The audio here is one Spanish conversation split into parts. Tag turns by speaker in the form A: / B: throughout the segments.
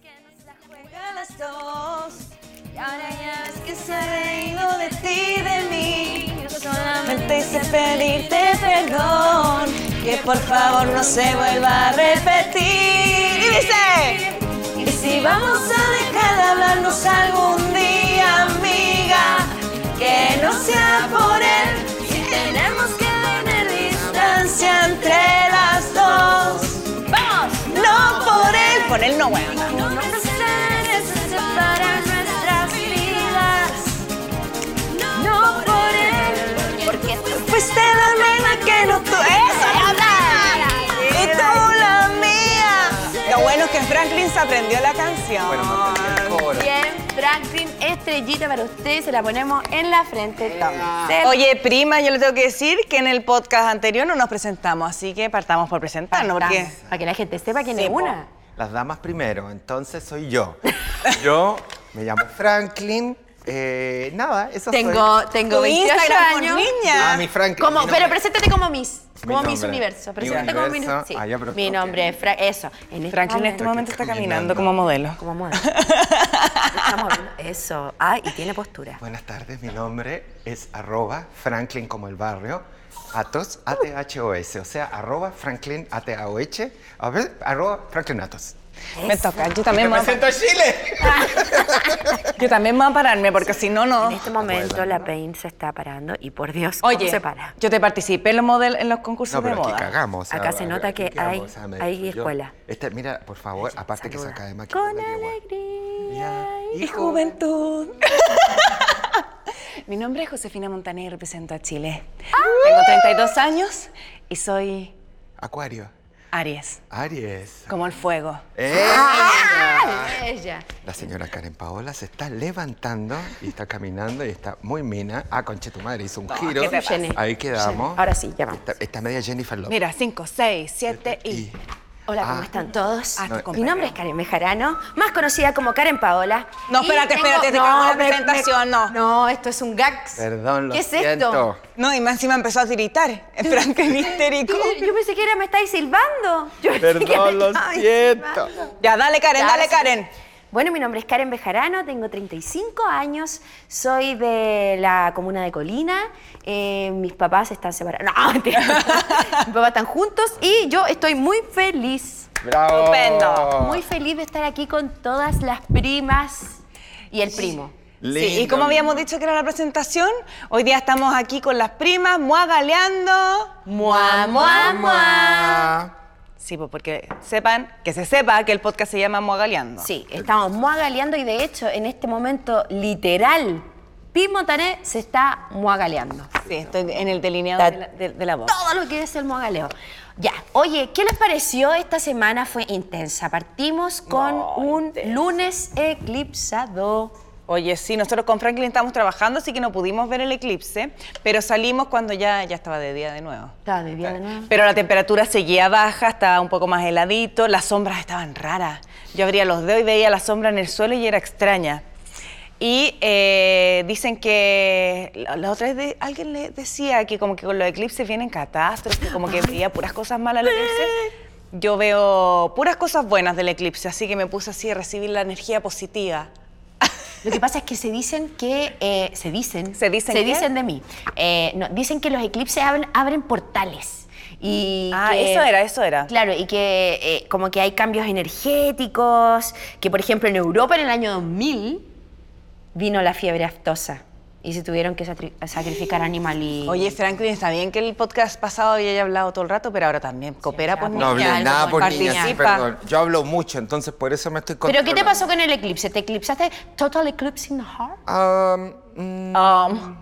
A: que nos la juegan las dos. Y ahora ya ves que se ha reído de ti y de mí. Yo solamente hice pedirte perdón. Que por favor no se vuelva a repetir. Y dice: Y si vamos a dejar de hablarnos algún día, amiga, que no sea por él. Si tenemos que tener distancia entre las dos. ¡Vamos! No por él. Por él no, weón. No necesites separar nuestras vidas. No por él. Porque tú fuiste la nena que no tuve. ¡Eso, la Y tú la mía.
B: Lo bueno es que Franklin se aprendió la canción.
C: Bueno, mantener el coro.
A: Bien, Franklin, estrellita para usted. Se la ponemos en la frente también.
B: Oye, prima, yo le tengo que decir que en el podcast anterior no nos presentamos, así que partamos por presentarnos, porque
A: Para que la gente sepa quién
B: Sí,
A: es
B: po.
A: una.
C: Las damas primero, entonces soy yo. Yo me llamo Franklin. eh, nada, eso soy.
A: Tengo, tengo
B: tu
A: 28
B: Instagram por
A: años.
B: niña.
C: Ah, mi Franklin.
A: Como,
C: mi nombre.
A: pero preséntate como Miss.
C: Mi
A: Como Miss
C: nombre.
A: Universo.
C: Mi
A: Preséntate como Miss
C: Universo.
A: sí.
C: Ah, ya, pero-
A: Mi
C: ok.
A: nombre es Fra Eso. En este
B: Franklin en
A: momento-
B: este momento está
C: Caminando.
B: caminando como modelo.
A: Como modelo. Estamos hablando- Eso. Ah, y tiene postura.
C: Buenas tardes, mi nombre es arroba Franklin como el barrio. Atos, A-T-H-O-S, o sea, arroba Franklin, A-T-A-O-H, a ver, arroba Franklin Atos.
B: Me toca, yo también, me voy a-
C: ¡Represento a Chile!
B: yo también me voy a pararme, porque si no, no.
A: En
C: Oh,
A: este momento la Pain se está parando y por Dios, ¿cómo
B: Oye,
A: se para?
B: yo te participé en los, model- en los concursos
C: No, pero
B: de
C: aquí
B: moda.
C: cagamos. o sea,
A: Acá se nota
C: aquí
A: que
C: cagamos,
A: hay-
C: me
A: hay
C: destruyó.
A: escuela.
C: Este, mira, por favor, aparte que
A: Saluda.
C: saca de maquillaje.
A: Con alegría.
B: Y juventud. Mi nombre es Josefina Montané y represento a Chile. Tengo 32 años y soy
C: Acuario.
B: Aries,
C: Aries.
B: como el fuego.
C: ¡Eh!
A: Ella.
C: La señora Karen Paola se está levantando y está caminando y está muy mina. Ah, conche tu madre, hizo un giro.
B: ¿qué te pasa?
C: Ahí quedamos.
A: Ahora sí, ya vamos.
C: Está, está media Jennifer Lopez.
B: Mira, 5, 6, 7 y...
A: Hola, ¿cómo
C: Ah.
A: están todos?
B: Ah, tu
A: Mi
B: compañero.
A: nombre es Karen Mejarano, más conocida como Karen Paola.
B: No,
A: Y
B: espérate, espérate, te acabo la
A: me- me-
B: presentación, no.
A: No, esto es un gags.
C: Perdón, lo
A: ¿Qué es
C: siento.
A: esto?
B: No, y más encima empezó a tiritar. En Franklin histérico.
A: Yo, yo pensé que era me estáis silbando. Yo pensé que me
C: Perdón, lo
A: estabais
C: siento.
A: silbando.
B: Ya, dale, Karen, dale, Karen.
A: Bueno, mi nombre es Karen Bejarano, tengo 35 años, soy de la comuna de Colina, eh, mis papás están separados, no, mentira. mis papás están juntos y yo estoy muy feliz,
C: Bravo.
B: Estupendo.
A: muy feliz de estar aquí con todas las primas y el primo.
B: Sí, y como habíamos dicho que era la presentación, hoy día estamos aquí con las primas, mua galeando.
A: Mua, mua, mua.
B: Sí, pues porque sepan, que se sepa que el podcast se llama Mua Galeando.
A: Sí, estamos muagaleando y de hecho en este momento literal, Pimotané se está muagaleando.
B: Sí, estoy en el delineado de la, de- de la voz.
A: todo lo que es el mogaleo. Ya, oye, ¿qué les pareció? Esta semana fue intensa. Partimos con un lunes eclipsado.
B: Oye, sí, nosotros con Franklin estábamos trabajando, así que no pudimos ver el eclipse, pero salimos cuando ya, ya estaba de día de nuevo.
A: Estaba de día de nuevo.
B: Pero la temperatura seguía baja, estaba un poco más heladito, las sombras estaban raras. Yo abría los dedos y veía la sombra en el suelo y era extraña. Y eh, dicen que la, la otra vez de- alguien le decía que como que con los eclipses vienen catástrofes, como que veía puras cosas malas el eclipse. Yo veo puras cosas buenas del eclipse, así que me puse así a recibir la energía positiva.
A: Lo que pasa es que se dicen que. eh, se dicen.
B: ¿Se dicen
A: Se
B: qué?
A: dicen de mí. Eh, no, dicen que los eclipses abren, abren portales. Y
B: Ah,
A: que-
B: eso era, eso era.
A: Claro, y que eh, como que hay cambios energéticos, que por ejemplo en Europa en el año 2000 vino la fiebre aftosa y se tuvieron que satri- sacrificar animalitos.
B: Oye, Franklin, está bien que el podcast pasado ya haya hablado todo el rato, pero ahora también coopera,
A: ya,
B: pues
A: pues.
C: No hablé
A: Niña,
C: nada
A: algo
C: por
A: con
C: niña, sí,
B: Participa.
C: perdón. Yo hablo mucho, entonces por eso me estoy
A: ¿Pero qué te
C: controlando.
A: pasó con el eclipse? ¿Te eclipsaste total eclipse in the heart?
C: Um, mm,
B: Um,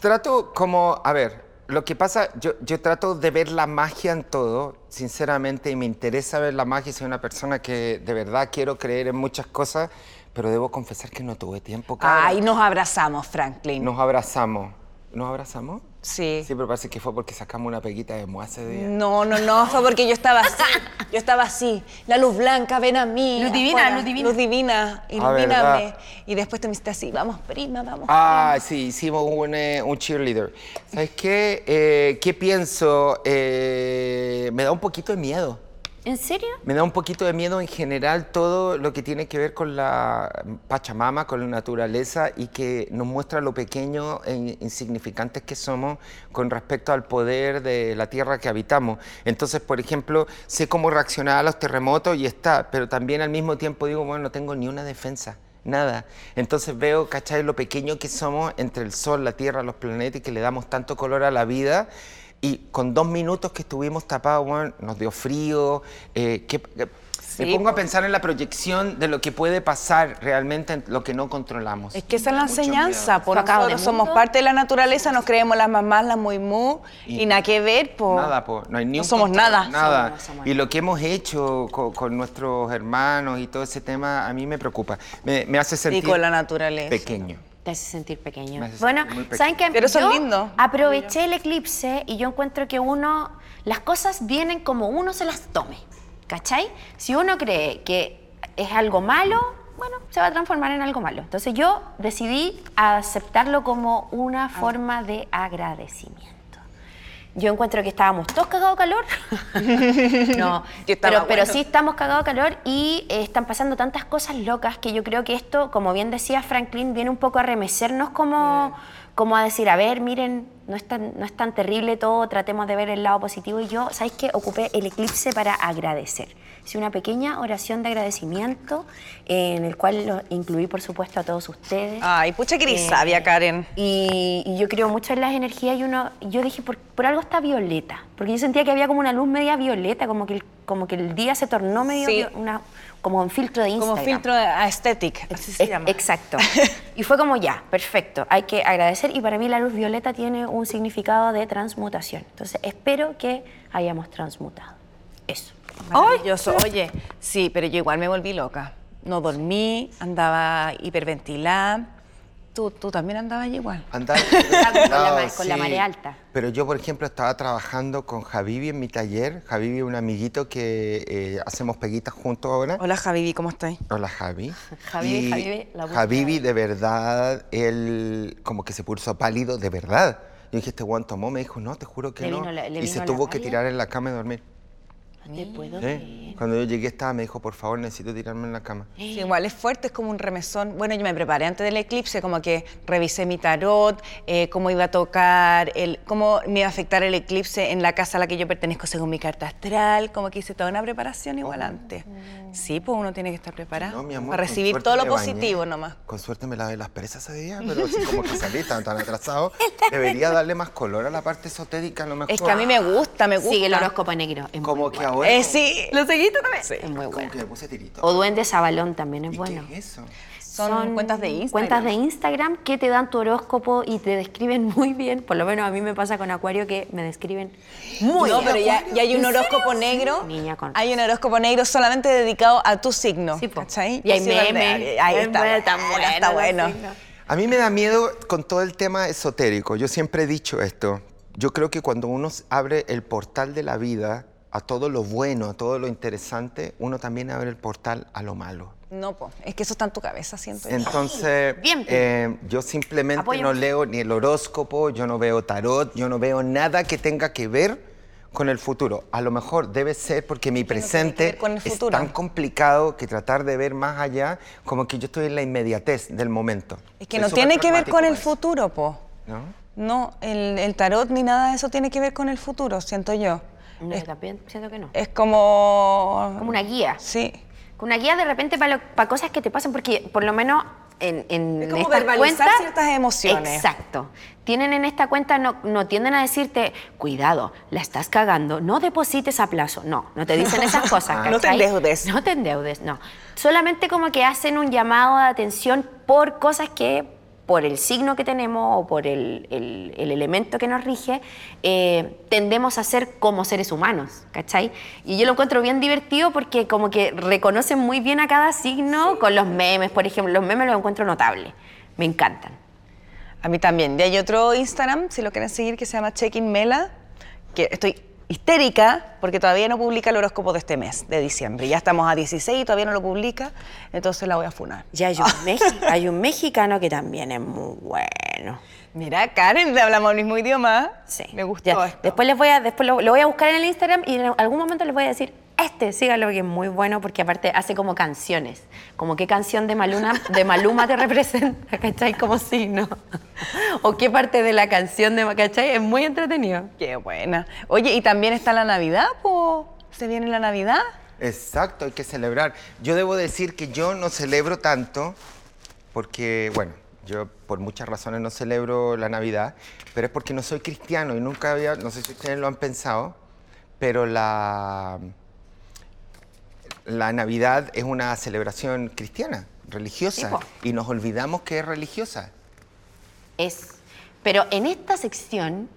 C: trato como, a ver, lo que pasa, yo, yo trato de ver la magia en todo, sinceramente, y me interesa ver la magia. Soy una persona que de verdad quiero creer en muchas cosas, pero debo confesar que no tuve tiempo. cara.
B: ay, nos abrazamos, Franklin.
C: Nos abrazamos. ¿Nos abrazamos?
B: Sí.
C: Sí, pero parece que fue porque sacamos una peguita de moa ese día.
B: No, no, no, fue porque yo estaba así. Yo estaba así. La luz blanca, ven a mí.
A: Luz divina,
B: afuera.
A: luz divina.
B: Luz divina, ilumíname.
C: Ah, verdad.
B: y después te me hiciste así, vamos, prima, vamos.
C: Ah, sí, hicimos un, eh, un cheerleader. ¿Sabes qué? Eh, ¿Qué pienso? Eh, me da un poquito de miedo.
A: ¿En serio?
C: Me da un poquito de miedo en general todo lo que tiene que ver con la Pachamama, con la naturaleza y que nos muestra lo pequeño e insignificantes que somos con respecto al poder de la tierra que habitamos. Entonces, por ejemplo, sé cómo reaccionar a los terremotos y está, pero también al mismo tiempo digo, bueno, no tengo ni una defensa. Nada. Entonces veo, ¿cachai? Lo pequeño que somos entre el sol, la tierra, los planetas y que le damos tanto color a la vida. Y con dos minutos que estuvimos tapados, weón, nos dio frío. eh, que- que- me
B: Sí,
C: pongo a pensar en la proyección de lo que puede pasar realmente, en lo que no controlamos.
B: Es que esa es la enseñanza, por
A: Sacado
B: nosotros
A: del
B: somos
A: mundo.
B: parte de la naturaleza, nos creemos las mamás, las muy mu, y,
C: Y-
B: nada que ver, pues. po.
C: Nada, pues, po. no hay ni
B: No
C: un
B: somos
C: control,
B: nada.
C: nada.
A: Somos, no somos
C: y lo que hemos hecho co- con, nuestros hermanos y todo ese tema, a mí me preocupa. Me, me hace
B: Y
C: sentir
B: con la naturaleza.
C: pequeño.
A: Te hace sentir pequeño.
C: Me hace
A: bueno,
C: sentir muy pequeño.
A: ¿saben qué?
B: Pero son
A: Yo
B: lindos.
A: Aproveché el eclipse y yo encuentro que uno, las cosas vienen como uno se las tome, ¿cachai? Si uno cree que es algo malo, bueno, se va a transformar en algo malo. Entonces yo decidí aceptarlo como
C: Ah.
A: una forma de agradecimiento. Yo encuentro que estábamos todos cagados de calor. no,
B: Yo estaba,
A: pero, pero
B: bueno.
A: sí estamos cagados de calor y eh, están pasando tantas cosas locas que yo creo que esto, como bien decía Franklin, viene un poco a remecernos como, como a decir, a ver, miren, no es, tan, no es tan terrible todo, tratemos de ver el lado positivo. Y yo, ¿sabéis qué? Ocupé el eclipse para agradecer. Hice una pequeña oración de agradecimiento eh, en el cual lo incluí, por supuesto, a todos ustedes.
B: Ay, pucha que eres sabia, Karen.
A: Y, y yo creo mucho en las energías y uno, yo dije, por, por algo está violeta, porque yo sentía que había como una luz media violeta, como que el, como que el día se tornó medio,
B: Sí.
A: vio- una, como un filtro de Instagram.
B: Como filtro aesthetic, así se
A: Ex-
B: llama.
A: Exacto. Y fue como ya, perfecto, hay que agradecer y para mí la luz violeta tiene un significado de transmutación. Entonces espero que hayamos transmutado. Eso.
B: Maravilloso. Oye, sí, pero yo igual me volví loca. No dormí, andaba hiperventilada. Tú, tú también andabas igual.
C: Andar
A: con la ma-
C: No,
A: con la marea alta.
C: Pero yo, por ejemplo, estaba trabajando con Javivi en mi taller. Javivi es un amiguito que eh, hacemos peguitas juntos ahora.
B: Hola, Javi, ¿cómo estás?
C: Hola Javi.
A: Javivi,
C: Y
A: Javivi, la busca
C: Javivi,
A: ahí.
C: de verdad, él como que se puso pálido, de verdad. Yo dije, este guan tomó, me dijo, no, te juro que
A: Le
C: no.
A: vino la- le
C: y se
A: vino la
C: tuvo que
A: pálida.
C: tirar en la cama y dormir.
A: No te puedo
C: ¿sí? Cuando yo llegué estaba, me dijo, por favor, necesito tirarme en la cama.
B: Sí, igual es fuerte, es como un remesón. Bueno, yo me preparé antes del eclipse, como que revisé mi tarot, eh, cómo iba a tocar, el, cómo me iba a afectar el eclipse en la casa a la que yo pertenezco según mi carta astral, como que hice toda una preparación igual antes. Sí, pues uno tiene que estar preparado
C: No, mi amor,
B: para
C: con
B: recibir
C: suerte
B: todo lo
C: me bañé.
B: positivo nomás.
C: Con suerte me lavé las perezas ese día, pero así como que salí tan, tan atrasado. Debería darle más color a la parte esotérica, a lo mejor.
B: Es que a mí me gusta, me gusta.
A: Sigue el horóscopo negro. es muy
C: Como que
A: bueno.
C: ahora...
B: Eh, sí. ¿Lo seguiste también? Sí.
A: Es muy
C: Como
A: bueno.
C: que me puse tirito.
A: O duende sabalón también es
C: ¿Y
A: bueno.
C: qué es eso?
B: Son, cuentas de Instagram.
A: Cuentas de Instagram que te dan tu horóscopo y te describen muy bien. Por lo menos a mí me pasa con Acuario que me describen muy
B: No,
A: bien.
B: pero ya, ya hay
A: ¿En
B: un
A: serio?
B: horóscopo negro.
A: Niña con-
B: Hay un horóscopo negro solamente dedicado a tu signo.
A: Sí, po.
B: Oh, ¿cachai?
A: Y hay
B: Así donde-
A: memes.
B: Ahí
A: Hay
B: está,
A: memes tan
B: bueno,
A: buenos
B: está
A: los
B: bueno.
A: signos.
C: A mí me da miedo con todo el tema esotérico. Yo siempre he dicho esto. Yo creo que cuando uno abre el portal de la vida a todo lo bueno, a todo lo interesante, uno también abre el portal a lo malo.
B: No, po. es que eso está en tu cabeza, siento. yo.
C: Entonces,
A: Bien,
B: pues.
C: eh, yo simplemente
A: Apóyanos.
C: no leo ni el horóscopo, yo no veo tarot, yo no veo nada que tenga que ver con el futuro. A lo mejor debe ser porque mi
B: no tiene que
C: presente
B: ver con el
C: es
B: futuro.
C: tan complicado que tratar de ver más allá, como que yo estoy en la inmediatez del momento.
B: Es que
C: Soy
B: no
C: súper
B: tiene que ver
C: pragmático
B: con el
C: para eso,
B: futuro, po.
C: ¿no?
B: No, el, el tarot ni nada de eso tiene que ver con el futuro, siento yo.
A: No,
B: es, eh,
A: también siento que no.
B: es como...
A: Como una guía.
B: Sí.
A: Con Una guía de repente para cosas que te pasan, porque por lo menos en, en
B: Es como
A: estas
B: verbalizar
A: cuentas-
B: ciertas emociones.
A: Exacto. Tienen en esta cuenta, no, no tienden a decirte, cuidado, la estás cagando, no deposites a plazo. No, no te dicen esas cosas.
B: No te
A: ¿cachai?
B: endeudes.
A: No te endeudes, no. Solamente como que hacen un llamado de atención por cosas que por el signo que tenemos o por el, el- el elemento que nos rige, eh, tendemos a ser como seres humanos, ¿cachai? Y yo lo encuentro bien divertido porque como que reconocen muy bien a cada signo con los memes, por ejemplo, los memes los encuentro notables, me encantan.
B: A mí también. Y hay otro Instagram, si lo quieren seguir, que se llama Checking Mela, que estoy histérica porque todavía no publica el horóscopo de este mes, de diciembre. Ya estamos a 16 y todavía no lo publica, entonces la voy a funar.
A: Y hay un, mexi- hay un mexicano que también es muy bueno.
B: Mira, Karen, te hablamos el mismo idioma.
A: Sí.
B: Me gustó
A: Ya,
B: esto.
A: Después les voy a, después lo, lo voy a buscar en el Instagram y en algún momento les voy a decir este, sígalo, que es muy bueno porque aparte hace como canciones. Como qué canción de Maluma, de Maluma te representa, ¿cachai? Como signo. O qué parte de la canción de Ma- ¿cachai? Es muy entretenido.
B: Qué buena. Oye, y también está la Navidad, po. ¿Se viene la Navidad?
C: Exacto, hay que celebrar. Yo debo decir que yo no celebro tanto, porque, bueno, yo por muchas razones no celebro la Navidad, pero es porque no soy cristiano y nunca había, no sé si ustedes lo han pensado, pero la, la Navidad es una celebración cristiana, religiosa,
A: Sí, po.
C: y nos olvidamos que es religiosa.
A: Es. Pero en esta sección,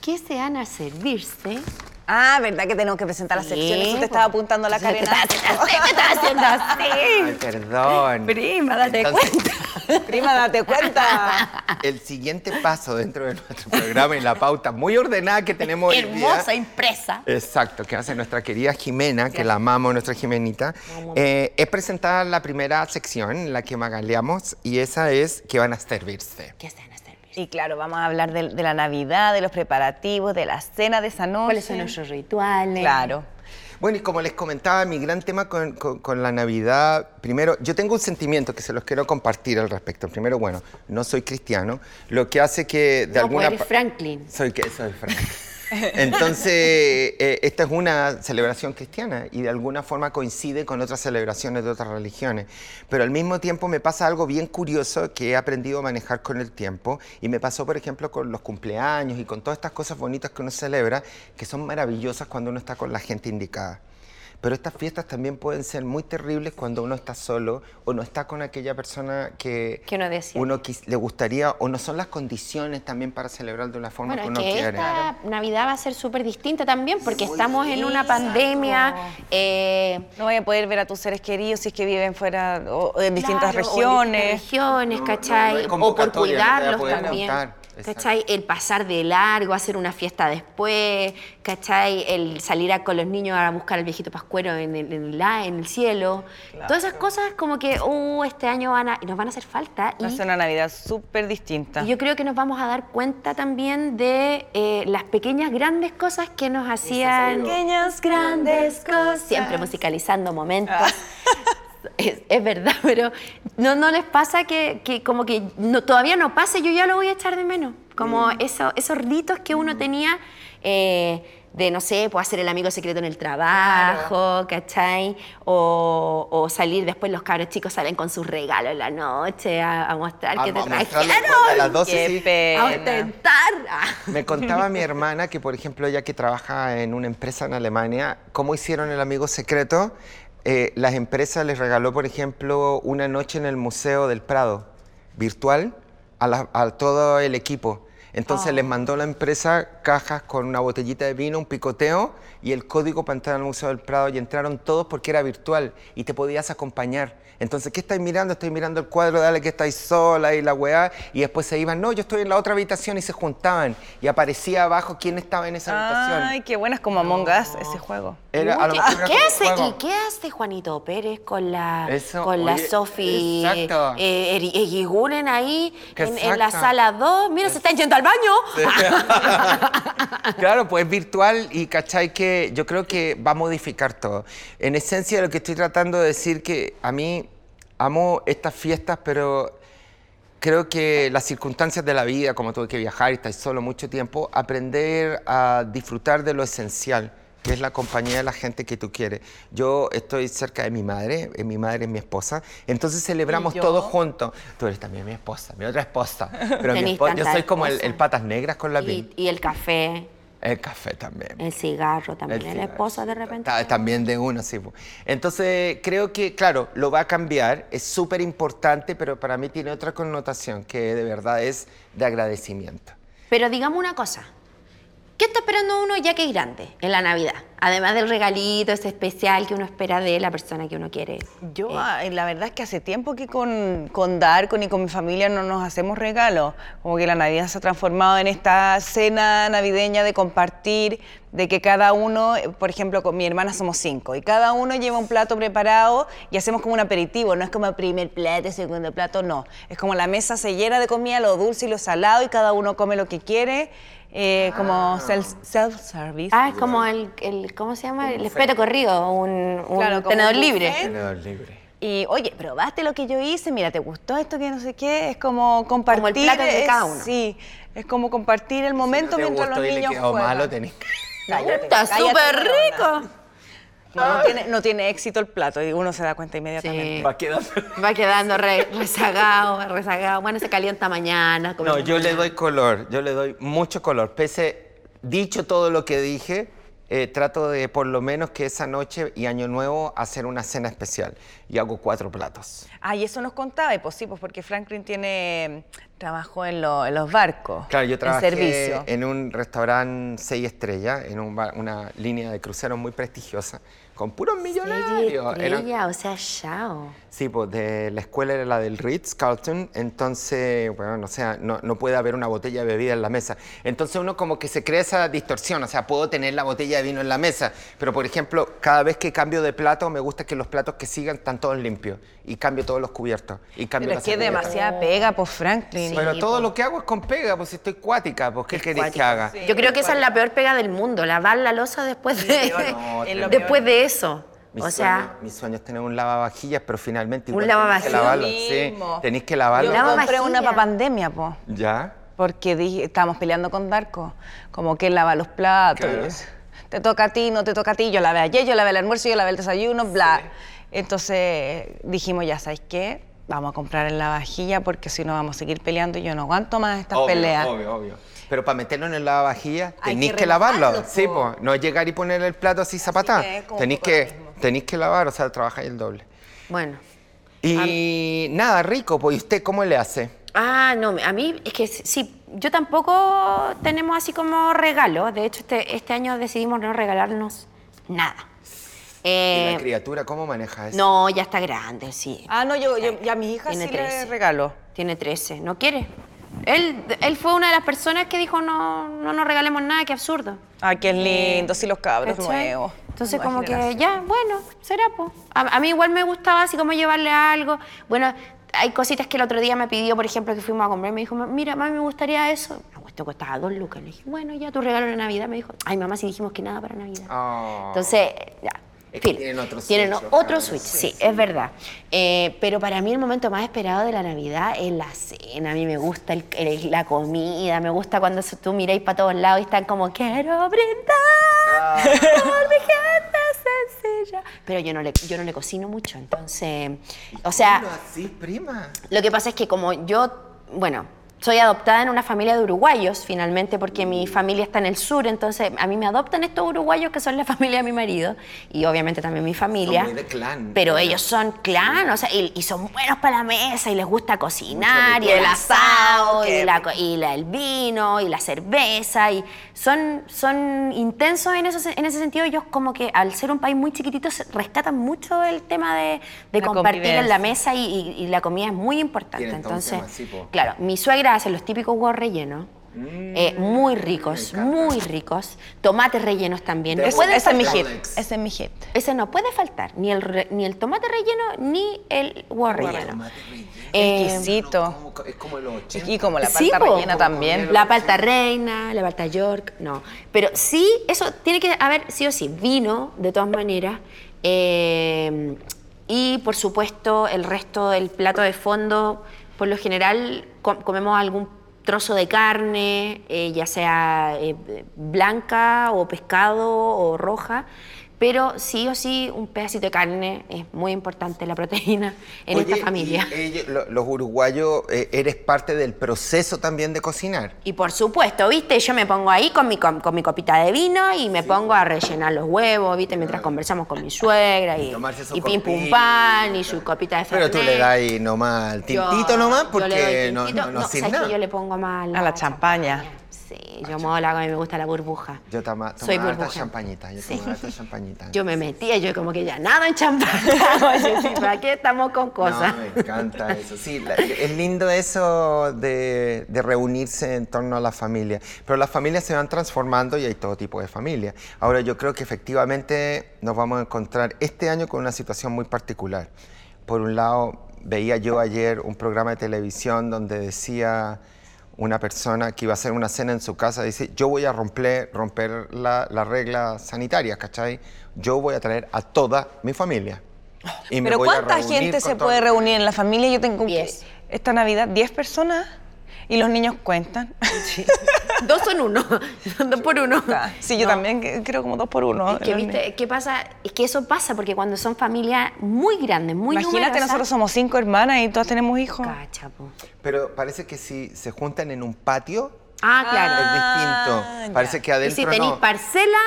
A: ¿qué se van a servirse?
B: Ah, ¿verdad que tenemos que presentar las
A: Sí,
B: secciones? Tú te
A: po.
B: estaba apuntando la
A: Yo te
B: carena.
A: estaba- te estaba haciendo así.
C: Ay, perdón.
A: Prima, date
C: Entonces-
A: cuenta.
B: Prima, date cuenta.
C: El siguiente paso dentro de nuestro programa y la pauta muy ordenada que tenemos hoy día-
A: Hermosa, impresa.
C: Exacto, que hace nuestra querida Jimena, que la amamos, nuestra Jimenita. Eh, es presentada la primera sección, la que magaleamos, y esa es que van a servirse.
A: ¿Qué se van a servir?
B: Y claro, vamos a hablar de, de la Navidad, de los preparativos, de la cena de esa noche.
A: ¿Cuáles son nuestros rituales?
B: Claro.
C: Bueno, y como les comentaba, mi gran tema con, con- con la Navidad, primero, yo tengo un sentimiento que se los quiero compartir al respecto. Primero, bueno, no soy cristiano, lo que hace que de
A: No,
C: alguna
A: pues eres
C: pa-
A: Franklin.
C: Soy que soy Frank. Entonces, eh, esta es una celebración cristiana y de alguna forma coincide con otras celebraciones de otras religiones. Pero al mismo tiempo me pasa algo bien curioso que he aprendido a manejar con el tiempo y me pasó, por ejemplo, con los cumpleaños y con todas estas cosas bonitas que uno celebra, que son maravillosas cuando uno está con la gente indicada. Pero estas fiestas también pueden ser muy terribles cuando uno está solo o no está con aquella persona que,
A: Que uno desea.
C: uno quis- le gustaría o no son las condiciones también para celebrar de una forma
A: Bueno,
C: que
A: es
C: uno
A: que
C: quiere.
A: esta Navidad va a ser súper distinta también porque estamos en una pandemia. eh,
B: No voy a poder ver a tus seres queridos si es que viven fuera o en distintas
A: claro, o en
B: regiones.
A: distintas regiones,
C: No, no, no hay
A: ¿cachai? o por
C: convocatoria, no te va a
A: cuidarlos
C: poder
A: también.
C: adoptar, exacto.
A: ¿Cachai? El pasar de largo, hacer una fiesta después, ¿cachai? El salir a- con los niños a buscar al viejito pascuero en el, en el a- en el cielo. Todas esas cosas como que, uh, este año van a- nos van a hacer falta.
B: Va a
A: y-
B: ser una Navidad súper distinta.
A: y yo creo que nos vamos a dar cuenta también de eh, las pequeñas grandes cosas que nos hacían. Pequeñas grandes cosas. Ah. Siempre musicalizando momentos. Es, es verdad, pero no, no les pasa que, que como que no, todavía no pasa, yo ya lo voy a echar de menos. Como eso- esos ritos que uno tenía eh, de, no sé, pues hacer el amigo secreto en el trabajo, ¿cachai? O, o salir después, los cabros chicos salen con sus regalos en la noche a, a mostrar que te
C: Vamos a mostrarle
A: trajeron.
C: después de las 12,
B: Qué
C: sí.
B: pena.
A: A ostentar. Ah.
C: Me contaba mi hermana que, por ejemplo, ella que trabaja en una empresa en Alemania, cómo hicieron el amigo secreto. Eh, las empresas les regaló, por ejemplo, una noche en el Museo del Prado, virtual, a, la- a todo el equipo.
A: Oh.
C: Entonces les mandó la empresa cajas con una botellita de vino, un picoteo y el código para entrar al Museo del Prado y entraron todos porque era virtual y te podías acompañar. Entonces, ¿qué estáis mirando? Estoy mirando el cuadro, dale que estáis sola y la weá. Y después se iban, no, yo estoy en la otra habitación y se juntaban. Y aparecía abajo quién estaba en esa
B: Ay,
C: habitación.
B: qué buenas como Among Us ese juego.
C: Era, a lo
A: ¿Qué,
C: mejor era
A: qué
C: como un
A: hace,
C: juego.
A: ¿Y qué hace Juanito Pérez con la,
C: Eso,
A: con la
C: oye,
A: Sofi
C: exacto.
A: eh, Eri- Egiguren ahí en, en la
C: Exacto.
A: sala 2? Mira, se están yendo al baño.
C: Claro, pues es virtual y cachai que yo creo que va a modificar todo. En esencia lo que estoy tratando de decir que a mí amo estas fiestas, pero creo que las circunstancias de la vida, como tuve que viajar y estar solo mucho tiempo, aprender a disfrutar de lo esencial que es la compañía de la gente que tú quieres. Yo estoy cerca de mi madre, eh, mi madre es mi esposa, entonces celebramos
B: ¿Y yo?
C: todos juntos. Tú eres también mi esposa, mi otra esposa, pero mi
A: Tenís
C: esposa, yo
A: tanta
C: soy como el,
A: esposa.
C: el patas negras con la
A: y,
C: piel.
A: y el café,
C: El café también.
A: el cigarro también,
C: El
A: la
C: cigarro.
A: esposa de repente.
C: Ta- También de uno, sí. po. Entonces, creo que, claro, lo va a cambiar, es súper importante, pero para mí tiene otra connotación que de verdad es de agradecimiento.
A: Pero digamos una cosa. ¿Qué está esperando uno ya que es grande en la Navidad? Además del regalito, ese especial que uno espera de la persona que uno quiere.
B: Yo, ah, la verdad es que hace tiempo que con, con Darkon y con mi familia no nos hacemos regalos. Como que la Navidad se ha transformado en esta cena navideña de compartir, de que cada uno, eh, por ejemplo, con mi hermana somos cinco, y cada uno lleva un plato preparado y hacemos como un aperitivo, no es como primer plato, segundo plato, no. Es como la mesa se llena de comida, lo dulce y lo salado, y cada uno come lo que quiere, eh, como self- self-service.
A: Ah, es como el, el- ¿cómo se llama? El espeto corrido, un, un
B: Claro, como
A: tenedor
B: un
A: libre.
B: buffet.
C: Tenedor libre.
B: Y, oye, probaste lo que yo hice, mira, ¿te gustó esto que no sé qué? Es como compartir.
A: el plato de
B: es-
A: cada uno.
B: Sí, es como compartir el momento
C: Si no te
B: mientras los
C: gustó y le
B: niños
C: quedó
B: juegan.
C: malo, tenés que-
B: Cállate,
A: Está
B: cállate,
A: súper
B: weona.
A: rico.
B: No, no tiene, no tiene éxito el plato y uno se da cuenta inmediatamente.
A: Sí.
C: Va quedando.
A: Va quedando re- rezagado, rezagado. Bueno, se calienta mañana.
C: No,
A: comemos
C: yo le
A: mañana.
C: doy color, yo le doy mucho color. Pese, dicho todo lo que dije, eh, trato de por lo menos que esa noche y Año Nuevo hacer una cena especial. Y hago cuatro platos.
B: Ah, y eso nos contaba, y pues sí, pues porque Franklin tiene trabajó en, lo- en los barcos.
C: Claro, yo trabajé
B: En servicio.
C: en un restaurante seis estrellas, en un bar- una línea de cruceros muy prestigiosa, con puros
A: Serie
C: millonarios. Eran-
A: estrella, o sea, chao.
C: Sí, pues de la escuela era la del Ritz Carlton, entonces, bueno, o sea, no, no puede haber una botella de bebida en la mesa. Entonces uno como que se crea esa distorsión, o sea, puedo tener la botella de vino en la mesa, pero por ejemplo, cada vez que cambio de plato, me gusta que los platos que sigan están todos limpios y cambio todos los cubiertos. Y cambio
B: Pero es
C: las
B: que es
C: servilletas.
B: demasiada pega, pues Franklin.
A: Sí.
C: Pero todo
A: po.
C: lo que hago es con pega, pues estoy cuática, pues ¿qué querés que
A: Cuático.
C: haga?
B: Sí,
A: Yo creo que esa es la peor pega del mundo, lavar la losa después de,
C: no, es lo
A: después de eso.
C: Mi
A: o
C: sueño-
A: sea,
C: mi sueño es tener un lavavajillas, pero finalmente
A: Un
C: igual tenés que lavarlo.
B: lavavajillas.
C: Sí,
B: Mismo.
C: tenés que
B: Yo
C: lavarlo.
A: Lava
B: compré una
A: vajilla.
B: para pandemia, pues.
C: ¿Ya?
B: Porque dije, estábamos peleando con Darko, como que él lava los platos.
C: Claro.
B: Te toca a ti, no te toca a ti, yo lavé ayer, yo lavé el almuerzo, yo lavé el desayuno, bla. Entonces dijimos, ya sabes qué, vamos a comprar en la vajilla porque si no vamos a seguir peleando y yo no aguanto más estas
C: Obvio,
B: peleas.
C: Obvio, obvio. Pero para meterlo en el lavavajillas
B: Hay
C: tenéis
B: que
C: que, lavarlo.
B: remojarlo,
C: Sí,
B: po.
C: pues. No llegar y poner el plato así zapatá.
B: que es como un
C: Tenéis
B: poco lo
C: que,
B: mismo.
C: tenéis que lavar, o sea, trabajáis el doble.
A: bueno.
C: Y nada, rico, pues. ¿Y usted cómo le hace?
A: Ah, no, a mí es que sí, yo tampoco tenemos así como regalo. De hecho, este, este año decidimos no regalarnos nada.
C: ¿Y
A: Eh,
C: la criatura cómo maneja eso?
A: no, ya está grande, sí.
B: Ah, no, yo, yo- ya a mis hijas
A: Tiene
B: sí les
A: 13.
B: regalo.
A: Tiene 13, no quiere. Él, él fue una de las personas que dijo no, no nos regalemos nada, qué absurdo.
B: Ah, qué lindo, sí, los cabros
A: ¿Cachai?
B: nuevos.
A: Entonces
B: Nueva
A: como que
B: generación.
A: ya, bueno, será pues. A, a mí igual me gustaba así como llevarle algo. Bueno, hay cositas que el otro día me pidió, por ejemplo, que fuimos a comprar. Me dijo, mira, mami, me gustaría eso. No, esto costaba dos lucas. Le dije, bueno, ya tu regalo de Navidad. Me dijo, ay, mamá, si dijimos que nada para Navidad.
C: Oh.
A: Entonces, ya.
C: Es que
A: fin.
C: tienen otro switch,
A: Tienen
C: los
A: otro
C: cabros.
A: switch, sí, es verdad. Eh, pero para mí el momento más esperado de la Navidad es la cena. A mí me gusta el- el- la comida, me gusta cuando se- tú miráis para todos lados y están como, quiero
C: Ah.
A: brindar por mi gente sencilla. Pero yo no le, yo no le cocino mucho, entonces, o sea...
C: Bueno, así, prima.
A: Lo que pasa es que como yo, bueno, soy adoptada en una familia de uruguayos finalmente porque mi familia está en el sur, entonces a mí me adoptan estos uruguayos que son la familia de mi marido y obviamente también mi familia.
C: muy de clan.
A: Pero ellos son clan, o sea, y, y son buenos para la mesa y les gusta cocinar y
B: rico.
A: el asado
B: Qué
A: y, la, co- y la- el vino y la cerveza y son, son intensos en, eso, en ese sentido. Ellos como que al ser un país muy chiquitito se- rescatan mucho el tema de, de
B: La
A: compartir en la
B: convivencia.
A: mesa y, y- y la comida es muy importante.
C: Tienen todo un
A: Entonces,
C: tema así, po.
A: claro, mi suegra hace los típicos huevos rellenos.
C: Mm,
A: eh, muy ricos, muy ricos. Tomates rellenos también.
C: De
A: No
B: Ese-
C: ¿Pueden
A: puede
B: ese es mi hit,
A: faltar-
C: Rolex?
B: ese es mi hit.
A: Ese no puede faltar. Ni el, re- ni el tomate relleno, ni el huevo relleno. Eh,
B: Exquisito.
C: Es como el 80.
B: Y como la
A: Sí,
B: palta
A: po.
B: rellena también.
A: La palta reina, la palta york, no. Pero sí, eso tiene que haber, sí o sí, vino, de todas maneras. eh, y, por supuesto, el resto del plato de fondo, por lo general, com- comemos algún trozo de carne, eh, ya sea eh, blanca o pescado o roja. Pero sí o sí, un pedacito de carne es muy importante, la proteína en
C: Oye,
A: esta familia.
C: y ellos- lo- los uruguayos, eh, eres parte del proceso también de cocinar.
A: Y por supuesto, ¿viste? Yo me pongo ahí con mi, con, con mi copita de vino y me pongo a rellenar los huevos, ¿viste? Mientras conversamos con mi suegra y,
C: tomarse su
A: y pim pum
C: copita.
A: pan y su copita de
C: Pero tú
A: Fernet.
C: le das ahí nomás al
A: Yo-
C: tintito
A: yo le
C: nomás
A: doy
C: porque no,
A: tintito.
C: no, no, sin
A: ¿sabes qué?
C: nada. Ah,
A: Yo le pongo más
B: A la champaña.
A: Sí. Sí, yo amo la agua y me gusta la burbuja.
C: Yo toma,
A: Soy
C: tomaba harta
A: burbuja.
C: champañita, yo
A: Sí.
C: tomaba harta champañita.
A: Yo me metía, yo como que ya nada en champaña. Oye, sí, ¿para qué estamos con cosas?
C: No, me encanta eso. Sí, la- es lindo eso de, de reunirse en torno a la familia. Pero las familias se van transformando y hay todo tipo de familia. Ahora, yo creo que efectivamente nos vamos a encontrar este año con una situación muy particular. Por un lado, veía yo ayer un programa de televisión donde decía una persona que iba a hacer una cena en su casa, dice, yo voy a romper, romper la, la regla sanitaria, ¿cachai? Yo voy a traer a toda mi familia. Y me
B: Pero
C: voy a
B: ¿cuánta
C: reunir
B: gente
C: con
B: se
C: todo-
B: puede reunir en la familia? Yo tengo que-
A: Diez.
B: esta Navidad 10 personas y los niños cuentan.
A: Dos son uno, dos por uno.
B: Sí, yo también que- creo como dos por uno. ¿eh?
A: Es que,
B: los niños.
A: ¿viste? ¿Qué pasa? Es que eso pasa porque cuando son familias muy grandes, muy
B: Imagínate,
A: numerosas-
B: nosotros somos cinco hermanas y todas tenemos hijos.
A: Cacha, po.
C: Pero parece que si se juntan en un patio
A: Ah, claro.
C: es distinto.
B: ya.
C: Parece que
A: y si
C: adentro
A: tenéis
C: no.
A: parcela,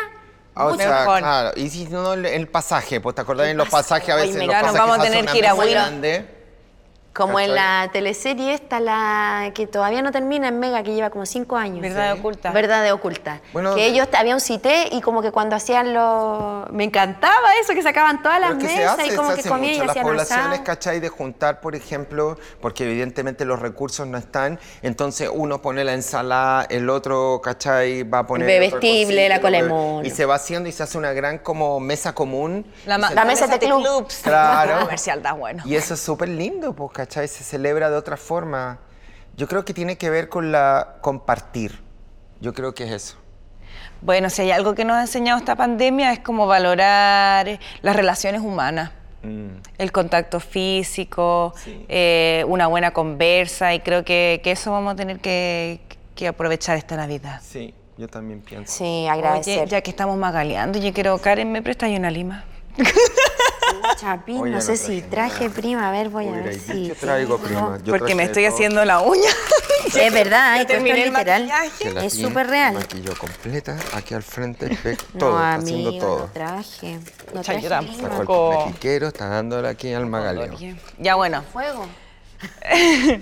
C: Ah, o
B: mucho
C: sea,
B: mejor.
C: claro. Y si no el- el pasaje, pues te acordás en los
A: pasaje.
C: pasajes a veces
A: Oye,
C: los
B: ya nos
C: pasajes
B: vamos a
C: hacen
B: tener
C: una
B: que ir a
C: mesa
B: Wynn.
C: grande.
A: como en
C: Cacha.
A: la teleserie esta, la que todavía no termina en Mega, que lleva como cinco años.
B: Verdad oculta.
A: Verdad de oculta.
C: Bueno,
A: que ellos había un cité y como que cuando hacían los... Me encantaba eso, que sacaban todas las
C: Pero es que se
A: mesas
C: hace,
A: y como
C: se
A: que
C: hace
A: comían
C: mucho.
A: y
C: Las
A: hacían
C: poblaciones,
A: asado.
C: ¿cachai? De juntar, por ejemplo, porque evidentemente los recursos no están, entonces uno pone la ensalada, el otro, ¿cachai? Va a poner... otra
A: Bebestible,
C: cosita,
A: la cola de
C: lo-
A: mono.
C: Y se va haciendo y se hace una gran como mesa común.
B: La,
C: Y
B: ma-
C: se-
A: La mesa de club.
B: clubs.
C: Claro.
B: Comercial está bueno.
C: Y eso es súper lindo, pues, ¿cachai? Se celebra de otra forma. Yo creo que tiene que ver con la compartir. Yo creo que es eso.
B: Bueno, si hay algo que nos ha enseñado esta pandemia es como valorar eh, las relaciones humanas.
C: Mm.
B: El contacto físico, eh, una buena conversa, y creo que, que eso vamos a tener que, que aprovechar esta Navidad.
C: Sí, yo también pienso.
A: Sí,
B: Oye,
A: agradecer.
B: ya que estamos magaleando, yo quiero, Karen, ¿me prestas ahí una lima?
A: Chapín,
C: Oye,
A: no
C: no
A: sé si
C: traje
A: traje
C: nada.
A: prima, a ver, voy a
C: Uy,
A: ver
C: ahí,
A: si...
C: ¿qué traigo, prima? Yo
B: Porque
C: traje
B: me estoy
C: todo.
B: haciendo la uña.
A: Es verdad, esto es
B: terminé el
A: literal.
B: maquillaje.
C: Gelatina,
A: Es súper real.
C: Maquillo completa, aquí al frente, ve todo, está haciendo
A: amigo,
C: todo.
A: No traje. No
B: Pucha, yo
A: traje
B: tampoco.
A: clima.
C: Sacó el mexiquero, está dándole aquí al magaleo.
B: Ya bueno.
A: Fuego.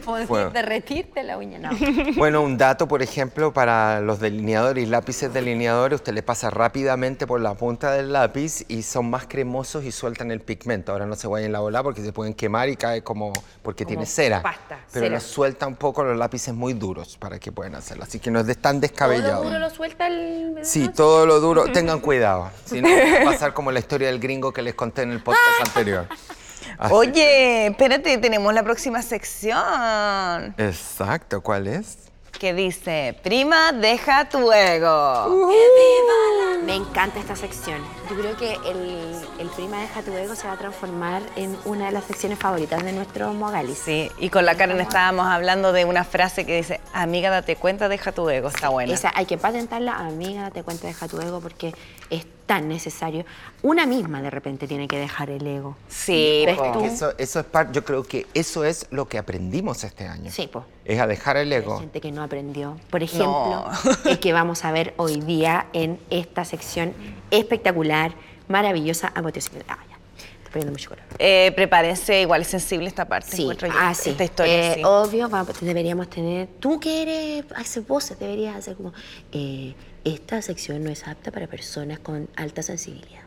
A: Podés
C: Fuego.
A: derretirte la uña. No.
C: Bueno, un dato, por ejemplo, para los delineadores y lápices delineadores, usted le pasa rápidamente por la punta del lápiz y son más cremosos y sueltan el pigmento. Ahora no se vayan a la bola porque se pueden quemar y cae como porque tiene cera.
A: pasta,
C: pero
A: cera.
C: los suelta un poco los lápices muy duros para que puedan hacerlo. Así que no es de- tan descabellado.
A: lo suelta el.
C: Sí, todo lo duro. Tengan cuidado. Si no, va a pasar como la historia del gringo que les conté en el podcast anterior. Así-
B: Oye, espérate, tenemos la próxima sección.
C: Exacto, ¿cuál es?
B: que dice, prima, deja tu ego.
A: Me encanta esta sección. Yo creo que el, el prima deja tu ego se va a transformar en una de las secciones favoritas de nuestro Mogalis.
B: Sí, y con la Karen estábamos hablando de una frase que dice, amiga, date cuenta, deja tu ego, está buena.
A: Esa hay que patentarla, amiga, date cuenta, deja tu ego porque es tan necesario. Una misma de repente tiene que dejar el ego.
B: Sí,
A: ¿Ves
B: po.
A: tú?
C: Eso, eso es par- yo creo que eso es lo que aprendimos este año.
A: Sí, po.
C: Es a dejar el
A: Hay
C: ego.
A: gente que no aprendió. Por ejemplo, el que vamos a ver hoy día en esta sección espectacular, maravillosa, apoteósica. Ah, ya. Estoy poniendo mucho color.
B: Eh, prepárense, igual es sensible esta parte.
A: Sí,
B: encuentro yo,
A: ah, sí.
B: Esta historia,
A: Eh,
B: sí.
A: Obvio, vamos- deberíamos tener. Tú que eres, haces voces, deberías hacer como. eh, esta sección no es apta para personas con alta sensibilidad.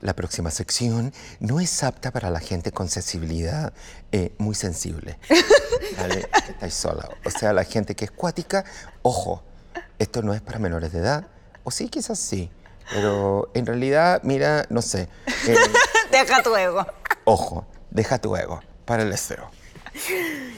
C: La próxima sección no es apta para la gente con sensibilidad eh, muy sensible. Dale, estáis sola. O sea, la gente que es cuática, ojo, esto no es para menores de edad. O sí, quizás sí. Pero en realidad, mira, no sé. eh,
B: Deja tu ego.
C: ojo, deja tu ego para el deseo.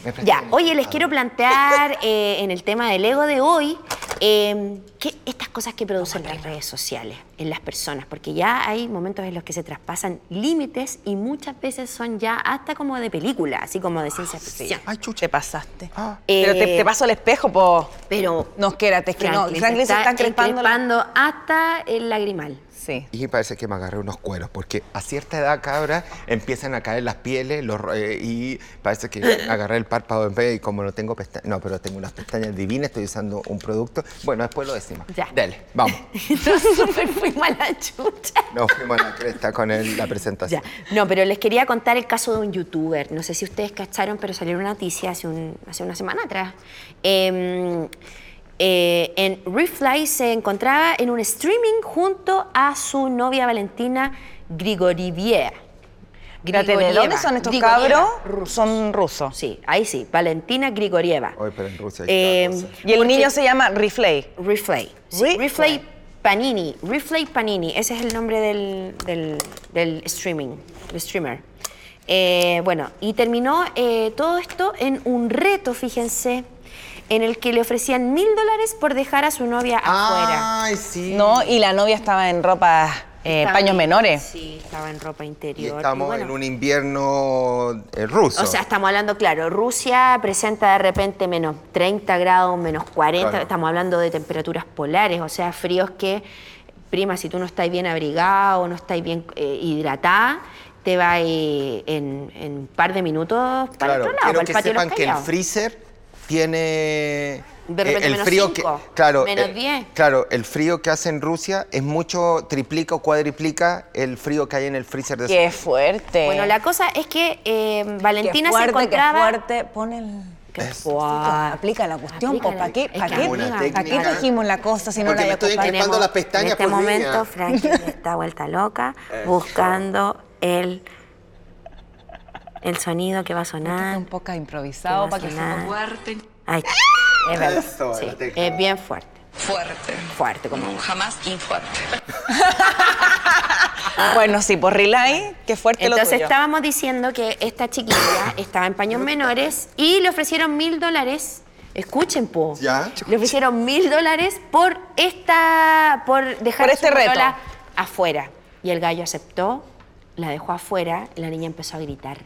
C: Me presté
A: Ya,
C: el-
A: oye, les quiero plantear eh, en el tema del ego de hoy eh, que estas cosas que producen las redes sociales en las personas, porque ya hay momentos en los que se traspasan límites y muchas veces son ya hasta como de película, así como de ciencia ficción.
C: Ay, chucha.
B: Te pasaste.
C: Ah.
B: Pero te,
A: Eh,
B: te paso el espejo, po.
A: Pero
B: No, quédate, es que no.
A: Franklin
B: Franklin se está crepando. la-
A: encrespando hasta el lagrimal.
B: Sí.
C: Y parece que me agarré unos cueros, porque a cierta edad, cabra, empiezan a caer las pieles los, ro- eh, y parece que agarré el párpado en vez y como no tengo pestañas, no, pero tengo unas pestañas divinas, estoy usando un producto. Bueno, después lo decimos.
A: Ya.
C: Dale, vamos.
A: Entonces, súper fuimos a la chucha.
C: Nos fuimos a la cresta con el- la presentación.
A: Ya. No, pero les quería contar el caso de un youtuber. No sé si ustedes cacharon, pero salió una noticia hace, un- hace una semana atrás. Em, eh, en Refly se encontraba en un streaming junto a su novia Valentina Grigorivier.
B: Espérate, ¿de
A: Grigorieva.
B: dónde son estos
A: Grigorieva.
B: cabros? Son rusos.
A: Sí, ahí sí, Valentina Grigorieva. Em,
C: Oye, pero en Rusia hay cada cosa.
B: Y el
A: porque-
B: niño se llama Reflay.
A: Reflay. Sí,
B: Reflay.
A: Reflay Panini. Reflay Panini. Ese es el nombre del, del- del streaming, del streamer. Eh, bueno, y terminó eh, todo esto en un reto, fíjense, en el que le ofrecían mil dólares por dejar a su novia afuera.
C: Ay, sí.
B: No, y la novia estaba en ropa, eh,
A: Estaba-
B: paños menores.
A: Sí, estaba en ropa
C: Y
A: interior.
C: estamos
A: Y bueno,
C: en un invierno eh, ruso.
A: O sea, estamos hablando, claro, Rusia presenta de repente menos 30 grados, menos 40,
C: Claro.
A: estamos hablando de temperaturas polares, o sea, fríos que, prima, si tú no estás bien abrigado, no estás bien eh, hidratada, te va a ir en en un par de minutos para el
C: claro,
A: otro lado,
C: quiero
A: para el
C: que
A: patio de los
C: sepan que el
A: callados.
C: freezer tiene
A: De
C: eh,
A: repente
C: el
A: menos
C: frío
A: cinco,
C: que claro,
A: menos
C: eh,
A: diez.
C: Claro, el frío que hace en Rusia es mucho triplica o cuadriplica el frío que hay en el freezer de
B: Qué fuerte.
A: Bueno, la cosa es que eh,
B: Qué
A: Valentina
B: fuerte,
A: se encontraba...
B: Qué fuerte, pon el...
A: Qué fuerte.
B: Ah, Aplica la cuestión, pues, ¿para qué,
A: Es que
B: pa' qué,
A: alguna
B: pa' qué
A: técnica-
B: dijimos la cosa si no la
D: Porque me
B: había
D: estoy
B: ocupado?
D: equipando las pestañas
A: En este
D: por
A: momento,
D: línea.
A: Frankie está vuelta loca buscando el, el sonido que va a sonar.
B: Un poco improvisado
A: que va a
B: para que
A: sonar.
E: Fuerte,
A: Ay, es verdad,
D: Eso,
A: sí,
D: la tecla.
A: es bien fuerte.
E: fuerte.
A: Fuerte, como
E: No, jamás infuerte.
B: Bueno, sí, por relay, qué fuerte lo
A: Entonces
B: tuyo.
A: estábamos diciendo que esta chiquilla estaba en paños menores y le ofrecieron mil dólares. Escuchen, po.
D: Ya.
A: Le ofrecieron mil dólares por esta. por dejar
B: Por
A: a
B: este
A: su
B: reto.
A: polola afuera. Y el gallo aceptó, la dejó afuera y la niña empezó a gritar.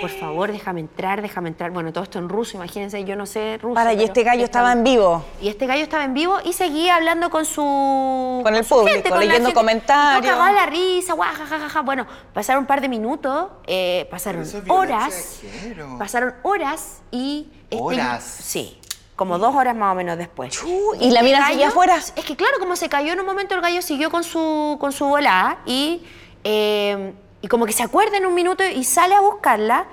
A: Por favor, déjame entrar, déjame entrar. Bueno, todo esto en ruso, imagínense, yo no sé ruso.
B: Para, y
A: pero
B: este gallo estaba en vivo.
A: Y este gallo estaba en vivo y seguía hablando con su.
B: Con el
A: su
B: público,
A: la
B: leyendo
A: gente. Y todo
B: comentarios.
A: cagado la risa, guau, ja, ja, ja, ja. Bueno, pasaron un par de minutos, eh, pasaron
D: Pero eso es violencia
A: horas.
D: de género.
A: Pasaron horas y. este-
D: ¿Horas?
A: Sí. Como dos horas más o menos después.
B: y la
A: El
B: mina
A: gallo-
B: seguía afuera.
A: Es que claro, como se cayó en un momento, el gallo siguió con su, con su volada y, eh, y como que se acuerda en un minuto y sale a buscarla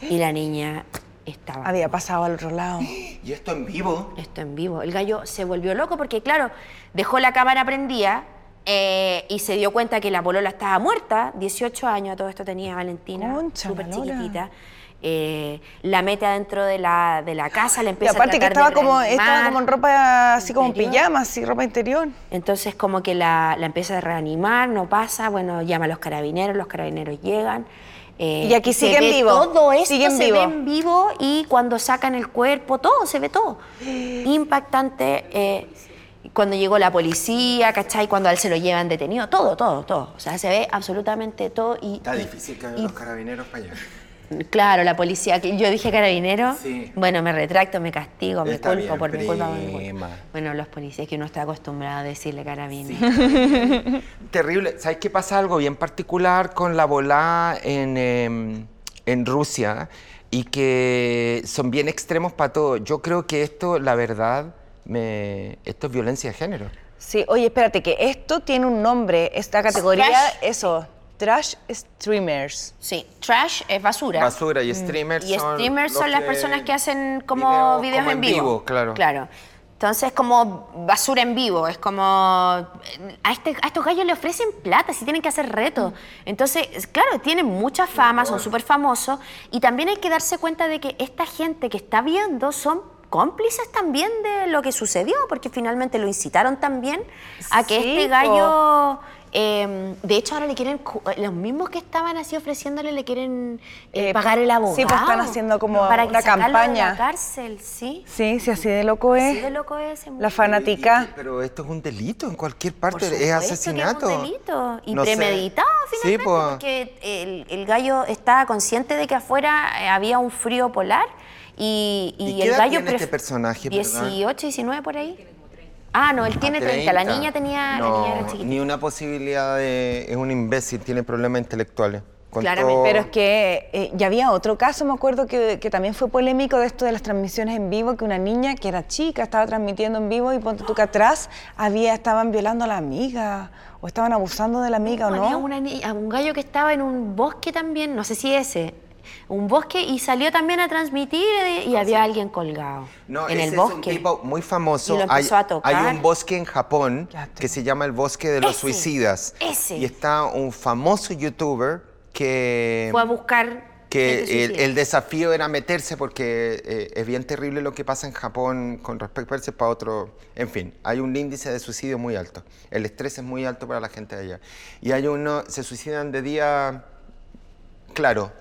A: y la niña estaba
B: Había pasado al otro lado.
D: Y esto en vivo.
A: esto en vivo. El gallo se volvió loco porque, claro, dejó la cámara prendida eh, y se dio cuenta que la polola estaba muerta. 18 años a todo esto tenía Valentina,
B: Concha,
A: súper
B: Manolo.
A: chiquitita. Eh, la mete adentro de la, de la casa, la
B: Y
A: empieza
B: aparte
A: a
B: que
A: tratar
B: estaba
A: de
B: como, estaba
A: reanimar.
B: como en ropa, así como en
A: interior.
B: pijama, así, ropa interior.
A: Entonces como que la, la empieza a reanimar, no pasa, bueno, llama a los carabineros, los carabineros llegan. eh,
B: Y aquí
A: se
B: sigue en
A: ve
B: vivo,
A: Todo esto
B: sigue en
A: se
B: vivo.
A: ve en vivo y cuando sacan el cuerpo, todo, se ve todo. Impactante. eh, cuando llegó la policía, ¿cachai? Cuando a él se lo llevan detenido, todo, todo, todo. O sea, se ve absolutamente todo y...
D: Está difícil que hagan
A: y-
D: los carabineros para allá.
A: Claro, la policía. que Yo dije carabinero.
D: Sí.
A: Bueno, me retracto, me castigo, me
D: Está
A: culpo
D: bien,
A: por mi culpa. por mi
C: prima.
A: culpa. Bueno, los policías que uno está acostumbrado a decirle carabinero.
C: Terrible. ¿Sabes qué pasa algo bien particular con la volá en, em, en Rusia? Y que son bien extremos para todo. Yo creo que esto, la verdad, me... esto es violencia de género.
B: Sí, oye, espérate, que esto tiene un nombre, esta categoría,
A: Trash.
B: eso, trash streamers.
A: Sí, trash es basura.
C: Basura y streamers
A: y
C: son
A: streamers
C: los
A: son las personas que hacen como
C: videos
A: videos,
C: como
A: en
C: en
A: vivo.
C: vivo, claro.
A: Claro. Entonces, como basura en vivo, es como. A, este- a estos gallos le ofrecen plata, si tienen que hacer retos. Entonces, es- claro, tienen mucha fama, son súper famosos. Y también hay que darse cuenta de que esta gente que está viendo son cómplices también de lo que sucedió, porque finalmente lo incitaron también a que
B: Sí,
A: este
B: po.
A: gallo. eh, de hecho, ahora le quieren. cu- Los mismos que estaban así ofreciéndole le quieren eh,
B: Eh,
A: pagar el
B: sí,
A: abogado.
B: pues, están haciendo como
A: para que
B: una
A: sacarlo de
B: campaña.
A: la cárcel, sí.
B: Sí, sí, así de loco es.
A: Así de loco es ese
B: La
A: mundo.
B: fanática.
C: Pero esto es un delito en cualquier
A: Por
C: parte, es
A: supuesto que
C: asesinato.
A: es un delito. Y
C: No sé.
A: premeditado, finalmente,
C: Sí, pues.
A: porque el, el gallo estaba consciente de que afuera eh, había un frío polar y, y
C: ¿Y qué
A: el
C: edad
A: gallo...
C: tiene este
A: pref-
C: personaje, perdón?
A: 18, 19 por ahí. Ah, no, él tiene
C: Ah,
A: 30. La
C: 30.
A: niña tenía...
C: No,
A: la niña era chiquita.
C: ni una posibilidad de... Es un imbécil, tiene problemas intelectuales. Con
A: Claramente,
C: todo-
B: Pero es que eh, ya había otro caso, me acuerdo, que, que también fue polémico de esto de las transmisiones en vivo, que una niña que era chica estaba transmitiendo en vivo y ponte tú que atrás había, estaban violando a la amiga o estaban abusando de la amiga o
A: Había
B: no.
A: una ni- a un gallo que estaba en un bosque también, no sé si ese. un bosque y salió también a transmitir eh,
B: Ah,
A: y había alguien colgado
D: No,
A: en
D: ese
A: el
D: es
A: bosque.
D: un tipo
C: muy famoso.
A: Y lo empezó
C: hay,
A: a tocar.
C: hay un bosque en Japón
B: Ya te-
C: que se llama el bosque de los
A: Ese,
C: suicidas.
A: ese.
C: Y está un famoso youtuber que...
A: Fue a buscar gente
C: que el,
A: suicida.
C: el desafío era meterse porque eh, es bien terrible lo que pasa en Japón con respecto a irse para otro. En fin, hay un índice de suicidio muy alto. El estrés es muy alto para la gente de allá. Y hay uno, se suicidan de día claro.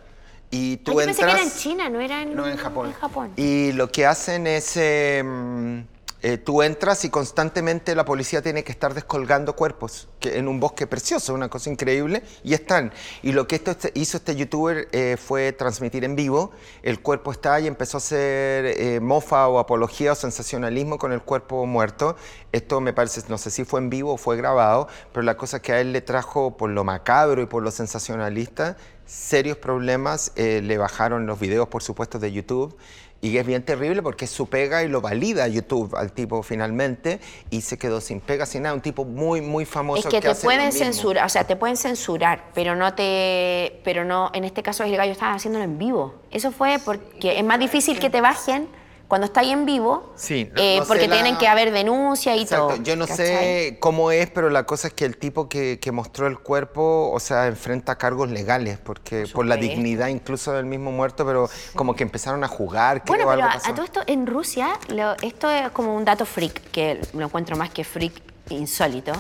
C: Y
A: Ah,
C: tú
A: yo pensé que
C: entras.
A: era en China, no era en,
C: No, en Japón.
A: en Japón.
C: Y lo que hacen es, eh, mm, eh, tú entras y constantemente la policía tiene que estar descolgando cuerpos que en un bosque precioso, una cosa increíble, y están. Y lo que esto este- hizo este youtuber eh, fue transmitir en vivo, el cuerpo está y empezó a hacer eh, mofa o apología o sensacionalismo con el cuerpo muerto. Esto me parece, no sé si fue en vivo o fue grabado, pero la cosa es que a él le trajo por lo macabro y por lo sensacionalista serios problemas, eh, le bajaron los videos, por supuesto, de YouTube. Y es bien terrible porque es su pega y lo valida YouTube al tipo finalmente y se quedó sin pega, sin nada. Un tipo muy, muy famoso.
A: Es que, te
C: hace lo
A: pueden
C: mismo.
A: censurar, o sea, te pueden censurar, pero no te, pero no, en este caso el gallo estaba haciéndolo en vivo. Eso fue porque es más difícil que te bajen cuando estás ahí en vivo,
C: Sí, no-
A: eh,
C: no sé
A: porque
C: la-
A: tienen que haber denuncia y
C: Exacto.
A: todo.
C: Yo no
A: ¿cachai?
C: sé cómo es, pero la cosa es que el tipo que, que mostró el cuerpo, o sea, enfrenta cargos legales porque por, la
A: supuesto.
C: dignidad incluso del mismo muerto, pero como que empezaron a jugar.
A: Bueno,
C: creo,
A: pero
C: algo
A: a,
C: pasó.
A: a todo esto en Rusia, lo- esto es como un dato freak, que lo encuentro más que freak insólito.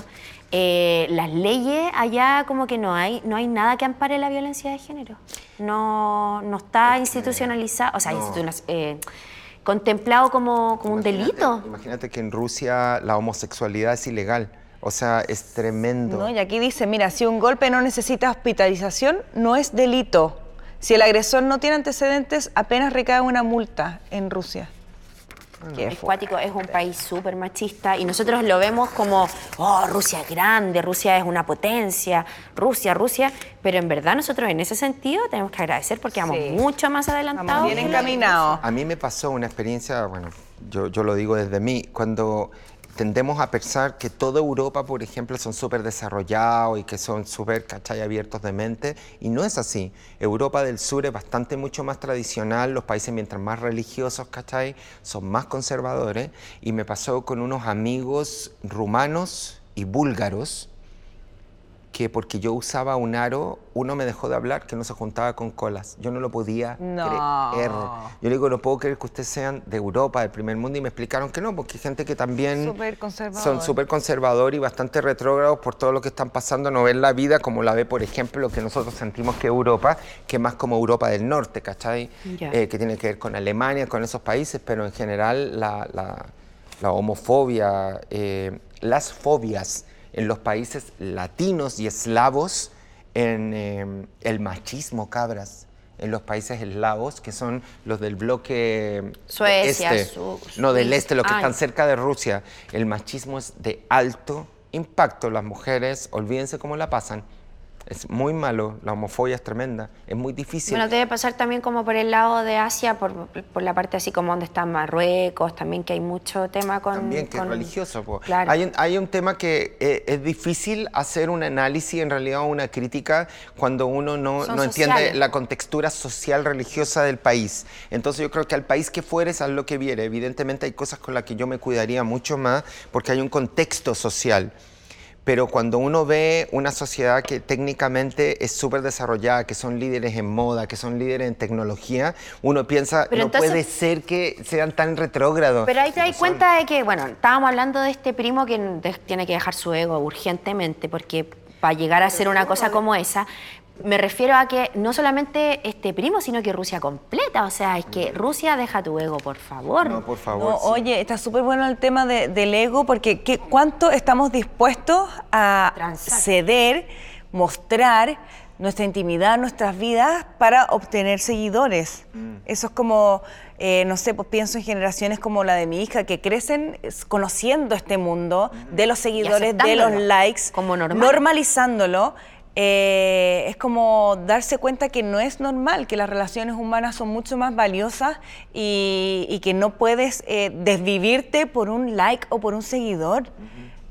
A: Eh, las leyes allá como que no hay, no hay nada que ampare la violencia de género. No, no está institucionalizado, o sea, institu- eh, contemplado como, como un
C: Imagínate-
A: delito.
C: Imagínate que en Rusia la homosexualidad es ilegal. O sea, es tremendo.
B: No, y aquí dice, mira, si un golpe no necesita hospitalización, no es delito. Si el agresor no tiene antecedentes, apenas recae una multa en Rusia. Qué
A: El
B: fuerte.
A: Cuático es un país súper machista y nosotros lo vemos como, oh, Rusia es grande, Rusia es una potencia, Rusia, Rusia, pero en verdad nosotros en ese sentido tenemos que agradecer porque vamos
B: Sí.
A: mucho más adelantados.
B: Estamos bien encaminados.
C: A mí me pasó una experiencia, bueno, yo, yo lo digo desde mí, cuando tendemos a pensar que toda Europa, por ejemplo, son súper desarrollados y que son súper, ¿cachai?, abiertos de mente, y no es así. Europa del Sur es bastante mucho más tradicional, los países mientras más religiosos, ¿cachai?, son más conservadores, y me pasó con unos amigos rumanos y búlgaros, que porque yo usaba un aro, uno me dejó de hablar, que no se juntaba con colas. Yo no lo podía
B: No.
C: creer. Yo le digo, no puedo creer que ustedes sean de Europa, del primer mundo, y me explicaron que no, porque hay gente que también
B: Súper conservador.
C: son súper conservadores y bastante retrógrados por todo lo que están pasando, no ven la vida como la ve, por ejemplo, lo que nosotros sentimos que Europa, que más como Europa del Norte, ¿cachai?
A: Ya.
C: Eh, que tiene que ver con Alemania, con esos países, pero en general la, la- la homofobia, eh, las fobias en los países latinos y eslavos, en eh, el machismo, cabras, en los países eslavos, que son los del bloque
A: Suecia,
C: este,
A: Su-
C: no del
A: Suiza.
C: este, los que
A: Ah,
C: están
A: ya.
C: cerca de Rusia. El machismo es de alto impacto. Las mujeres, olvídense cómo la pasan. Es muy malo, la homofobia es tremenda, es muy difícil.
A: Bueno, debe pasar también como por el lado de Asia, por, por la parte así como donde está Marruecos, también que hay mucho tema con...
C: También que
A: con-
C: es religioso. po.
A: Claro.
C: Hay, un- hay un tema que eh, es difícil hacer un análisis, en realidad una crítica, cuando uno no,
A: Son
C: no entiende
A: sociales.
C: la contextura social religiosa del país. Entonces yo creo que al país que fueres, haz lo que viere. Evidentemente hay cosas con las que yo me cuidaría mucho más porque hay un contexto social. Pero cuando uno ve una sociedad que técnicamente es súper desarrollada, que son líderes en moda, que son líderes en tecnología, uno piensa,
A: Pero
C: no
A: entonces-
C: puede ser que sean tan retrógrados.
A: Pero ahí te
C: No
A: das
C: son.
A: cuenta de que, bueno, estábamos hablando de este primo que de- tiene que dejar su ego urgentemente, porque para llegar a hacer una cosa como esa, me refiero a que no solamente este primo, sino que Rusia completa. O sea, es que Rusia deja tu ego, por favor.
C: No, por favor.
B: No,
C: sí.
B: oye, está súper bueno el tema de- del ego, porque ¿qué, ¿cuánto estamos dispuestos a
A: Transar.
B: ceder, mostrar nuestra intimidad, nuestras vidas para obtener seguidores?
C: Mm.
B: Eso es como, eh, no sé, pues pienso en generaciones como la de mi hija, que crecen es, conociendo este mundo de los seguidores, de los
A: aceptándolo
B: likes,
A: como normal.
B: normalizándolo. eh, es como darse cuenta que no es normal, que las relaciones humanas son mucho más valiosas y, y que no puedes eh, desvivirte por un like o por un seguidor.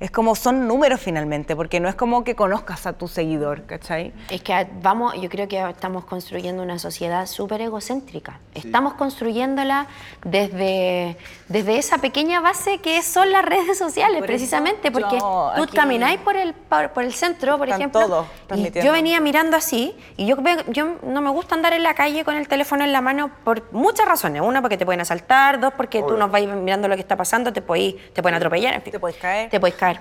B: Es como son números finalmente, porque no es como que conozcas a tu seguidor, ¿cachai?
A: Es que a- vamos, yo creo que estamos construyendo una sociedad súper egocéntrica. Estamos construyéndola desde, desde esa pequeña base que son las redes sociales,
B: Por eso
A: precisamente, porque
B: yo
A: tú
B: aquí-
A: camináis por el, por, por el centro, por
B: Están
A: ejemplo.
B: todos
A: y
B: transmitiendo.
A: yo venía mirando así, y yo, ve- yo no me gusta andar en la calle con el teléfono en la mano por muchas razones. Una, porque te pueden asaltar, dos, porque tú no vas mirando lo que está pasando, te, podís- te pueden atropellar, en fin.
B: Te puedes caer.
A: Te puedes caer.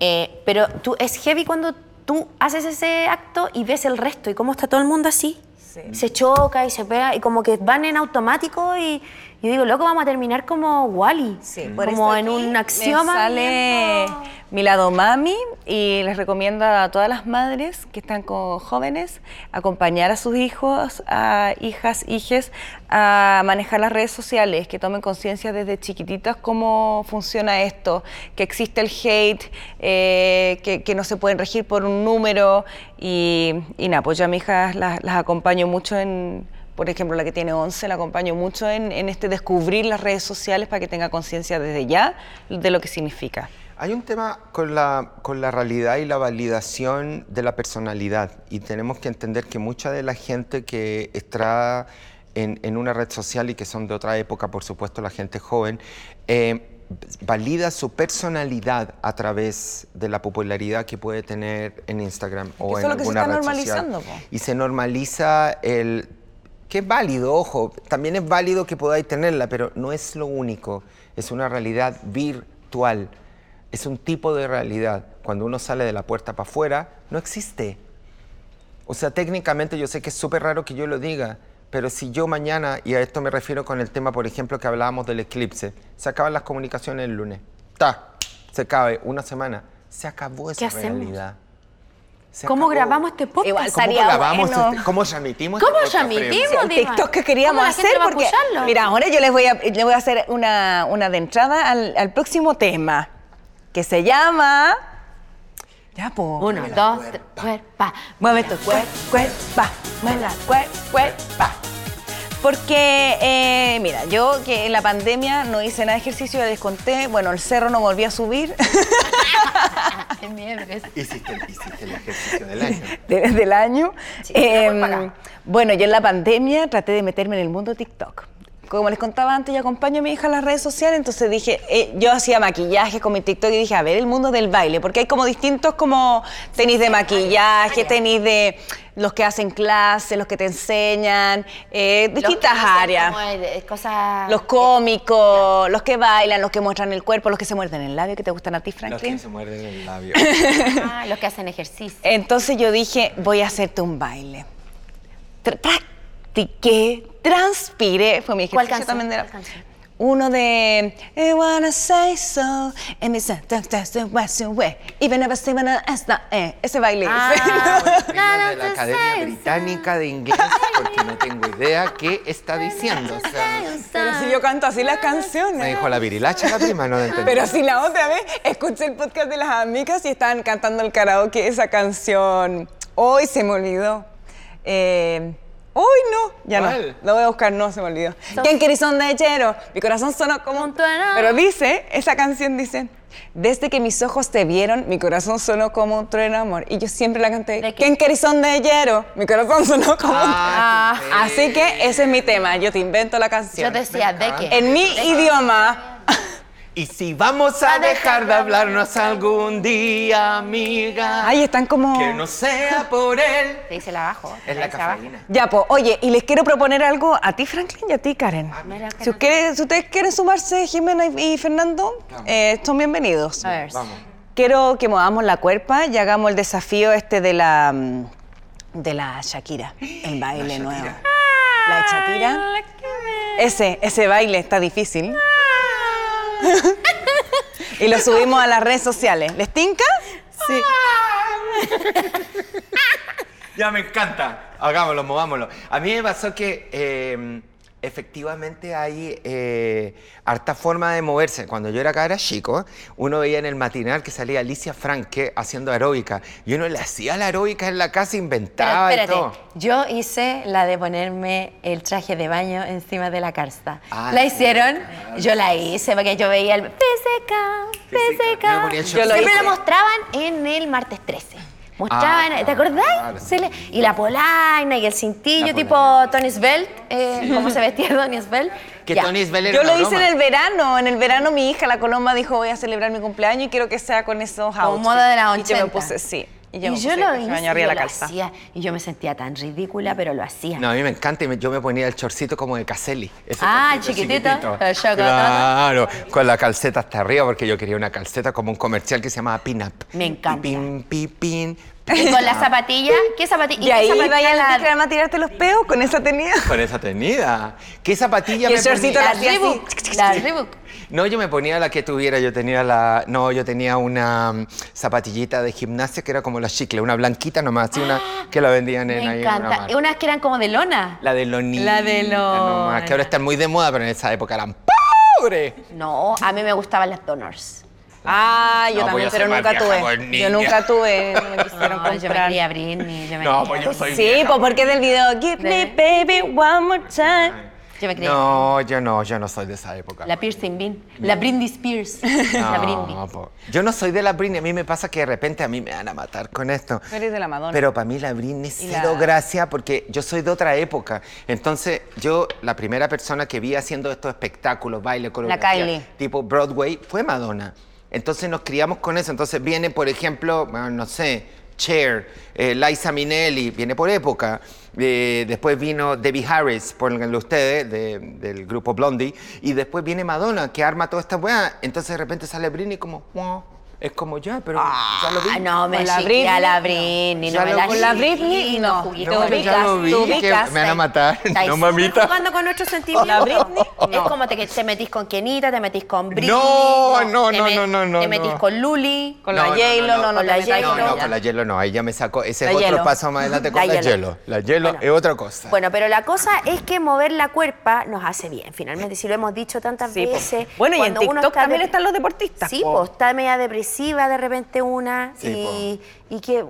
A: Eh, pero tú, es heavy cuando tú haces ese acto y ves el resto y cómo está todo el mundo así.
B: Sí.
A: Se choca y se pega y como que van en automático y yo digo, loco, vamos a terminar como Wally.
C: Mm.
B: Mm.
A: como en un axioma.
B: sale
A: viendo-
B: mi lado mami y les recomiendo a todas las madres que están con jóvenes acompañar a sus hijos, a hijas, hijes a manejar las redes sociales, que tomen conciencia desde chiquititas cómo funciona esto, que existe el hate, eh, que, que no se pueden regir por un número y, y nada, pues yo a mis hijas las, las acompaño mucho en por ejemplo, la que tiene 11, la acompaño mucho en, en este descubrir las redes sociales para que tenga conciencia desde ya de lo que significa.
C: Hay un tema con la, con la realidad y la validación de la personalidad y tenemos que entender que mucha de la gente que está en, en una red social y que son de otra época, por supuesto la gente joven, eh, valida su personalidad a través de la popularidad que puede tener en Instagram o
B: eso es
C: en
B: lo que se
C: alguna
B: está
C: red
B: normalizando,
C: social.
B: po.
C: Y se normaliza el... Que es válido, ojo, también es válido que podáis tenerla, pero no es lo único, es una realidad virtual, es un tipo de realidad. Cuando uno sale de la puerta para afuera, no existe. O sea, técnicamente yo sé que es súper raro que yo lo diga, pero si yo mañana, y a esto me refiero con el tema, por ejemplo, que hablábamos del eclipse, se acaban las comunicaciones el lunes, ta, se acaba una semana, se acabó esa
A: hacemos?
C: realidad. Se
A: ¿Cómo
C: acabó.
A: grabamos este podcast?
B: Igual,
C: ¿Cómo
B: Estaría
C: grabamos
B: bueno.
C: este- ¿Cómo transmitimos
A: ¿Cómo
C: este podcast,
A: transmitimos?
C: Fred?
B: Sí, el
A: Diva.
B: TikTok que queríamos
A: ¿Cómo la
B: hacer
A: gente va a
B: porque
A: escucharlo?
B: mira ahora yo les voy a le voy a hacer una, una de entrada al, al próximo tema que se llama ya po
A: Uno, dos, tres, cuerpa.
B: mueve tu cuerpo cuerpa mueve la cuer- cuerpa porque eh, mira yo que en la pandemia no hice nada de ejercicio ya les conté bueno el cerro no volví a subir
A: Ay, miércoles.
D: Hiciste, hiciste el ejercicio del año.
B: de- del año.
A: Sí, ya voy
B: Em,
A: para acá.
B: bueno, yo en la pandemia traté de meterme en el mundo TikTok. Como les contaba antes, yo acompaño a mi hija en las redes sociales, entonces dije, eh, yo hacía maquillaje con mi TikTok y dije, a ver, el mundo del baile, porque hay como distintos como tenis de maquillaje, tenis de los que hacen clases, los que te enseñan, eh,
A: Los que
B: distintas
A: dicen
B: áreas.
A: como, eh, Cosas.
B: Los cómicos, los que bailan, los que muestran el cuerpo, los que se muerden el labio, que te gustan a ti,
D: Los
B: Franklin.
D: que se muerden el labio.
A: Ah, los que hacen ejercicio.
B: Entonces yo dije, voy a hacerte un baile. Tra- practiqué, transpiré, fue mi ejercicio
A: ¿Cuál canción?
B: también de la-
A: ¿Cuál canción?
B: Uno de I wanna say so and it's a tuck, tuck, tuck, what's your way, even if I say when I ask that, eh, ese baile.
A: Ah,
C: Prima de la Academia Británica de Inglés, porque no tengo idea qué está diciendo. o sea,
B: Pero si yo canto así
A: Ah.
B: las canciones.
C: me dijo la virilacha la prima, no la entendí.
B: Pero si la otra vez escuché el podcast de las amigas y estaban cantando el karaoke esa canción. Hoy se me olvidó. Eh, hoy no, ya
C: ¿Cuál?
B: no. Lo voy a buscar, no se me olvidó. ¿Quién querís son de hechero? Mi corazón sonó como un
A: trueno.
B: Pero dice, esa canción dice. Desde que mis ojos te vieron, mi corazón sonó como un trueno, amor. Y yo siempre la canté.
A: ¿De qué?
B: ¿Quién querís son de hierro? Mi corazón sonó como un
C: Ah,
B: trueno. Así que ese es mi tema. Yo te invento la
A: Yo
B: canción.
A: decía, ¿de qué?
B: En mi idioma.
C: Y si vamos a dejar de hablarnos algún día, amiga,
B: Ay, están como.
C: que no sea por él.
A: Te dice el abajo. te
C: Es la
A: dice abajo.
C: cafeína.
B: Ya, pues, oye, y les quiero proponer algo a ti, Franklin, y a ti, Karen.
C: Ah,
A: mira,
B: si,
A: Karen.
B: ustedes- si ustedes quieren sumarse, Jimena y, y Fernando, eh, son bienvenidos.
A: A ver.
B: Quiero que movamos la cuerpa y hagamos el desafío este de la mm, de la Shakira, el baile nuevo. La de Shakira. Ese, ese baile está difícil. y lo subimos a las redes sociales. ¿Les tinca? Sí.
C: Ya me encanta. Hagámoslo, movámoslo. A mí me pasó que eh, Efectivamente hay eh, harta forma de moverse. Cuando yo era acá era chico, uno veía en el matinal que salía Alicia Franque haciendo aeróbica y uno le hacía la aeróbica en la casa, inventaba
A: Pero
C: y todo.
A: espérate, yo hice la de ponerme el traje de baño encima de la carza.
C: Ah,
A: ¿La
C: sí, Ah,
A: hicieron? Yo la hice porque yo veía el PSK,
C: Yo
A: PSK.
C: ponía el
A: Siempre la
C: shortcito.
A: mostraban en el martes 13. Mostraban,
C: Ah,
A: ¿te acordás?
C: claro.
A: Se le- y la polaina y el cintillo,
C: La
A: tipo
C: polaina.
A: Tony Svelte, eh, ¿cómo se vestía Tony Svelte?
C: Que
A: Ya.
C: Tony Svelte era
B: Yo lo
C: una
B: hice en
C: broma.
B: el verano. En el verano mi hija, la Colomba, dijo voy a celebrar mi cumpleaños y quiero que sea con esos outfits.
A: moda de la
B: Y yo me
A: 80.
B: puse, sí. Y yo,
A: y
B: me
A: yo
B: puse
A: lo
B: el
A: hice,
B: baño
A: y yo
B: arriba de la
A: lo
B: calza.
A: hacía, y yo me sentía tan ridícula, pero lo hacía.
C: No, a mí me encanta y me- yo me ponía el chorcito como de Caselli. ese
A: Ah,
C: chorcito
A: chiquitito, el chocolate.
C: Claro, con la calceta hasta arriba porque yo quería una calceta como un comercial que se llamaba Pin Up.
A: Me encanta.
C: Pin, pin, pin.
A: Y con la
C: Ah.
A: zapatilla, ¿qué zapatilla?
B: Y ahí
A: qué zapatilla
B: vaya
A: la-
B: la crema a tirarte los peos con esa tenía.
C: Con esa tenida. ¿Qué zapatilla
B: Y
C: me
B: el
C: ponía?
B: shortcito
A: la
B: la hacía así.
A: Reebok, la Reebok.
C: No, yo me ponía la que tuviera, yo tenía la, no, yo tenía una mm, zapatillita de gimnasia que era como la chicle, una blanquita nomás, así una que la vendían en
A: Ah, Me
C: ahí en una
A: encanta.
C: marca.
A: Y unas que eran como de lona.
C: La de Lonita
A: La de
C: nomás, que
A: Lona.
C: ahora están muy de moda, pero en esa época eran pobres.
A: No, a mí me gustaban las Donors.
B: Ah, yo
C: No, pues yo
B: también,
C: soy
B: pero
C: más
B: nunca
C: vieja, pues,
B: tuve.
C: niña.
B: Yo nunca tuve. no me quisieron
A: No, yo me
B: comprar.
A: quería Britney, yo me
C: No,
A: quería
C: pues yo soy
B: Sí,
C: vieja,
B: pues porque es del video. Give me baby one more time.
A: Yo me creía.
C: No, yo no, yo no soy de esa época.
A: La Piercing Bean. La Britney Spears. La Britney.
C: No, pues. po. Yo no soy de la Britney. A mí me pasa que de repente a mí me van a matar con esto.
B: Tú eres de la Madonna.
C: Pero para mí la Britney
B: Y
C: cero
B: la-
C: gracia porque yo soy de otra época. Entonces, yo, la primera persona que vi haciendo estos espectáculos, baile, coreografía,
B: Kylie.
C: tipo Broadway, fue Madonna. Entonces nos criamos con eso. Entonces viene, por ejemplo, bueno, no sé, Cher, eh, Liza Minnelli, viene por época. Eh, después vino Debbie Harris, pónganlo ustedes, de- del grupo Blondie. Y después viene Madonna, que arma toda esta weá. Entonces de repente sale Britney como, "Wow". es como ya, pero ya lo vi.
A: Ah, no, me
B: Con la
A: la a la
B: Britney,
A: Britney.
C: Ya
A: No, me
C: lo-
A: la
C: con la
B: Britney, no.
A: juguito.
B: No,
C: No, pero ya lo vi,
B: Te
C: que
B: ubicas,
C: me van a matar.
A: Estáis
C: No,
A: súper
C: mamita.
A: jugando con nuestros sentimientos.
B: La Britney,
A: Es como te, que te metís con Kenita, te metís con Britney.
C: No, no,
A: te
C: no, no, no, no,
A: Te metís
C: no.
A: con Luli.
B: Con
C: No,
B: la
C: no,
B: J-Lo,
C: no,
B: no,
C: no,
B: no,
A: con
B: te
A: la
B: metas
A: J-Lo,
B: con
C: No, no,
B: ella.
C: con la hielo no, ahí ya me sacó. Ese
B: La
C: es otro
B: hielo.
C: paso más adelante con
A: La
C: la, hielo.
A: hielo.
C: La hielo
A: Bueno.
C: es otra cosa.
A: Bueno, pero la cosa es que mover la cuerpa nos hace bien, finalmente. Si lo hemos dicho tantas
B: Sí, po.
A: veces.
B: Bueno, y en
A: cuando uno
B: TikTok también
A: dep-
B: están los deportistas,
A: Sí,
B: po.
A: pues está media depresiva de repente una.
C: Sí,
A: y, y que.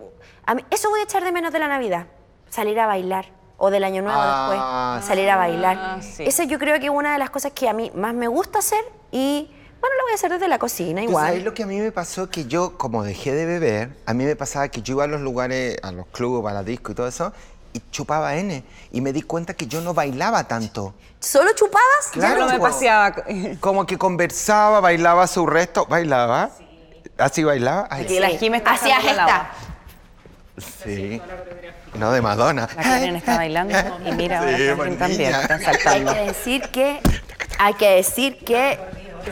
A: a mí- eso voy a echar de menos de la Navidad. Salir a bailar. O del año nuevo
C: Ah,
A: después. Salir a bailar.
B: Ah, sí.
A: Esa yo creo que es una de las cosas que a mí más me gusta hacer. Y bueno, lo voy a hacer desde la cocina
C: Tú
A: igual.
C: sabes lo que a mí me pasó? Que yo, como dejé de beber, a mí me pasaba que yo iba a los lugares, a los clubes, a la disco y todo eso, y chupaba N. Y me di cuenta que yo no bailaba tanto.
A: ¿Solo chupabas?
C: Claro,
B: Yo no me
C: po.
B: paseaba.
C: Como que conversaba, bailaba su resto. ¿Bailaba? ¿Así bailaba? Ay,
B: Y la Jime está
A: Hacías
B: saltando al agua.
A: esta.
C: sí. No, de Madonna.
B: La Karen está bailando y mira, ahora
C: Sí,
B: Karen
C: pues,
B: también
C: niña.
B: está
A: Hay
B: saltando.
A: que decir que. Hay que decir que.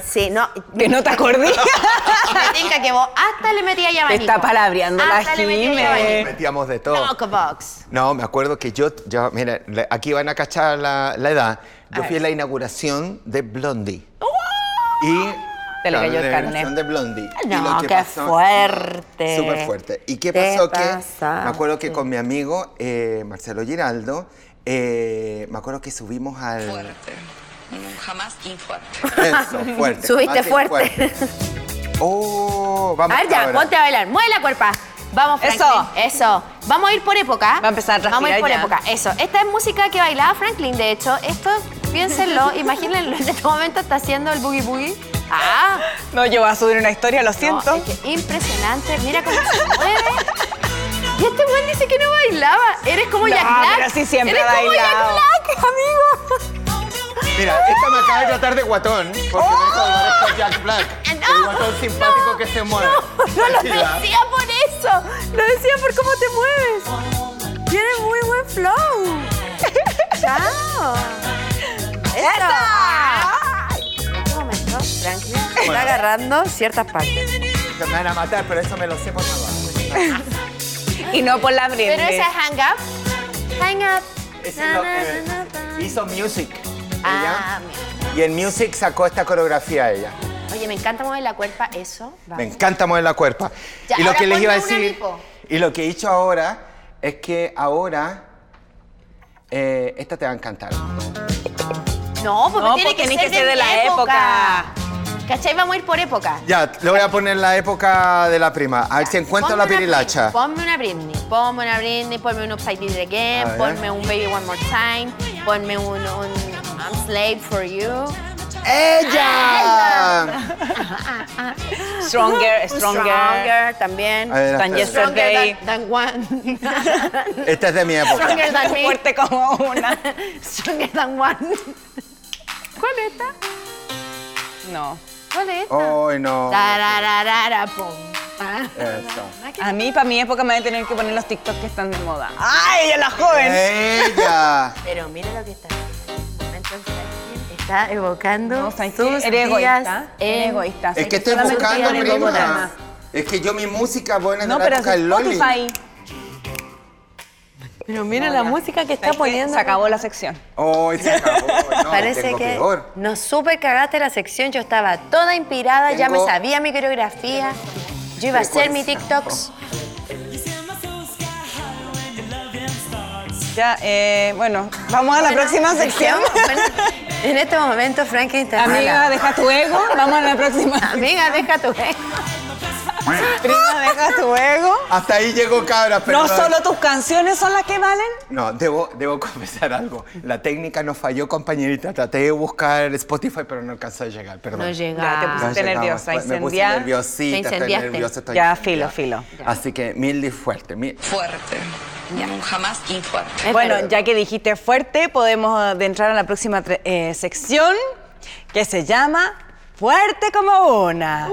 A: Sí, no.
B: Que no te acordé.
A: Me tinca que vos hasta le metía ya
B: Te
A: abanico.
B: está palabreando la
A: Hasta le metía
B: Jime.
A: abanico.
C: Metíamos de todo.
A: Talk box.
C: No, me acuerdo que yo, yo- mira, le- aquí van a cachar la, la edad. Yo fui a la inauguración de Blondie.
A: ¡Oh!
C: Y
B: Te le
C: claro,
B: cayó el
C: la
B: carnet.
C: inauguración de Blondie. Y
A: No,
C: lo que
A: qué
C: pasó-
A: fuerte.
C: Súper fuerte. ¿Y qué
A: Te
C: pasó? Que
A: pasaste.
C: me acuerdo que con mi amigo eh, Marcelo Giraldo, eh, me acuerdo que subimos al...
F: fuerte. No, Jamás infuerte.
C: Eso, fuerte.
A: Subiste
C: Más que
A: fuerte.
C: Oh, vamos
A: A ver, ya,
C: ahora.
A: ponte a bailar. Mueve la cuerpa. Vamos, Franklin.
B: Eso.
A: Eso. Vamos a ir por época.
B: Va a empezar a
A: Vamos a ir por
B: respirar ya.
A: época. Eso. Esta es música que bailaba Franklin, de hecho. Esto, piénsenlo, imagínenlo. En este momento está haciendo el boogie boogie. Ah,
B: No, yo voy a subir una historia, lo
A: no,
B: siento.
A: es que impresionante. Mira cómo se mueve. Y este güey dice que no bailaba. Eres como
B: No,
A: Jack Black.
B: pero sí siempre
A: Eres
B: ha
A: como Jack
B: bailado.
A: Black, amigo.
C: Mira, esta me acaba de tratar de guatón, porque me dijo, "Parezco Jack Black,
A: ¡Oh! No,
C: el guatón simpático
A: no,
C: que se mueve.
A: No, no lo
C: Tranquila.
A: decía por eso. Lo decía por cómo te mueves. Tienes muy buen flow. Chao. ¡Eso! En este momento, Franklin está agarrando ciertas partes.
C: Me van a matar, pero eso me lo sé por favor.
B: Y no por la Britney.
A: Pero ese es hang up. Hang up.
C: Ese
A: Na,
C: lo
A: na,
C: que
A: na, na, na.
C: hizo Music. ella,
A: Ah,
C: y en Music sacó esta coreografía a ella.
A: Oye, me encanta mover la cuerpa, eso. va.
C: Me encanta mover la cuerpa.
A: Ya,
C: y lo
A: ahora
C: que les iba a
A: ponme una
C: decir,
A: lipo.
C: y lo que he hecho ahora, es que ahora Eh, esta te va a encantar.
E: No, porque
B: No,
E: tiene
B: porque
E: que
B: tiene
E: ser
B: que ser
E: de,
B: de
E: mi
B: la
E: época. ¿Cachai? Vamos a ir por época.
C: Ya, le voy a poner la época de la prima. A ver si encuentro
E: Ponme
C: la
E: una
C: pirilacha.
E: Britney, Ponme una Britney, ponme una Britney, ponme un Upside Down
C: A
E: Again,
C: ver.
E: ponme un Baby One More Time, ponme un, un I'm Slave for You.
C: ¡Ella!
B: Stronger,
E: Un
B: stronger.
E: también.
C: A ver, espera.
B: Than yesterday.
E: Stronger than, than one.
C: Esta es de mi época.
E: stronger than me.
B: Fuerte como una.
E: Stronger than one. ¿Cuál es esta?
B: No.
E: ¿Cuál es esta?
C: ¡Ay, no!
E: Tarararara, pum. Ah.
C: Eso.
B: A mí, para mi época, me voy a tener que poner los TikTok que están de moda. ¡Ay, ella es la joven!
C: ¡Ella!
A: Pero mira lo que está. Entonces, está evocando
B: No, ¿sabes qué?
A: sus días
B: Eres egoísta. Eres
A: en-
B: egoísta.
C: Es
B: Sabes
C: que estoy
B: solamente
C: buscando,
B: tienes dos
C: prima.
B: programas.
C: Es que yo mi música buena
B: No,
C: de la
B: pero
C: época del Loli.
B: Spotify.
A: Pero mira la música que está
B: ¿Sabes qué?
A: poniendo.
B: Se acabó la sección.
C: ¡Ay, se acabó! No,
A: Parece
C: tengo
A: que
C: peor.
A: nos super cagaste la sección. Yo estaba toda inspirada, ya me
C: Tengo-
A: sabía mi coreografía. Yo iba a hacer mi TikToks.
B: Ya, eh, bueno, vamos a la próxima sección.
A: Bueno, en este momento, Frankie está
B: Amiga, deja tu ego. Vamos a la próxima.
A: Amiga, deja tu
B: Prima, deja tu ego.
C: Hasta ahí llegó cabra, pero.
B: No solo tus canciones son las que valen.
C: No, debo, debo confesar algo. La técnica no falló, compañerita. Traté de buscar Spotify, pero no alcanzó a llegar, perdón.
A: No llega.
B: Ya, Ah, te
C: No
B: pusiste
C: llegaba,
B: nerviosa,
C: pues, Me puse
B: incendiada.
E: Te
C: nerviosita, estoy
E: incendiaste.
C: nerviosa. estoy
B: Ya,
C: incendiada.
B: filo, filo.
C: Así que mil y fuerte. mil-
G: Fuerte. Mm, Jamás infuerte.
B: Bueno, ya que dijiste fuerte, podemos adentrar a la próxima tre- eh, sección que se llama Fuerte como una.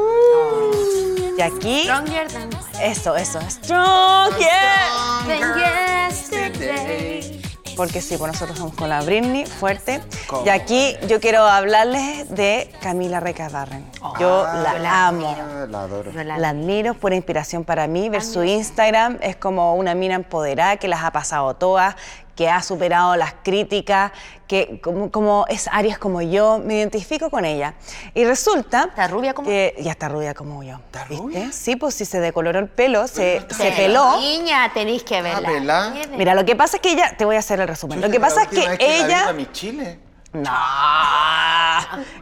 B: Y aquí,
E: Stronger than
B: eso, eso, strong, yeah.
E: than yesterday.
B: Porque sí, pues nosotros somos con la Britney, fuerte. Y aquí yo quiero hablarles de Camila Recabarren. Yo la amo.
C: Ah, la adoro.
B: La admiro, es pura inspiración para mí. Ver su Instagram es como una mina empoderada que las ha pasado todas, que ha superado las críticas, que como, como es Aries como yo, me identifico con ella. Y resulta.
A: Está rubia como-
B: que- Ya está rubia como yo. ¿viste? Sí, pues si se decoloró el pelo, se, se
E: Pero,
B: peló.
E: Niña, tenéis que verla.
C: ¿verdad?
E: Miren.
B: Mira, lo que pasa es que ella. Te voy a hacer el resumen. Lo que pasa es que ella.
C: mi Chile.
B: No.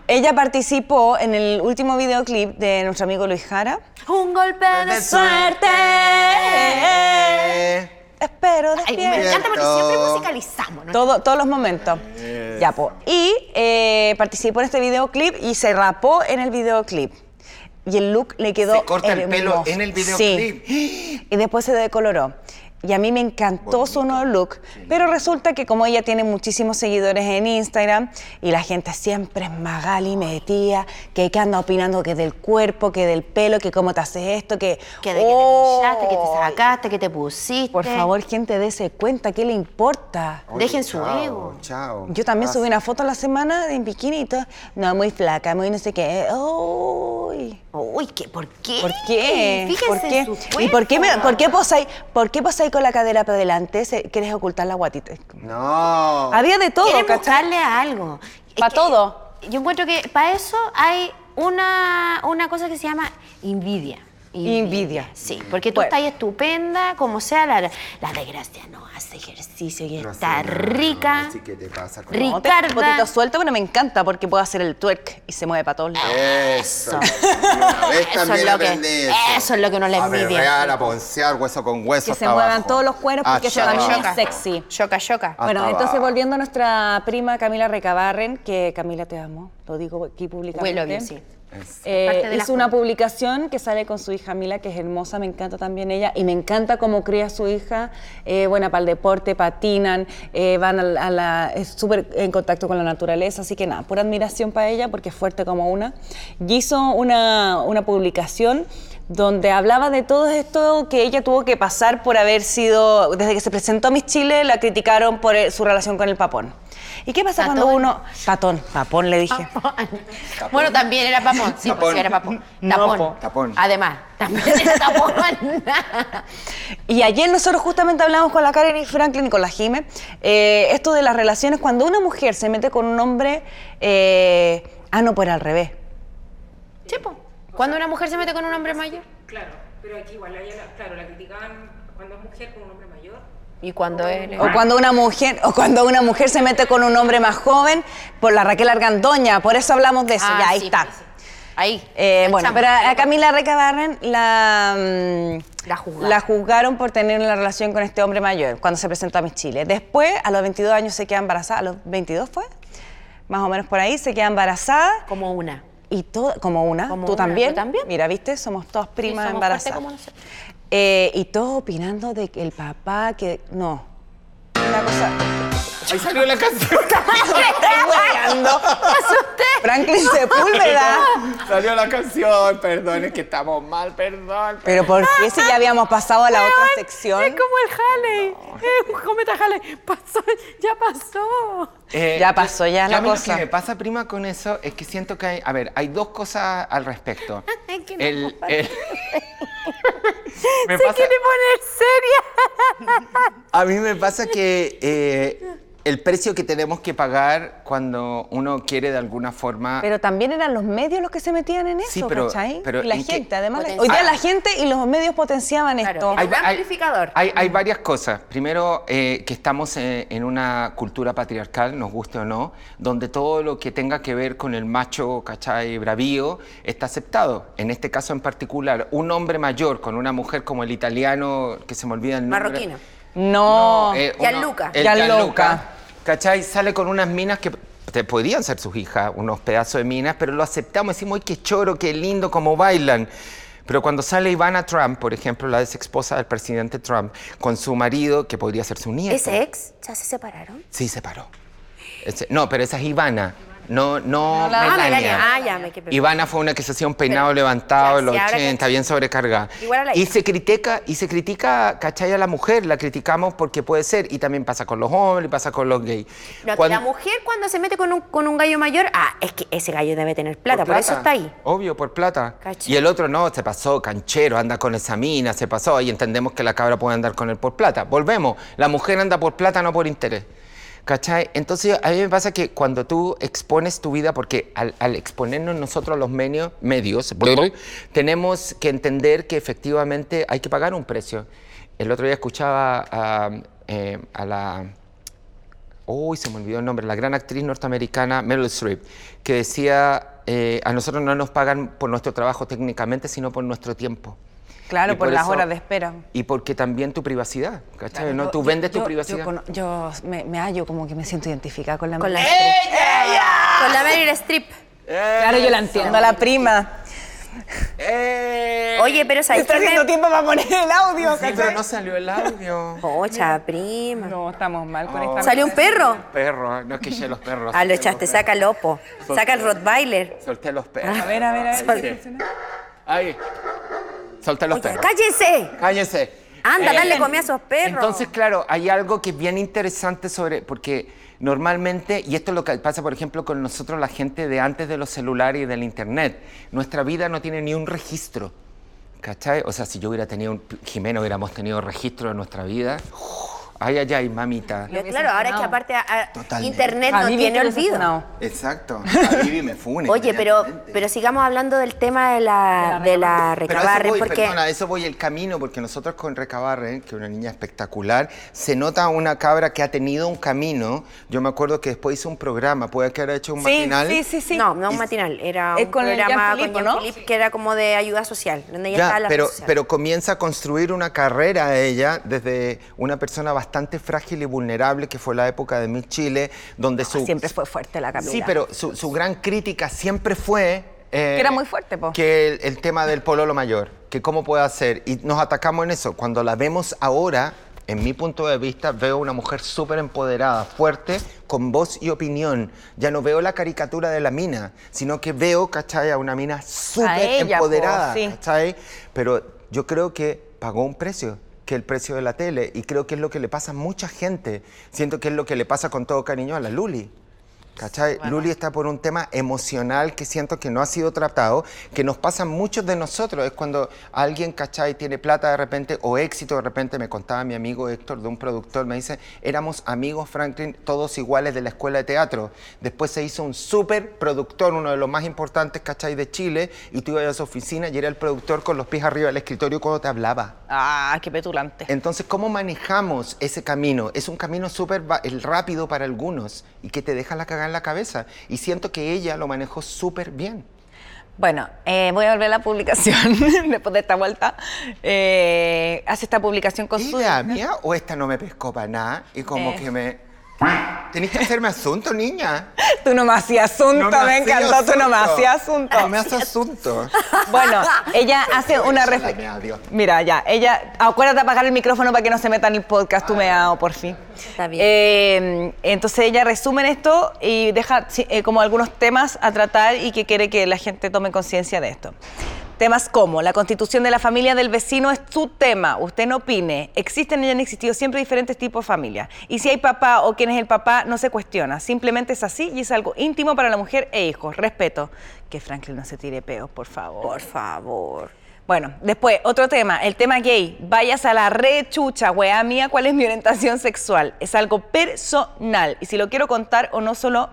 B: Ella participó en el último videoclip de nuestro amigo Luis Jara.
E: Un golpe de suerte.
B: Eh,
C: Eh.
B: Espero
E: Ay, me
B: despierta.
E: encanta porque siempre musicalizamos. ¿no?
B: Todo- todos los momentos. Ya, po. Y eh, participó en este videoclip y se rapó en el videoclip. Y el look le quedó.
C: Se corta el pelo
B: hermoso.
C: en el
B: Sí.
C: videoclip.
B: Y después se decoloró. Y a mí me encantó su nuevo look, pero resulta que como ella tiene muchísimos seguidores en Instagram y la gente siempre es magali, metía, que, que anda opinando que del cuerpo, que del pelo, que cómo te haces esto, que...
A: Que de que te
B: ¡Oh!
A: pillaste, que te sacaste, que te pusiste.
B: Por favor, gente, dése cuenta, ¿qué le importa?
A: Dejen su
C: chao,
A: ego.
C: Chao.
B: Yo también
C: Ah,
B: subí una foto a la semana en bikini y todo. No, muy flaca, muy no sé qué. Uy.
A: Uy, ¿qué, ¿por qué?
B: ¿Por qué?
A: Fíjense
B: ¿Por qué?
A: en su cuerpo.
B: ¿Y por qué, me, por qué posáis por qué posáis con la cadera para adelante? Se- ¿Quieres ocultar la guatita?
C: No.
B: Había de todo,
A: Quieren
B: ¿cachai?
A: buscarle a algo.
E: Pa'
A: Es que
E: todo.
A: Yo encuentro que para eso hay una, una cosa que se llama envidia.
B: Envidia.
A: Sí, porque tú
B: Bueno.
A: estás estupenda, como sea, la, la desgracia no hace ejercicio y
C: No sé
A: está
C: nada,
A: rica.
C: Así que te pasa con
A: Rica.
B: No, te-
A: Ricarda.
B: Potito suelto, pero me encanta porque puedo hacer el twerk y se mueve para todos lados.
C: Eso. Una vez
A: Eso es
C: también
A: lo que-
C: aprendí
A: eso es lo que uno le
C: A
A: envidia.
C: berrear, a poncear hueso con hueso.
B: Que se
C: hasta
B: muevan
C: abajo. Ah,
B: todos los cueros porque eso
C: Hasta
B: también
C: abajo.
B: es sexy.
E: Shoca, shoca.
C: Hasta
B: Bueno, entonces
C: abajo.
B: volviendo a nuestra prima Camila Recabarren, que Camila te amo, lo digo aquí públicamente.
E: Huelo bien, sí.
B: Eh,
E: Parte de las
B: hizo una publicación que sale con su hija Mila, que es hermosa, me encanta también ella, y me encanta cómo cría a su hija, eh, buena para el deporte, patinan, eh, van a, la- a la, es súper en contacto con la naturaleza, así que nada, pura admiración para ella porque es fuerte como una. Y hizo una, una publicación donde hablaba de todo esto que ella tuvo que pasar por haber sido, desde que se presentó a Miss Chile, la criticaron por eh, su relación con el papón. ¿Y qué pasa cuando
E: Patón. Ah,
B: uno... Patón, papón le dije.
E: Bueno, también era papón. Sí, pues
C: Tapón.
E: sí, era papón.
B: No,
E: Tapón.
B: po.
C: Tapón.
E: Además, también era tapón.
B: Y ayer nosotros justamente hablamos con la Karen y Franklin y con la Jime, eh, esto de las relaciones, cuando una mujer se mete con un hombre, eh, ah, no, pues al revés.
E: Sí, po. Cuando una mujer se mete con un hombre mayor.
H: Claro, pero aquí igual, a ella la- claro, la criticaban cuando es mujer con un hombre mayor.
A: Y cuando él...
B: O cuando una mujer, o cuando una mujer se mete con un hombre más joven, por la Raquel Argandoña, por eso hablamos de eso,
A: Ah,
B: ya ahí
A: sí,
B: está.
A: pues, sí. Ahí.
B: Eh,
A: Ahí
B: bueno,
A: estamos.
B: pero a a Camila Recabarren la, mm,
A: La juzgaron.
B: la juzgaron por tener una relación con este hombre mayor cuando se presentó a Mis Chile. Después, a los 22 años se queda embarazada, a los 22 fue, más o menos por ahí, se queda embarazada
A: Como una.
B: y todo, como una,
A: Como
B: tú
A: una,
B: también.
A: tú también.
B: Mira, viste, somos todas primas
A: somos
B: embarazadas.
A: fuertes como nosotros.
B: Eh, y todos opinando de que el papá, que no. Una cosa.
C: Ahí salió la canción.
B: Estás hueveando. Franklin Sepúlveda.
C: Salió la canción, perdón, es que estamos mal, perdón.
B: Pero ¿por qué si ya habíamos pasado a la otra sección?
A: el Halley. Es un cometa Halley. Pasó, ya pasó.
C: Eh,
B: Ya pasó, ya
C: yo
B: la
C: a mí lo
B: cosa.
C: que me pasa, prima, con eso es que siento que hay. A ver, hay dos cosas al respecto. el, el- me pasa-
A: poner seria.
C: a mí me pasa que eh, el precio que tenemos que pagar cuando uno quiere de alguna forma.
B: Pero también eran los medios los que se metían en eso,
C: Sí, pero-
B: ¿cachai?
C: pero
B: y la
C: ¿en qué?
B: gente, además. la-
A: Potencia-
B: Hoy día
C: Ah.
B: la gente y los medios potenciaban esto.
A: Hay- Un amplificador.
C: Hay, hay varias cosas. Primero, eh, que estamos eh, en una cultura patriarcal, nos guste o no, donde todo lo que tenga que ver con el macho, ¿cachai? Bravío, está aceptado. En este caso en particular, un hombre mayor con una mujer como el italiano, que se me olvida el nombre.
A: Marroquino.
B: No.
C: eh, uno-
A: Gianluca.
C: el
B: Gianluca.
C: Gianluca, ¿Cachai? Sale con unas minas que te podrían ser sus hijas, unos pedazos de minas, pero lo aceptamos, decimos, ¡ay, qué choro, qué lindo, cómo bailan! Pero cuando sale Ivana Trump, por ejemplo, la ex esposa del presidente Trump, con su marido, que podría ser su nieto.
A: ¿Ese ex? ¿Ya se separaron?
C: Sí, se paró. Ese- no, pero esa es Ivana. No, no,
A: la- Ah,
C: Melania.
A: Melania. Ah, ya, me quedé-
C: Ivana fue una que se hacía un peinado levantado en los
A: ya, ahora que-
C: 80, bien sobrecargada.
A: Igual a la
C: y
A: hija.
C: se critica, y se critica, ¿cachai? A la mujer, la criticamos porque puede ser. Y también pasa con los hombres, y pasa con los gays.
A: No, que
C: Cuando-
A: la mujer cuando se mete con un, con un gallo mayor, ah, es que ese gallo debe tener plata, por, eso está ahí.
C: Obvio, por plata.
A: Cacha.
C: Y el otro no, se pasó, canchero, anda con esa mina, se pasó. Y entendemos que la cabra puede andar con él por plata. Volvemos, la mujer anda por plata, no por interés. ¿Cachai? Entonces, a mí me pasa que cuando tú expones tu vida, porque al, al exponernos nosotros los medios, medios tenemos que entender que efectivamente hay que pagar un precio. El otro día escuchaba a, eh, a la uy, se me olvidó el nombre, la gran actriz norteamericana Meryl Streep, que decía, eh, a nosotros no nos pagan por nuestro trabajo técnicamente, sino por nuestro tiempo.
B: Claro,
C: Y
B: por las
C: eso-
B: horas de espera.
C: Y porque también tu privacidad, ¿cachai? ¿no? Tú vendes tu
B: Yo-
C: privacidad.
B: Yo, cono- yo me, me hallo como que me siento identificada con la
A: Con la,
B: Meryl
A: con la Meryl Streep.
B: Streep. Claro, yo la entiendo a la prima.
A: Oye, pero ¿sabes
B: Está
A: qué?
B: eh. haciendo
A: me-
B: tiempo para poner el audio,
C: Sí, pero no salió el audio.
A: Pocha, prima.
B: No, estamos mal con esta.
A: Salió un perro.
C: Perro, ¿eh? no es que ya los perros.
A: Ah, lo
C: solté
A: echaste,
C: los perros.
A: saca el opo. Saca el Rottweiler.
C: Solté los perros.
B: A ver, a ver, a ver.
C: Ahí, sí. Ahí. Solté los
A: Oye,
C: perros.
A: cállense.
C: Cállense.
B: Eh,
C: Eh,
A: Anda, dale comida a esos perros.
C: Entonces, claro, hay algo que es bien interesante sobre, porque normalmente, y esto es lo que pasa, por ejemplo, con nosotros, la gente de antes de los celulares y del Internet, nuestra vida no tiene ni un registro. ¿Cachai? O sea, si yo hubiera tenido un Jimeno, hubiéramos tenido registro de nuestra vida. Ay, ay, ay, mamita.
A: Yo, claro, ahora es que aparte a- a-
D: Totalmente.
A: internet
B: A
A: no
B: mí bien
A: tiene
B: que me
A: olvido.
B: decepcionado.
D: Exacto. A Vivi me fune.
A: Oye, pero, pero sigamos hablando del tema de la, de la
D: Pero a eso
A: recabarre,
D: voy,
A: porque...
D: perdona, a eso voy el camino, porque nosotros con Recabarren, que es una niña espectacular, se nota una cabra que ha tenido un camino. Yo me acuerdo que después hizo un programa, puede que haya hecho
B: Sí,
D: un matinal.
B: sí, sí, sí.
A: No, no un matinal, era
B: Es
A: un
B: con el
A: programa
B: Jean-Philippe,
A: con
B: ¿no?
A: Jean-Philippe que era como de ayuda social, donde ya,
D: Ya,
A: estaba la
D: pero,
A: ayuda social.
D: pero comienza a construir una carrera ella desde una persona bastante frágil y vulnerable, que fue la época de mi Chile, donde su...
B: Ah, Siempre fue fuerte la Camila.
D: Sí, pero su, su gran crítica siempre fue... eh,
B: Que era muy fuerte, po.
D: Que el, el tema del pololo mayor, que cómo puede hacer. Y nos atacamos en eso. Cuando la vemos ahora, en mi punto de vista, veo una mujer súper empoderada, fuerte, con voz y opinión. Ya no veo la caricatura de la mina, sino que veo, ¿cachai? A una mina súper
B: ella, po,
D: empoderada,
B: sí.
D: ¿cachai? Pero yo creo que pagó un precio, que el precio de la tele. Y creo que es lo que le pasa a mucha gente. Siento que es lo que le pasa con todo cariño a la Luli. ¿Cachai? Luli está por un tema emocional que siento que no ha sido tratado, que nos pasa a muchos de nosotros. Es cuando alguien, ¿cachai? Tiene plata de repente o éxito de repente. Me contaba mi amigo Héctor de un productor, me dice, éramos amigos, Franklin, todos iguales de la escuela de teatro. Después se hizo un súper productor, uno de los más importantes, ¿cachai? De Chile. Y tú ibas a su oficina y era el productor con los pies arriba del escritorio cuando te hablaba.
B: Ah, qué petulante.
D: Entonces, ¿cómo manejamos ese camino? Es un camino súper va- el rápido para algunos y que te deja la cagada en la cabeza. Y siento que ella lo manejó súper bien.
B: Bueno, eh, voy a volver a la publicación después de esta vuelta. Eh, hace esta publicación con su...
D: ¿Idea mía o esta no me pescó para nada? Y como
B: Eh.
D: que me... Tenés que hacerme asunto, niña.
B: Tú no me hacías asunto,
D: No me
B: me
D: hacía
B: encantó, tú no me
D: asunto.
B: hacías asunto.
D: No me hace asunto.
B: Bueno, ella hace una
D: Ay,
B: ref-
D: me odio.
B: Mira, ya, ella, acuérdate de apagar el micrófono para que no se meta en el podcast, tú me hago, por fin.
A: Ah. Está bien.
B: Eh, entonces ella resume en esto y deja sí, eh, como algunos temas a tratar y que quiere que la gente tome conciencia de esto. Temas como la constitución de la familia del vecino es tu tema, usted no opine. Existen y han existido siempre diferentes tipos de familia. Y si hay papá o quién es el papá, no se cuestiona. Simplemente es así y es algo íntimo para la mujer e hijos. Respeto. Que Franklin no se tire peos, por favor.
A: Por favor.
B: Bueno, después, otro tema, el tema gay. Vayas a la rechucha, weá mía, cuál es mi orientación sexual. Es algo personal. Y si lo quiero contar o no solo,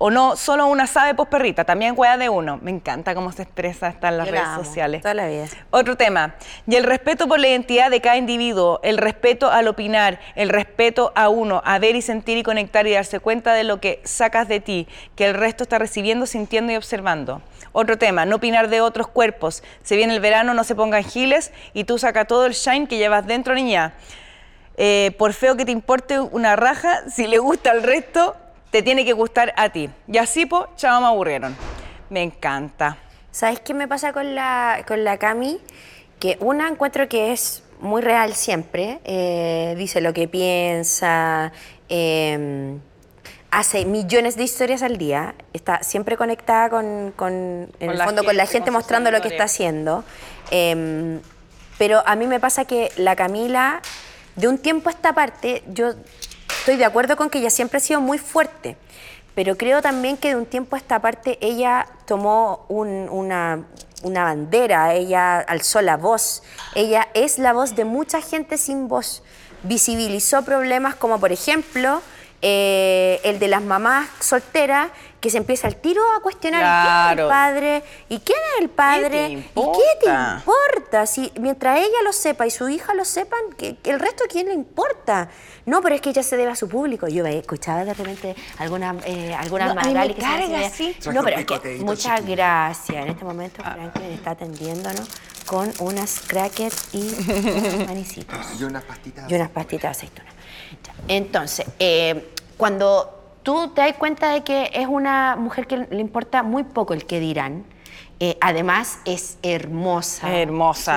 B: o no, solo una sabe pues perrita, también weá de uno. Me encanta cómo se expresa hasta en las
A: Yo la
B: redes
A: amo,
B: sociales.
A: toda la vida.
B: Otro tema. Y el respeto por la identidad de cada individuo, el respeto al opinar, el respeto a uno, a ver y sentir y conectar y darse cuenta de lo que sacas de ti, que el resto está recibiendo, sintiendo y observando. Otro tema, no opinar de otros cuerpos. Se viene el verano, no se pongan giles y tú saca todo el shine que llevas dentro, niña. Eh, por feo que te importe una raja, si le gusta al resto, te tiene que gustar a ti. Y así, po, chao, me aburrieron. Me encanta.
A: ¿Sabes qué me pasa con la, con la Cami? Que una encuentro que es muy real siempre, eh, dice lo que piensa, eh, hace millones de historias al día, está siempre conectada con, con- en
B: Con
A: el
B: la
A: fondo con la
B: gente,
A: gente
B: con sus
A: mostrando lo que está haciendo. eh, pero a mí me pasa que la Camila, de un tiempo a esta parte, yo estoy de acuerdo con que ella siempre ha sido muy fuerte, pero creo también que de un tiempo a esta parte ella tomó un- una, una bandera, ella alzó la voz, ella es la voz de mucha gente sin voz, visibilizó problemas como por ejemplo eh, el de las mamás solteras que se empieza al tiro a cuestionar ¿quién es el
B: Claro.
A: padre? ¿Y quién es el padre? ¿Y qué te
B: importa?
A: importa? Si mientras ella lo sepa y su hija lo sepan, que, que el resto a quién le importa. No, pero es que ella se debe a su público. Yo eh, escuchaba de repente alguna, eh, alguna
B: No, a mí me
A: Magali que se
B: carga,
A: decía,
B: sí.
A: No, pero es que muchas gracias. En este momento
B: Ah.
A: Franklin está atendiéndonos con unas crackers y unos panecitos.
D: Y unas pastitas.
A: Y unas pastitas de aceituna. Ya. Entonces, eh, cuando tú te das cuenta de que es una mujer que le importa muy poco el que dirán, eh, además es hermosa.
B: Hermosa.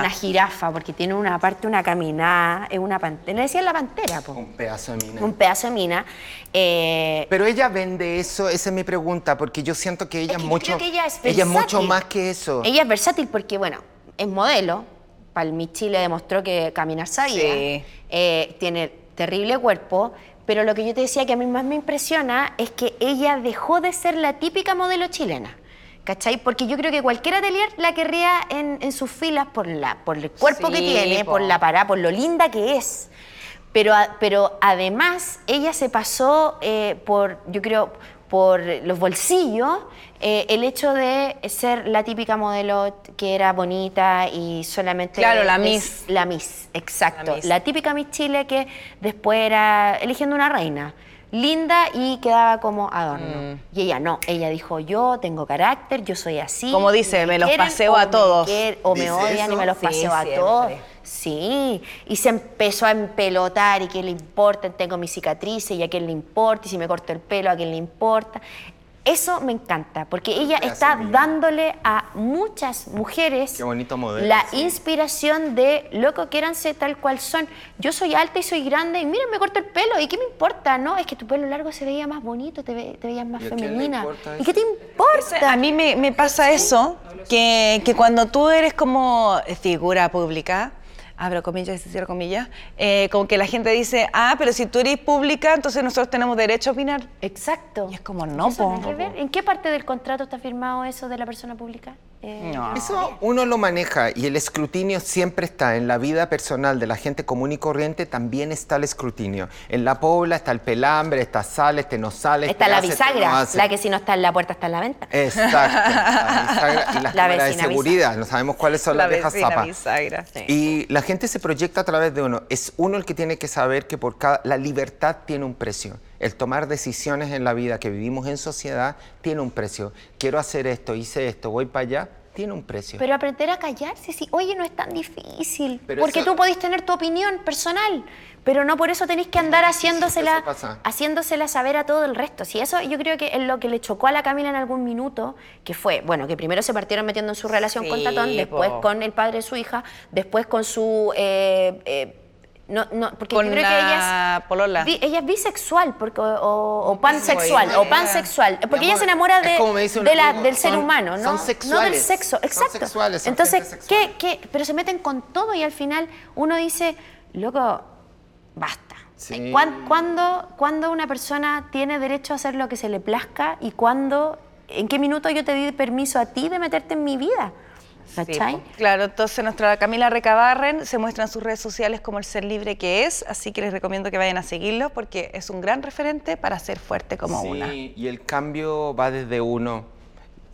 A: Es una jirafa, porque tiene una parte, una caminada, es una pantera. Le decían la pantera, po.
D: Un pedazo de mina.
A: Un pedazo de mina. eh,
D: Pero ella vende eso, esa es mi pregunta, porque yo siento que ella
A: Es
D: es,
A: que yo
D: mucho.
A: creo que ella es
D: ella es mucho
A: versátil.
D: más que eso.
A: Ella es versátil porque, bueno, es modelo. Para el Miss Chile demostró que caminar sabía.
B: Sí.
A: Eh, tiene terrible cuerpo. Pero lo que yo te decía que a mí más me impresiona es que ella dejó de ser la típica modelo chilena. ¿Cachai? Porque yo creo que cualquier atelier la querría en, en sus filas por, la, por el cuerpo que
B: Sí,
A: tiene,
B: po.
A: por la parada, por lo linda que es. Pero, a- pero además ella se pasó eh, por, yo creo, por los bolsillos eh, el hecho de ser la típica modelo que era bonita y solamente...
B: Claro, la
A: es-
B: Miss.
A: La Miss, exacto.
B: La
A: La,
B: Miss.
A: típica Miss Chile que después era eligiendo una reina. Linda y quedaba como
B: Mm.
A: adorno. Y ella no, ella dijo, yo tengo carácter, yo soy así.
B: Como dice, me los
A: quieren
B: paseo
A: o
B: a
A: me
B: todos.
A: quier- o me
D: ¿Dice
A: odian y
D: eso?
A: me los
B: Sí,
A: paseo a
B: siempre.
A: todos. Sí, y se empezó a empelotar y qué le importa, tengo mis cicatrices y a quién le importa, y si me corto el pelo a quién le importa. Eso me encanta, porque ella está dándole a muchas mujeres
D: Qué bonito modelo,
A: la
D: sí.
A: inspiración de, loco, quiéranse tal cual son. Yo soy alta y soy grande y miren, me corto el pelo y qué me importa, ¿no? Es que tu pelo largo se veía más bonito, te, ve- te veías más
D: ¿Y a quién le
A: femenina.
D: importa
A: ¿Y qué te importa?
B: A mí me, me pasa eso, que, que cuando tú eres como figura pública, abro comillas y cierro comillas, eh, como que la gente dice, ah, pero si tú eres pública, entonces nosotros tenemos derecho a opinar.
A: Exacto.
B: Y es como, no,
A: Eso
B: po.
A: tiene que ver. ¿En qué parte del contrato está firmado eso de la persona pública? Eh,
B: No.
C: Eso uno lo maneja y el escrutinio siempre está. En la vida personal de la gente común y corriente también está el escrutinio. En la pobla está el pelambre, está sales, te no sales.
A: está
C: te
A: la
C: hace, te
A: bisagra,
C: no hace.
A: la que si no está en la puerta está en la venta.
C: Exacto. la bisagra y las
A: La
C: cámaras de
A: vecina
C: seguridad. No sabemos cuáles son
B: La
C: las viejas
B: vecina
C: zapas.
B: bisagra.
C: Y la gente se proyecta a través de uno. Es uno el que tiene que saber que por cada la libertad tiene un precio. El tomar decisiones en la vida que vivimos en sociedad tiene un precio. Quiero hacer esto, hice esto, voy para allá, tiene un precio.
A: Pero aprender a callarse, sí, oye, no es tan difícil.
C: Pero
A: porque
C: eso-
A: tú podés tener tu opinión personal, pero no por eso tenés que andar haciéndosela,
C: eso pasa.
A: haciéndosela saber a todo el resto. Sí, eso yo creo que es lo que le chocó a la Camila en algún minuto, que fue, bueno, que primero se partieron metiendo en su relación con
B: Sí,
A: Tatón, después
B: po.
A: con el padre de su hija, después con su... eh, eh, no, no, porque
B: Con
A: yo creo que ella
B: la
A: es,
B: polola.
A: bi- ella es bisexual porque, o, o- o pansexual,
C: Oye,
A: o pansexual,
C: mi
A: porque ella
C: amor,
A: se enamora
C: es
A: de,
C: como me dice un
A: de la-
C: amigo,
A: del ser
C: son-
A: humano,
C: son
A: ¿no? No del
C: sexuales,
A: sexo,
C: son
A: exacto.
C: sexuales, son
A: Entonces,
C: gente sexual.
A: ¿qué, ¿Qué? Pero se meten con todo y al final uno dice, loco, basta. Eh,
C: Sí.
A: ¿Cuán- ¿Cuándo, cuándo una persona tiene derecho a hacer lo que se le plazca y cuándo, en qué minuto yo te di permiso a ti de meterte en mi vida?
B: Sí,
A: ¿Cachai?
B: po. claro, entonces nuestra Camila Recabarren se muestra en sus redes sociales como el ser libre que es, así que les recomiendo que vayan a seguirlo porque es un gran referente para ser fuerte como
C: Sí,
B: una.
C: Y el cambio va desde uno.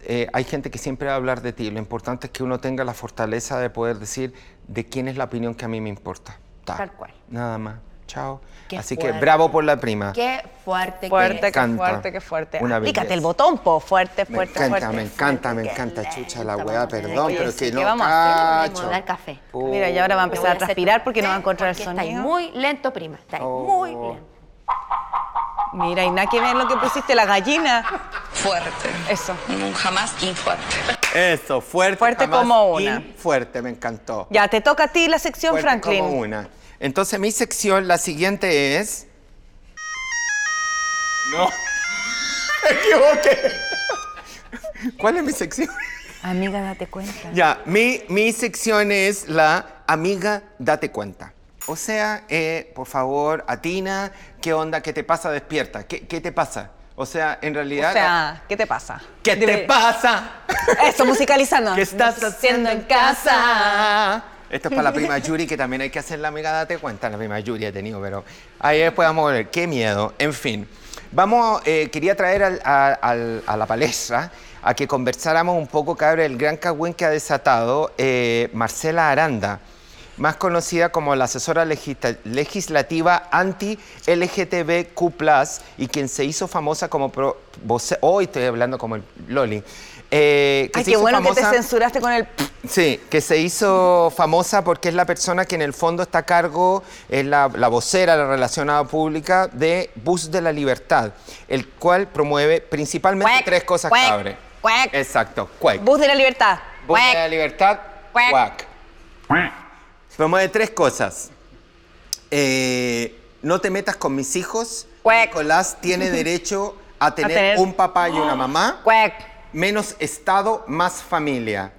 C: Eh, hay gente que siempre va a hablar de ti. Lo importante es que uno tenga la fortaleza de poder decir de quién es la opinión que a mí me importa. Ta.
A: Tal cual.
C: Nada más. Chao.
A: Qué
C: Así
A: fuerte.
C: que bravo por la prima.
A: Qué fuerte.
B: Fuerte, que
C: encanta.
B: fuerte, que fuerte.
C: Una
B: Pícate
C: belleza.
B: el botón, po, fuerte,
C: Me
B: fuerte,
C: encanta,
B: fuerte.
C: me encanta, me encanta. Chucha la weá, perdón,
B: Oye,
C: pero
B: sí,
C: que
B: ¿qué
C: no
B: vamos a
C: cacho.
A: Vamos a dar café.
B: Mira, y ahora
C: Uh.
B: va a
A: Voy
B: empezar a
A: hacer
B: transpirar porque no va a
A: café
B: encontrar el
A: porque
B: sonido.
A: Estáis muy lento, prima. Estáis
C: Oh.
A: muy lento.
B: Mira, y nada que ver lo que pusiste, la gallina.
G: Fuerte.
B: Eso.
G: Mm, Jamás infuerte.
C: Eso, fuerte,
B: Fuerte
C: jamás
B: como una.
C: in- Fuerte, me encantó.
B: Ya, te toca a ti la sección,
C: Fuerte
B: Franklin.
C: como una. Entonces, mi sección, la siguiente es. No. Me equivoqué. ¿Cuál es mi sección?
B: Amiga, date cuenta.
C: Ya, mi, mi sección es la amiga, date cuenta. O sea, eh, por favor, Atina, ¿qué onda? ¿Qué te pasa? Despierta. ¿Qué, qué te pasa? O sea, en realidad.
B: O sea, Ah, ¿qué te pasa?
C: ¿Qué te
B: Dime.
C: pasa?
B: Eso, musicalizando.
C: ¿Qué estás
B: Siendo
C: haciendo en casa? Esto es para la prima Yuri, que también hay que hacer la amiga, date cuenta. La prima Yuri he tenido, pero ahí después vamos a ver. Qué miedo. En fin. Vamos, eh, quería traer al- a, al- a la palestra a que conversáramos un poco, cabrón, el gran cagüen que ha desatado eh, Marcela Aranda, más conocida como la asesora legista- legislativa anti-LGTBQ, y quien se hizo famosa como. pro- voce- hoy estoy hablando como el Loli. eh, que
B: Ay,
C: se
B: qué
C: hizo
B: bueno que te
C: famosa-
B: censuraste con el...
C: Sí, que se hizo famosa porque es la persona que en el fondo está a cargo, es la, la vocera, la relacionada pública de Bus de la Libertad, el cual promueve principalmente
B: Cuac,
C: tres cosas
B: cuac,
C: cabre.
B: cuac.
C: Exacto, cuac.
B: Bus de la libertad.
C: Bus de la Libertad,
B: cuac.
C: cuac. Promueve tres cosas. Eh, no te metas con mis hijos.
B: Cuac.
C: Nicolás tiene derecho a tener,
B: tener-
C: un papá y una mamá.
B: Cuec.
C: Menos Estado, más familia.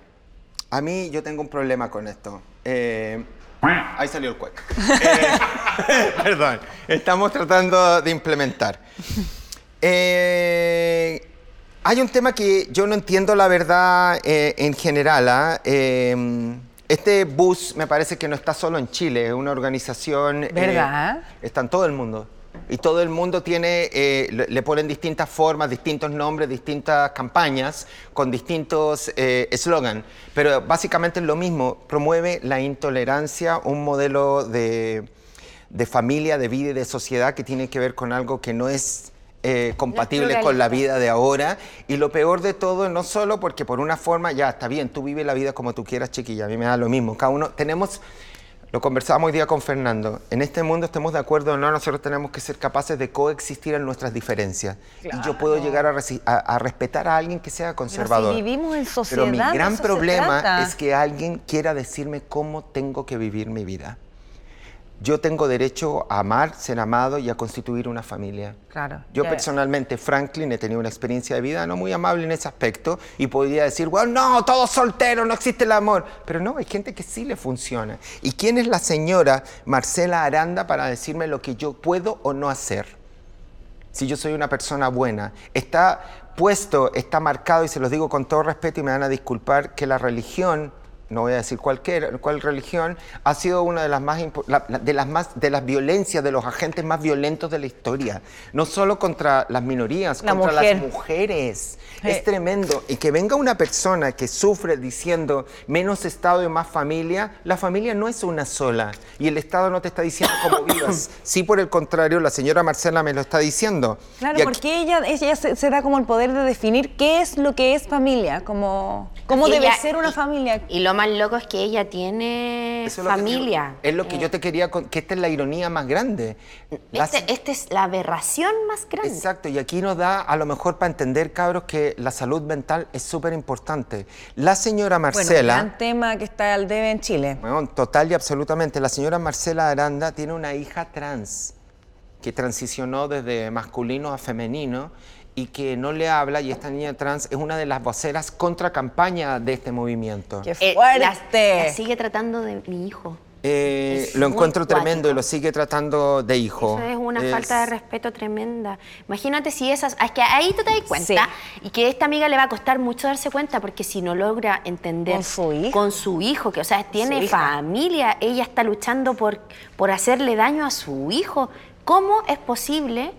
C: A mí yo tengo un problema con esto. Eh, ahí salió el cueco. Eh, perdón. Estamos tratando de implementar. Eh, hay un tema que yo no entiendo la verdad eh, en general. ¿ah? Eh, este bus me parece que no está solo en Chile, es una organización... eh,
B: ¿Verdad?
C: está en todo el mundo. Y todo el mundo tiene, eh, le le ponen distintas formas, distintos nombres, distintas campañas, con distintos eh, eslogan. Pero básicamente es lo mismo, promueve la intolerancia, un modelo de, de familia, de vida y de sociedad que tiene que ver con algo que no es eh, compatible con la vida de ahora. Y lo peor de todo, no solo porque por una forma, ya está bien, tú vive la vida como tú quieras, chiquilla, a mí me da lo mismo. Cada uno, tenemos lo conversábamos hoy día con Fernando. En este mundo estemos de acuerdo o no, nosotros tenemos que ser capaces de coexistir en nuestras diferencias. Y yo puedo llegar a, resi- a- a respetar a alguien que sea conservador.
B: vivimos en
C: Pero mi
B: sociedad, de
C: gran
B: eso se
C: problema
B: trata.
C: es que alguien quiera decirme cómo tengo que vivir mi vida. yo tengo derecho a amar, ser amado y a constituir una familia.
B: Claro.
C: Yo
B: Ya.
C: personalmente, Franklin, he tenido una experiencia de vida no muy amable en ese aspecto y podría decir, bueno, no, todos solteros, no existe el amor. Pero no, hay gente que sí le funciona. ¿Y quién es la señora Marcela Aranda para decirme lo que yo puedo o no hacer? si yo soy una persona buena. Está puesto, está marcado, y se los digo con todo respeto y me van a disculpar, que la religión, no voy a decir cualquier, cuál religión, ha sido una de las más, impo- la- la- de las más, de las violencias, de los agentes más violentos de la historia. No solo contra las minorías,
B: La
C: contra las
B: mujer.
C: mujeres.
B: Sí.
C: Es tremendo. Y que venga una persona que sufre diciendo menos Estado y más familia, la familia no es una sola. Y el Estado no te está diciendo cómo vivas. Sí, por el contrario, la señora Marcela me lo está diciendo.
B: Claro,
C: Y aquí-
B: porque ella, ella se, se da como el poder de definir qué es lo que es familia, como cómo
A: Y
B: debe
A: ella-
B: ser una
A: y-
B: familia.
A: Y lo más loco es que ella tiene
C: Eso es lo que
A: familia.
C: te- es lo que yo te quería... con- que esta es la ironía más grande. La
A: Esta este es la aberración más grande.
C: Exacto, y aquí nos da a lo mejor para entender, cabros, que la salud mental es súper importante. La señora
B: Bueno,
C: Marcela...
B: gran tema que está al debe en Chile.
C: Bueno, total y absolutamente. La señora Marcela Aranda tiene una hija trans que transicionó desde masculino a femenino y que no le habla y esta niña trans es una de las voceras contra campaña de este movimiento.
B: Qué
A: Eh,
B: fuerte.
A: la- la sigue tratando de mi hijo.
C: Eh,
A: es
C: lo
A: muy
C: encuentro tremendo
A: cuático.
C: y lo sigue tratando de hijo.
A: Eso es una
C: Es-
A: falta de respeto tremenda. Imagínate si esas. Es que ahí tú te das cuenta. Y que a esta amiga le va a costar mucho darse cuenta porque si no logra entender.
B: Con su hijo.
A: Con su hijo, que, o sea, tiene
B: hija.
A: familia. Ella está luchando por, por hacerle daño a su hijo. ¿Cómo es posible.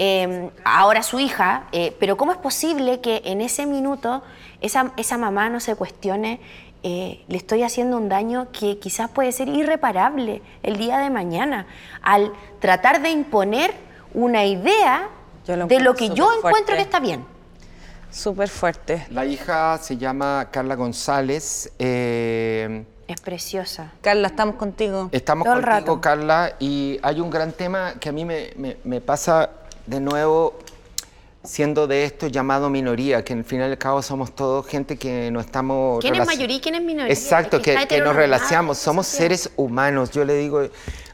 A: eh, ahora su hija, eh, pero ¿cómo es posible que en ese minuto esa, esa mamá no se cuestione, eh, le estoy haciendo un daño que quizás puede ser irreparable el día de mañana, al tratar de imponer una idea
B: Yo lo
A: de lo
B: encuentro
A: que yo
B: superfuerte.
A: encuentro que está bien?
B: Súper fuerte.
C: La hija se llama Carla González. eh,
A: Es preciosa.
B: Carla, estamos contigo.
C: Estamos
B: Todo el
C: contigo,
B: rato.
C: Carla, y hay un gran tema que a mí me, me- me pasa de nuevo siendo de esto llamado minoría, que al final y al cabo somos todos gente que no estamos...
A: ¿Quién es
C: relaci-
A: mayoría y quién es minoría?
C: Exacto,
A: Es que
C: que,
A: está
C: que nos
A: heteronormado
C: relaciamos,
A: en
C: somos
A: ese sentido.
C: seres humanos. Yo le digo,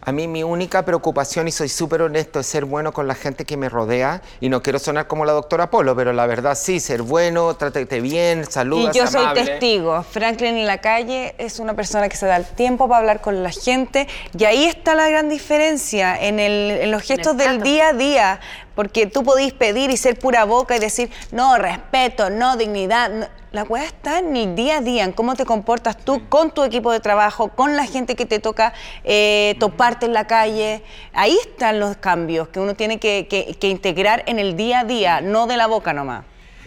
C: a mí mi única preocupación, y soy súper honesto, es ser bueno con la gente que me rodea, y no quiero sonar como la doctora Polo, pero la verdad sí, ser bueno, trátate bien,
B: Y
C: saludas,
B: yo soy
C: amable.
B: testigo. Franklin en la calle es una persona que se da el tiempo para hablar con la gente. Y ahí está la gran diferencia en, el- en los gestos del día a día. Porque tú podís pedir y ser pura boca y decir, no, respeto, no, dignidad. no". La weá está en el día a día, en cómo te comportas tú con tu equipo de trabajo, con la gente que te toca eh, toparte en la calle. Ahí están los cambios que uno tiene que- que- que integrar en el día a día, no de la boca nomás.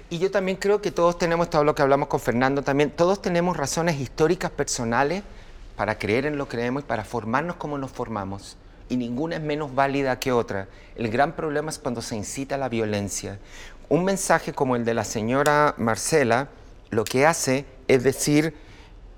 C: Y yo también creo que todos tenemos, esto lo que hablamos con Fernando también, todos tenemos razones históricas personales para creer en lo que creemos y para formarnos como nos formamos. Y ninguna es menos válida que otra. El gran problema es cuando se incita a la violencia. Un mensaje como el de la señora Marcela lo que hace es decir,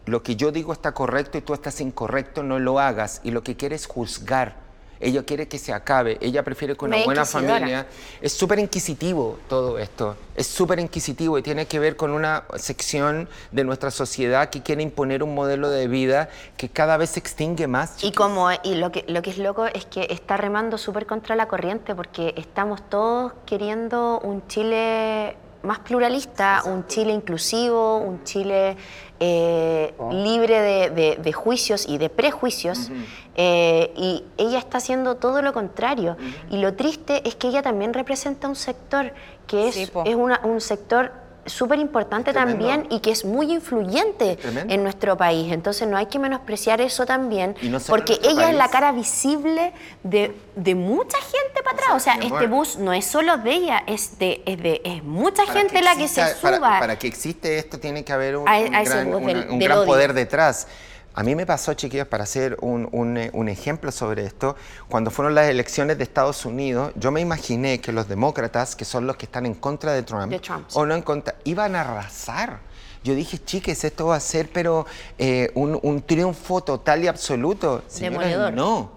C: lo que yo digo está correcto y tú estás incorrecto, no lo hagas. Y lo que quiere es juzgar. Ella quiere que se acabe. Ella prefiere que una
A: Medio
C: buena
A: inquisidora.
C: familia. Es súper inquisitivo todo esto. Es súper inquisitivo y tiene que ver con una sección de nuestra sociedad que quiere imponer un modelo de vida que cada vez se extingue más.
A: Y como y lo que lo que es loco es que está remando súper contra la corriente porque estamos todos queriendo un Chile más pluralista, un Chile inclusivo, un Chile eh, libre de, de- de juicios y de prejuicios. eh, y ella está haciendo todo lo contrario. Y lo triste es que ella también representa un sector que es,
B: Sí, po.
A: es una- un sector súper importante también y que es muy influyente
C: tremendo.
A: en nuestro país. Entonces no hay que menospreciar eso también,
C: Y no solo
A: porque
C: en
A: ella
C: nuestro
A: es la
C: país.
A: cara visible de, de mucha gente para atrás. O sea,
C: mi
A: este
C: amor.
A: bus no es solo de ella, es de, es de es mucha
C: Para
A: gente la que se
C: exista- para-
A: suba.
C: Para, que existe esto tiene que haber un,
A: A-
C: un
A: a ese
C: gran,
A: voz
C: una-
A: del-
C: un
A: del
C: gran
A: odio.
C: poder detrás. A mí me pasó, chiquillas, para hacer un, un, eh, un ejemplo sobre esto, cuando fueron las elecciones de Estados Unidos, yo me imaginé que los demócratas, que son los que están en contra de Trump,
A: De Trump, sí.
C: o no en contra, iban a arrasar. Yo dije, chiques, esto va a ser, pero eh, un, un triunfo total y absoluto. Señoras,
A: Demoledor.
C: no.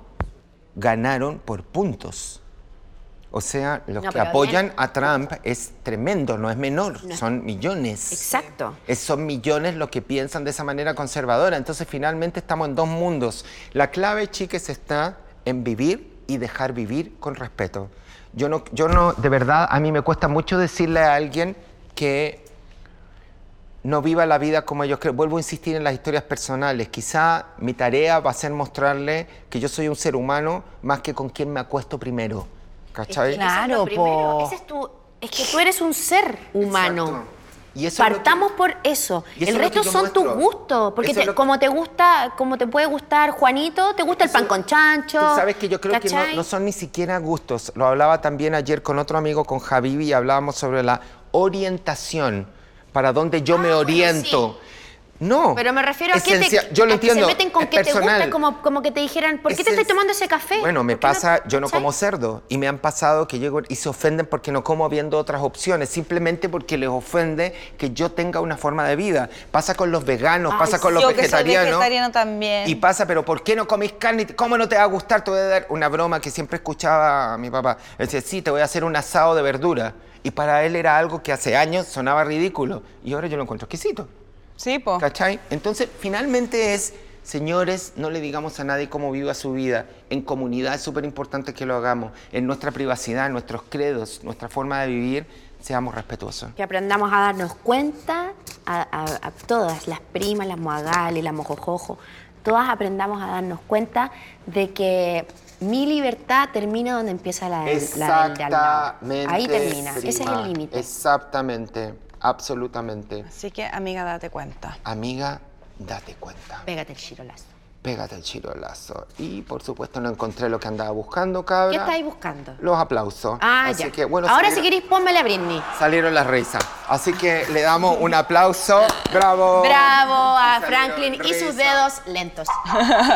C: Ganaron por puntos. O sea, los
A: No,
C: que
A: pero
C: apoyan a Trump es tremendo, no es menor, son millones.
A: Exacto.
C: Es- son millones los que piensan de esa manera conservadora. Entonces, finalmente estamos en dos mundos. La clave, chicas, está en vivir y dejar vivir con respeto. Yo no, yo no, de verdad, a mí me cuesta mucho decirle a alguien que no viva la vida como ellos creen. Vuelvo a insistir en las historias personales. Quizá mi tarea va a ser mostrarle que yo soy un ser humano más que con quien me acuesto primero. ¿Cachai?
B: Claro, po.
A: Ese es, tu- es que tú eres un ser humano.
C: Exacto. Y eso es lo que-
A: Partamos por eso.
C: Y eso es
A: el
C: lo
A: resto
C: que yo
A: son tus
C: muestro.
A: gustos. Porque
C: Eso es
A: te-
C: lo que-
A: como te gusta, como te puede gustar Juanito, te gusta el pan con chancho.
C: Tú sabes que yo creo que
A: ¿cachai?
C: no- no, son ni siquiera gustos. Lo hablaba también ayer con otro amigo, con Javibi, y hablábamos sobre la orientación, para dónde yo me
A: Ah, bueno,
C: oriento. No.
A: Pero me refiero a que,
C: esencia-
A: te,
C: yo lo
A: a que
C: entiendo,
A: se meten con
C: es
A: que te gusta,
C: personal.
A: como, como que te dijeran, ¿por qué te
C: Esen-
A: estás tomando ese café?
C: Bueno, me
A: ¿Por qué
C: pasa, yo no
A: ¿cachai?
C: como cerdo y me han pasado que llego y se ofenden porque no como viendo otras opciones, simplemente porque les ofende que yo tenga una forma de vida. Pasa con los veganos, pasa con los
B: yo que soy
C: vegetarianos.
B: vegetariano también.
C: Y pasa, pero ¿por qué no comís carne? ¿Cómo no te va a gustar? Te voy a dar una broma que siempre escuchaba a mi papá. Él decía, sí, te voy a hacer un asado de verdura. Y para él era algo que hace años sonaba ridículo. Y ahora yo lo encuentro exquisito.
B: Sí,
A: Oh.
B: po.
C: ¿Cachai? Entonces, finalmente es, señores, no le digamos a nadie cómo viva su vida. En comunidad es súper importante que lo hagamos. En nuestra privacidad, nuestros credos, nuestra forma de vivir, seamos respetuosos.
A: Que aprendamos a darnos cuenta, a, a- a todas, las primas, las moagales, las mojojojo, todas aprendamos a darnos cuenta de que mi libertad termina donde empieza la, del- la del de al lado.
C: Exactamente.
A: Ahí termina, ese es
C: prima.
A: el límite.
C: Exactamente, absolutamente.
B: Así que, amiga, date cuenta.
C: Amiga, date cuenta.
A: Pégate el chirolazo.
C: Pégate el chirolazo. Y por supuesto no encontré lo que andaba buscando, cabra.
A: ¿Qué estáis buscando?
C: Los aplausos.
A: Ah,
C: Así
A: ya.
C: que, bueno,
A: Ahora si
C: salieron-
A: queréis, ponme la Britney.
C: Salieron las risas. Así que le damos un aplauso. Bravo.
A: Bravo a
C: Salieron
A: Franklin y sus
C: risas.
A: dedos lentos.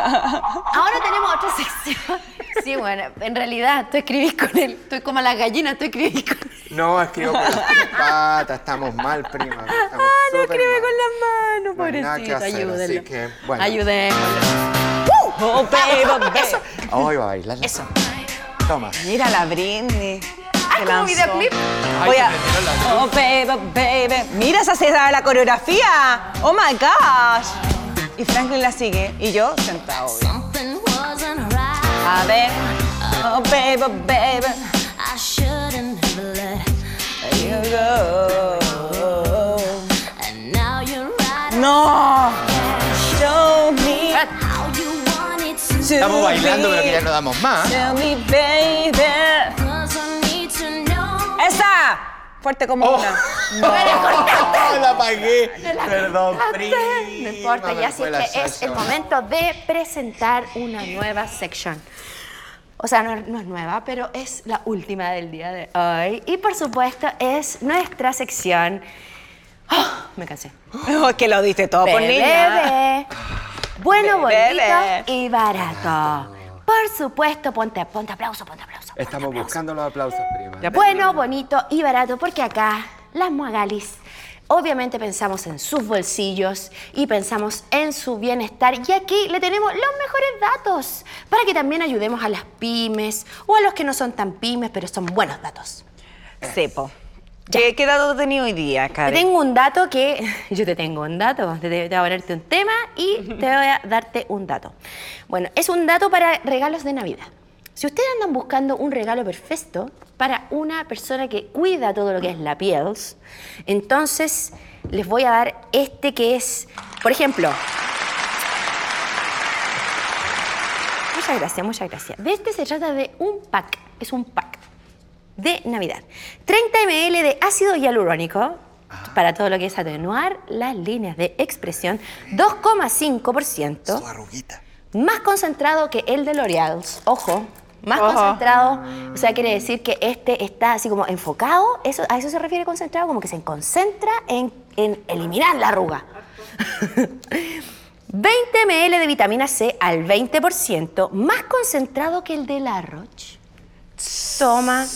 A: Ahora tenemos otra sección. Sí, bueno, en realidad tú escribís con él. Tú como la gallina, tú escribís con él.
C: No, escribo con las tres patas. Estamos mal, prima. ah, no escribe
B: las manos,
C: No hay nada que hacer, así que, bueno.
B: Oh, baby, baby.
C: Hoy va a bailar. Eso. Toma.
B: Mira la Britney. Ah,
A: como videoclip.
B: Voy a... Oh, baby, baby. Mira esa se da la coreografía. Oh, my gosh. Y Franklin la sigue y yo sentado. obvio.
H: Something wasn't right.
B: A ver. Oh, baby, baby.
H: I shouldn't have let
B: You go.
H: And now you're right.
B: No. Show me
H: How you want it to
B: to
C: Estamos bailando,
B: be.
C: pero que ya no damos más.
B: Tell me, baby.
H: Cause I need to know.
B: ¡Esa! Fuerte como una.
C: ¡Oh, la apagué! Perdón, prima.
A: No importa, ya
C: sí
A: sí que es el momento de presentar una nueva sección. O sea, no, no es nueva, pero es la última del día de hoy. Y por supuesto es nuestra sección. ¡Ah! me cansé.
B: No, es que lo diste todo por niña.
A: Bebé. Bueno,
B: Bebé.
A: bonito y barato. Por supuesto, ponte, ponte aplauso, ponte aplauso. ponte
C: Estamos
A: aplauso.
C: buscando los aplausos, prima.
A: Bueno, bonito y barato, porque acá las Moagalis obviamente pensamos en sus bolsillos y pensamos en su bienestar. Y aquí le tenemos los mejores datos para que también ayudemos a las pymes o a los que no son tan pymes, pero son buenos datos.
B: Sepo. ¿Qué, ¿Qué dado has tenido hoy día,
A: Te
B: Karen?
A: tengo un dato que. Yo te tengo un dato. Te, te- te voy a ponerte un tema y te voy a darte un dato. Bueno, es un dato para regalos de Navidad. Si ustedes andan buscando un regalo perfecto para una persona que cuida todo lo que es la piel, entonces les voy a dar este que es, por ejemplo. Muchas gracias, muchas gracias. De este se trata de un pack. Es un pack de Navidad. 30 ml de ácido hialurónico para todo lo que es atenuar las líneas de expresión, 2,5%. Más concentrado que el de L'Oreal, ojo. Más concentrado, o sea, quiere decir que este está así como enfocado, eso, a eso se refiere concentrado, como que se concentra en, en eliminar la arruga. 20 ml de vitamina C al 20%, más concentrado que el de La Roche. Toma.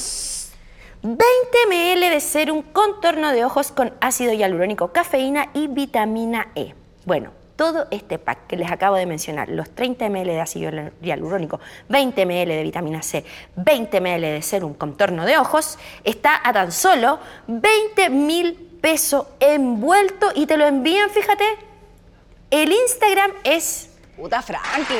A: 20 ml de serum contorno de ojos con ácido hialurónico, cafeína y vitamina E. Bueno, todo este pack que les acabo de mencionar, los 30 ml de ácido hialurónico, 20 ml de vitamina C, 20 ml de serum contorno de ojos, está a tan solo 20 mil pesos envuelto y te lo envían, fíjate, el Instagram es
B: Puta Franklin.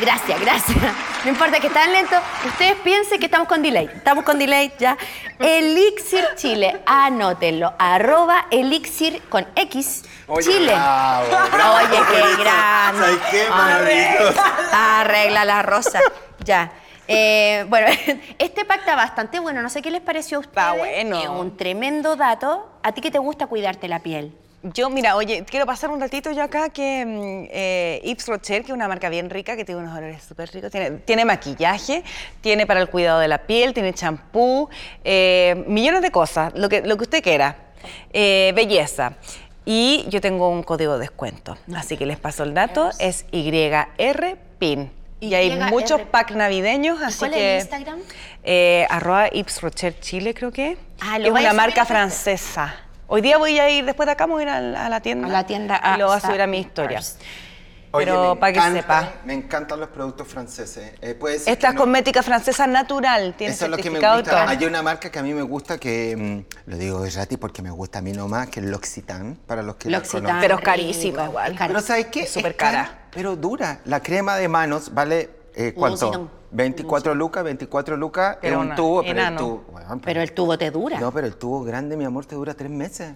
A: Gracias, gracias. No importa que están lentos. Ustedes piensen que estamos con delay. Estamos con delay ya. Elixir Chile. Anótenlo. Arroba elixir con X
I: Oye,
A: Chile.
I: bravo,
A: Oye, qué grande.
I: ¿Sabes qué? Maravilloso.
A: Arregla la rosa. Ya. Eh, bueno, este pacta bastante bueno. No sé qué les pareció a ustedes.
B: Está bueno.
A: Es un tremendo dato. A ti que te gusta cuidarte la piel.
B: Yo, mira, oye, quiero pasar un ratito yo acá que mm, eh, Yves Rocher, que es una marca bien rica, que tiene unos olores súper ricos, tiene, tiene maquillaje, tiene para el cuidado de la piel, tiene champú, eh, millones de cosas, lo que, lo que usted quiera, Eh, belleza. Y yo tengo un código de descuento, así que les paso el dato, es YRPIN. Y hay
A: YR.
B: muchos packs navideños, así
A: cuál es
B: que...
A: el Instagram?
B: eh, arroba Yves Rocher Chile, creo que.
A: Ah, lo
B: es
A: voy a
B: una
A: subir
B: marca
A: después.
B: francesa francesa. Hoy día voy a ir, después de acá me voy a ir a la, a la tienda.
A: A la tienda
B: Y lo voy a
A: Asta
B: subir a mi historia.
A: First.
C: Oye,
B: Pero
C: me
B: para que
C: encantan-
B: sepa.
C: Me encantan los productos franceses. Eh, puede ser que
B: Esta es
C: no-
B: cosmética francesa natural. Tiene
C: Eso es lo que me
B: certificado y
C: gusta. Ah,
B: todo.
C: Hay una marca que a mí me gusta que, mm, lo digo de gratis porque me gusta a mí nomás, que es L'Occitane, para los que la
A: L'Occitane.
C: conocen.
B: Pero es
A: rico,
B: carísima
A: es
B: igual.
A: caro.
C: Pero ¿sabes qué?
B: Es
C: Es
B: súper cara.
C: Pero dura. La crema de manos vale, eh, ¿cuánto?
A: L'Occitane.
C: 24 lucas, 24 lucas,
B: Pero
C: es un
B: una-
C: tubo, pero
B: enano.
C: el tubo... bueno, pero-
A: Pero el tubo te dura.
C: No, pero el tubo grande, mi amor, te dura tres meses.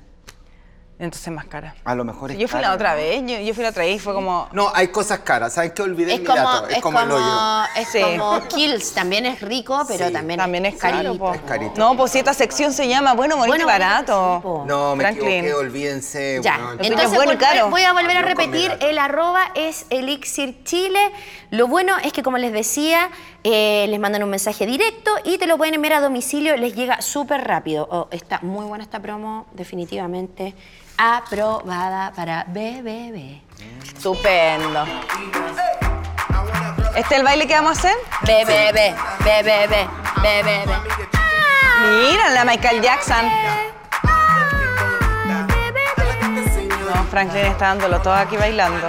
B: Entonces más cara.
C: A lo mejor es
B: Yo fui la
C: cara.
B: otra vez, yo, yo fui la otra vez y fue como...
C: No, hay cosas caras. ¿Saben qué? Olvidé
A: es
C: mi
A: como,
C: dato.
A: es como,
C: el hoyo.
A: es
B: Sí.
A: como Kills, también es rico, pero
C: Sí,
A: también,
B: También es caro,
A: carito.
B: po.
C: es carito.
B: No, pues si esta sección se llama Bueno, Bonito y
A: Bueno,
B: Barato.
A: sí, po.
C: No, me
B: Franklin.
C: equivoqué, olvídense.
A: Ya,
C: weón.
B: Lo tuyo es
A: entonces
B: bueno y
A: vol-
B: caro.
A: voy a volver a
C: Yo con mi
A: repetir,
C: gato.
A: el arroba es Elixir Chile. Lo bueno es que, como les decía, eh, les mandan un mensaje directo y te lo pueden enviar a domicilio, les llega súper rápido. Oh, está muy buena esta promo, definitivamente aprobada para BBB.
B: Estupendo. ¿Este es el baile que vamos a hacer?
A: BBB, BBB, BBB.
B: Mira, la Michael Jackson. No, Franklin está dándolo todo aquí bailando.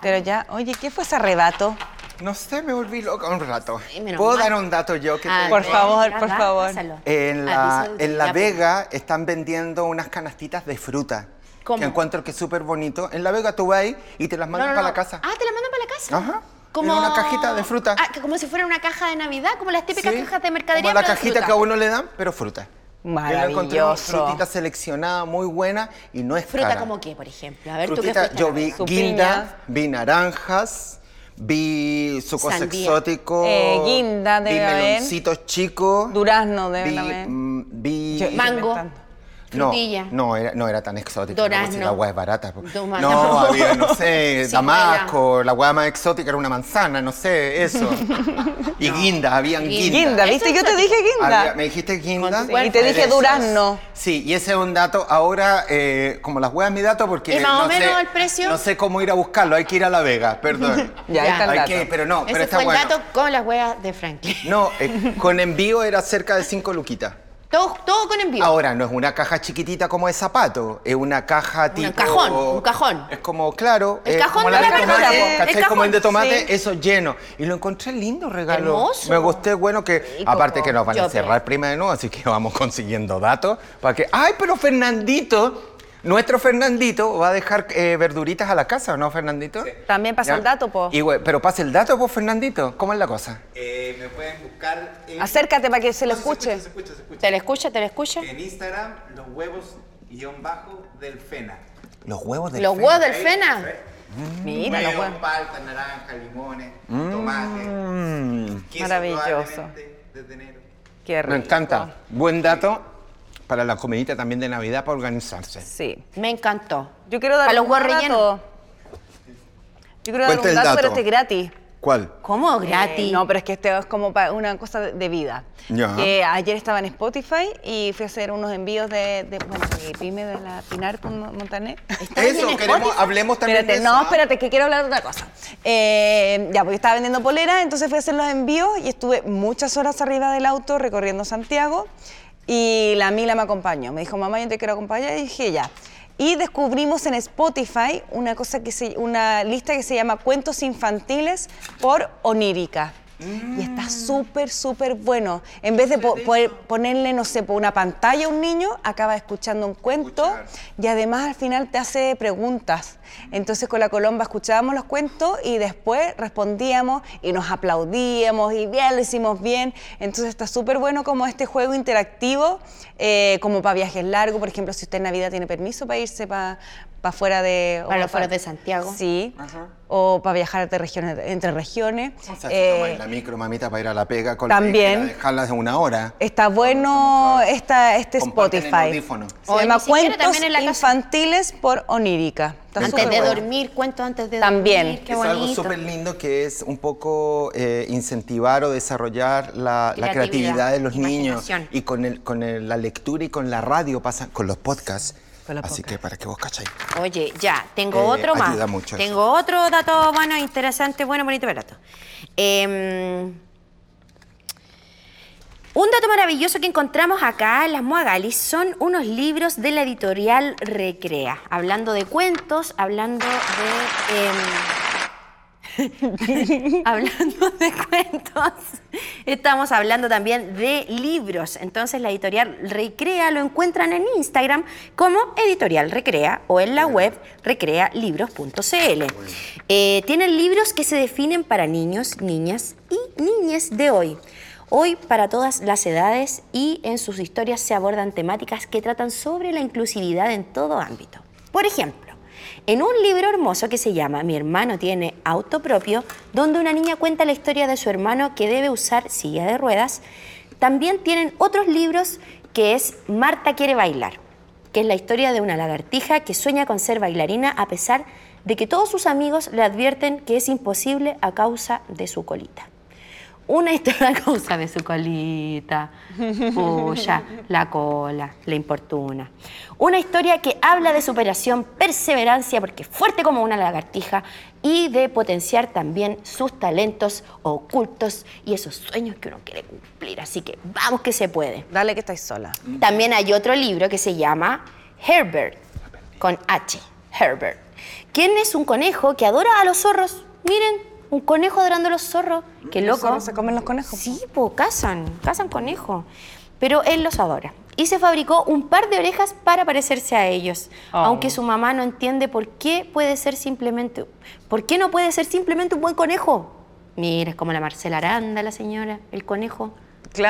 B: Pero ya, oye, ¿qué fue ese arrebato?
C: No sé, me volví loca un rato.
A: Sí, menos
C: ¿Puedo
A: mal.
C: dar un dato yo? Que
A: Ah,
C: tengo?
B: Por favor,
A: ya
B: por
A: va,
B: favor.
A: pásalo.
C: En la,
A: Aviso de
C: en la
A: utilidad
C: Vega están vendiendo unas canastitas de fruta.
A: ¿Cómo?
C: Que encuentro que es súper bonito. En la Vega tú vas ahí y te las mandas
A: No, no, no.
C: para la casa.
A: Ah, te la mandan para la casa.
C: Ajá. En una cajita de fruta.
A: Ah, que como si fuera una caja de Navidad, como las típicas
C: Sí,
A: cajas de mercadería.
C: Como la
A: pero de
C: cajita
A: fruta.
C: que a uno le dan, pero fruta.
B: Maravilloso.
C: Frutita seleccionada, muy buena y no es
A: Fruta
C: cara.
A: como qué, por ejemplo. A ver,
C: Frutita,
A: tú qué fruta.
C: yo vi
B: Su
C: guinda, vi naranjas, vi sucos
A: Sandía.
C: exóticos,
B: Eh, guinda
C: vi
B: debe haber.
C: meloncitos chicos,
B: Durazno deben
C: vi,
B: haber.
C: mm, vi
B: Yo-
A: Mango.
C: no,
A: frutilla.
C: no era, no era tan exótico. tampoco,
A: Durazno.
C: si la agua es barata. po.
A: Durazno.
C: No, había, no sé,
A: Sí,
C: damasco, la agua más exótica era una manzana, no sé, eso. y guinda, habían guinda.
B: Guinda, ¿viste? Yo te dije
C: Había-
B: guinda.
C: me dijiste guinda.
B: Y te dije
C: cerezas.
B: durazno.
C: Sí, y ese es un dato. Ahora, eh, como las huevas es mi dato, porque.
A: ¿Y más o
C: no sé-
A: menos el precio?
C: No sé cómo ir a buscarlo, hay que ir a La Vega, perdón.
B: Ya, ahí está el
C: Hay
B: dato.
C: que- pero no, pero
A: Ese
C: está
A: fue
C: bueno.
A: el dato con las huevas de Franklin.
C: No, eh, con envío era cerca de 5 luquitas.
A: Todo, todo con envío.
C: Ahora, no es una caja chiquitita como de zapato, es una caja tipo...
A: cajón, un cajón.
C: Es como, claro,
A: El
C: es
A: cajón
C: como
A: de la
C: tomate,
A: verdura, po. El
C: ¿cachai? Como
A: cajón,
C: el de tomate,
B: sí.
C: eso lleno. Y lo encontré lindo regalo.
A: Hermoso.
C: Me gusté, bueno, que aparte que nos van
A: Yo,
C: a cerrar prima de nuevo, así que vamos consiguiendo datos para que... ¡Ay, pero Fernandito! Nuestro Fernandito va a dejar eh, verduritas a la casa, ¿o ¿no, Fernandito?
B: También pasa
C: Ya.
B: el dato, po.
C: Y, güey, pero pasa el dato, po, Fernandito. ¿Cómo es la cosa?
I: Eh, me pueden buscar en...
B: Acércate para que se lo
I: No, sí, se
B: escuche.
I: Se escucha, se escucha.
A: ¿Te la escucha? ¿Te la escucha?
I: En Instagram, los huevos guión bajo del Fena.
C: Los huevos del
A: Los
C: Fena.
A: huevos del Fena.
C: ¿Eh?
B: Mira, los
I: Huevos,
B: huevos.
I: palta, naranja, limones,
D: ¿eh?
I: tomate, queso
B: Maravilloso.
I: probablemente desde enero.
B: Qué rico.
C: Mm. Me encanta. Buen dato para la comidita también de Navidad para organizarse.
B: Sí.
A: Me encantó.
B: Yo quiero dar
A: Para los
B: un
A: huevos rellenos.
B: dato. Yo quiero dar
C: Cuenta
B: un
C: el
B: dato,
C: dato.
B: pero este es gratis.
C: ¿Cuál?
A: ¿Cómo?
B: Eh,
A: Gratis.
B: no, pero es que este es como pa- una cosa de- de vida.
C: Ya.
B: Que ayer estaba en Spotify y fui a hacer unos envíos de, de bueno, mi pyme de la Pinar con Mo- Montaner.
C: Eso, queremos, hablemos también
B: Espérate,
C: de eso. ¿ah?
B: no, espérate, que quiero hablar de otra cosa. Eh, ya, porque estaba vendiendo polera, entonces fui a hacer los envíos y estuve muchas horas arriba del auto recorriendo Santiago y la Mila me acompañó. Me dijo, mamá, yo te quiero acompañar y dije, ya. Y descubrimos en Spotify una, cosa que se, una lista que se llama Cuentos Infantiles por Onírica. Y está súper, súper bueno. En vez de po- poder ponerle, no sé, po- una pantalla a un niño, acaba escuchando un cuento y además al final te hace preguntas. Entonces con la Colomba escuchábamos los cuentos y después respondíamos y nos aplaudíamos y bien, lo hicimos bien. Entonces está súper bueno como este juego interactivo, eh, como para viajes largos, por ejemplo, si usted en Navidad tiene permiso para irse para para fuera de... o
A: Para los fueros de Santiago.
B: Sí,
C: Ah.
B: o para viajar de regiones, entre regiones.
D: O sea,
B: Eh,
D: se toma en la micro, mamita, para ir a la pega con
B: También.
D: la dejarlas de una hora.
C: Eh,
B: Está bueno esta, este
D: Comparten el
B: Spotify.
D: audífono.
B: Se
A: O ni
B: llama
A: siquiera
B: Cuentos
A: también en la casa.
B: Infantiles por Onírica. Está
A: Antes de
B: superbueno.
A: dormir, cuento antes de
B: También.
A: dormir. Qué
D: es
A: bonito.
D: algo súper lindo que es un poco eh, incentivar o desarrollar la la creatividad,
A: Creatividad,
D: de los niños.
A: imaginación.
D: Y con, el, con el- la lectura y con la radio pasa, con los podcasts.
B: Con los
D: Así
B: podcasts.
D: que para que vos cacháis.
A: Oye, ya, tengo
D: Eh,
A: otro más.
D: ayuda mucho eso.
A: tengo otro dato bueno, interesante, bueno, bonito, barato. Em, un dato maravilloso que encontramos acá en las Moagalis son unos libros de la editorial Recrea, hablando de cuentos, hablando de... em, hablando de cuentos, estamos hablando también de libros. Entonces la editorial Recrea lo encuentran en Instagram como editorial Recrea o en la web recrealibros.cl. Eh, tienen libros que se definen para niños, niñas y niñas de hoy. Hoy para todas las edades y en sus historias se abordan temáticas que tratan sobre la inclusividad en todo ámbito. Por ejemplo, en un libro hermoso que se llama Mi hermano tiene auto propio, donde una niña cuenta la historia de su hermano que debe usar silla de ruedas, también tienen otros libros que es Marta quiere bailar, que es la historia de una lagartija que sueña con ser bailarina a pesar de que todos sus amigos le advierten que es imposible a causa de su colita. Una historia a causa de su colita, puya, la cola, la importuna. Una historia que habla de superación, perseverancia, porque es fuerte como una lagartija, y de potenciar también sus talentos ocultos y esos sueños que uno quiere cumplir. Así que vamos que se puede.
B: Dale que estáis sola.
A: También hay otro libro que se llama Herbert, con H, Herbert, quien es un conejo que adora a los zorros. Miren, un conejo adorando a los zorros. Qué loco.
B: ¿Cómo se comen los conejos?
A: Sí, po, cazan, cazan conejos. Pero él los adora. Y se fabricó un par de orejas para parecerse a ellos.
B: Oh.
A: Aunque su mamá no entiende por qué puede ser simplemente. ¿Por qué no puede ser simplemente un buen conejo? Mira, es como la Marcela Aranda, la señora, el conejo.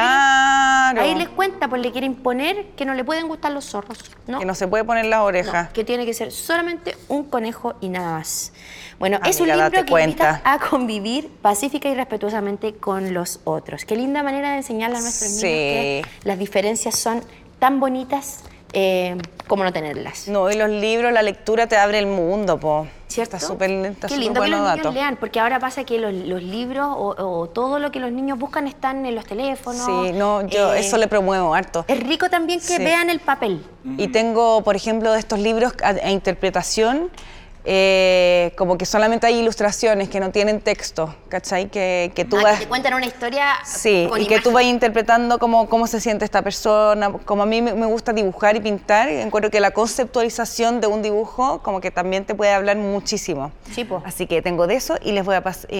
B: Claro.
A: Ahí les cuenta, pues le quiere imponer que no le pueden gustar los zorros. ¿no?
B: Que no se puede poner las orejas.
A: No, que tiene que ser solamente un conejo y nada más. Bueno, es un
B: Amiga,
A: libro
B: date
A: que invita
B: cuenta.
A: a convivir pacífica y respetuosamente con los otros. Qué linda manera de enseñarle a nuestros
B: Sí.
A: niños que las diferencias son tan bonitas eh, como no tenerlas.
B: No, y los libros, la lectura te abre el mundo, po.
A: ¿Cierto?
B: Está súper está
A: Qué
B: súper
A: lindo que los
B: bueno
A: niños
B: dato.
A: lean, porque ahora pasa que los, los libros o, o todo lo que los niños buscan están en los teléfonos.
B: Sí, no, yo
A: eh,
B: eso le promuevo harto.
A: Es rico también que
B: Sí.
A: vean el papel.
B: Y tengo, por ejemplo, de estos libros a, a interpretación, eh, como que solamente hay ilustraciones que no tienen texto, ¿cachai? Que, que tú
A: Ah,
B: vas...
A: que te cuentan una historia
B: Sí,
A: con
B: y que tú
A: imagen.
B: vas interpretando cómo, cómo se siente esta persona. Como a mí me me gusta dibujar y pintar, encuentro que la conceptualización de un dibujo como que también te puede hablar muchísimo.
A: Sí, po.
B: Así que tengo de eso y les voy a pasar...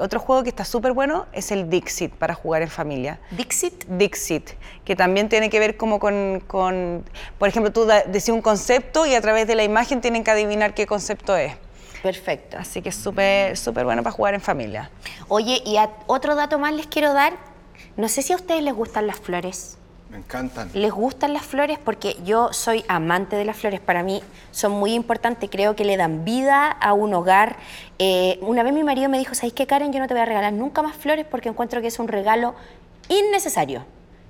B: otro juego que está súper bueno es el Dixit para jugar en familia.
A: Dixit.
B: Dixit, que también tiene que ver como con, con- por ejemplo, tú da- decís un concepto y a través de la imagen tienen que adivinar qué concepto es.
A: Perfecto.
B: Así que es súper, súper bueno para jugar en familia.
A: Oye, y a- otro dato más les quiero dar. No sé si a ustedes les gustan las flores.
D: Me encantan.
A: Les gustan las flores porque yo soy amante de las flores. Para mí son muy importantes. Creo que le dan vida a un hogar. Eh, una vez mi marido me dijo, ¿sabes qué, Karen? Yo no te voy a regalar nunca más flores porque encuentro que es un regalo innecesario.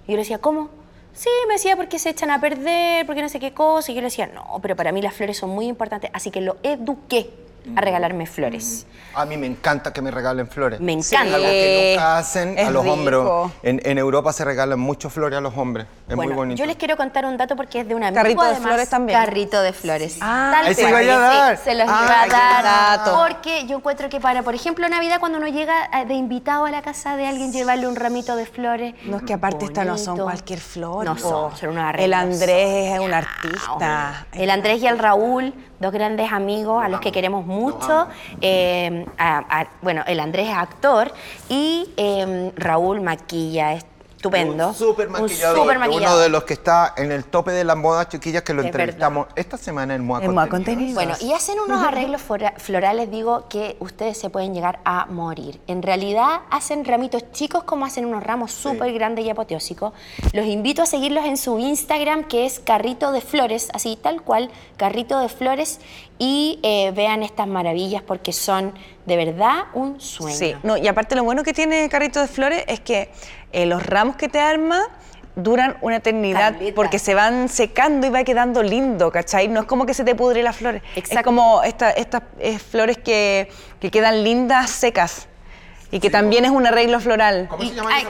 A: Y yo le decía, ¿cómo? Sí, me decía porque se echan a perder, porque no sé qué cosa. Y yo le decía, no, pero para mí las flores son muy importantes. Así que lo eduqué a regalarme flores.
D: A mí me encanta que me regalen flores.
A: Me
D: Es
A: encanta.
D: algo que nunca hacen
B: es
D: a los
B: rico.
D: hombros. En, en Europa se regalan mucho flores a los hombres. Es
A: Bueno,
D: muy bonito.
A: Yo les quiero contar un dato porque es de una amigo.
B: Carrito de
A: además,
B: flores también.
A: Carrito de flores.
B: Ah,
A: Tal
D: ese
A: cual.
D: iba yo a
A: Sí,
D: dar.
A: se los
D: Ah,
A: iba a
D: qué
A: dar.
B: dato.
A: Porque yo encuentro que para, por ejemplo, Navidad, cuando uno llega eh, de invitado a la casa de alguien, llevarle un ramito de flores.
B: No, es que aparte estas no son
A: Bonito.
B: cualquier flor.
A: No
B: po.
A: son, son una
B: El Andrés es un artista.
A: El Andrés y el Raúl, dos grandes amigos a los que queremos
D: mucho. eh, a- a- bueno, el Andrés es actor y eh, Raúl maquilla, estupendo.
C: Un súper
D: Un
C: maquillador.
D: súper
C: Uno
D: maquillador.
C: de los que está en el tope de la moda, chiquillas, que lo
D: Es
C: entrevistamos esta semana en Moa
B: En Moa
C: Contenidos.
B: Contenidos.
D: Bueno, y hacen unos arreglos flora- florales, digo, que ustedes se pueden llegar a morir. En realidad hacen ramitos chicos como hacen unos ramos súper grandes y apoteósicos. Los invito a seguirlos en su Instagram, que es Carrito de Flores, así tal cual, Carrito de Flores, y eh, vean estas maravillas porque son de verdad un sueño.
B: Sí, no, y aparte lo bueno que tiene Carrito de Flores es que eh, los ramos que te arma duran una eternidad
D: Caleta.
B: porque se van secando y va quedando lindo, ¿cachai? No es como que se te pudre las flores. Es
D: Exacto.
B: como esta- estas eh, flores que, que quedan lindas, secas. Y que también es un arreglo floral.
C: ¿Cómo
D: Y-
C: se llama?
D: ay,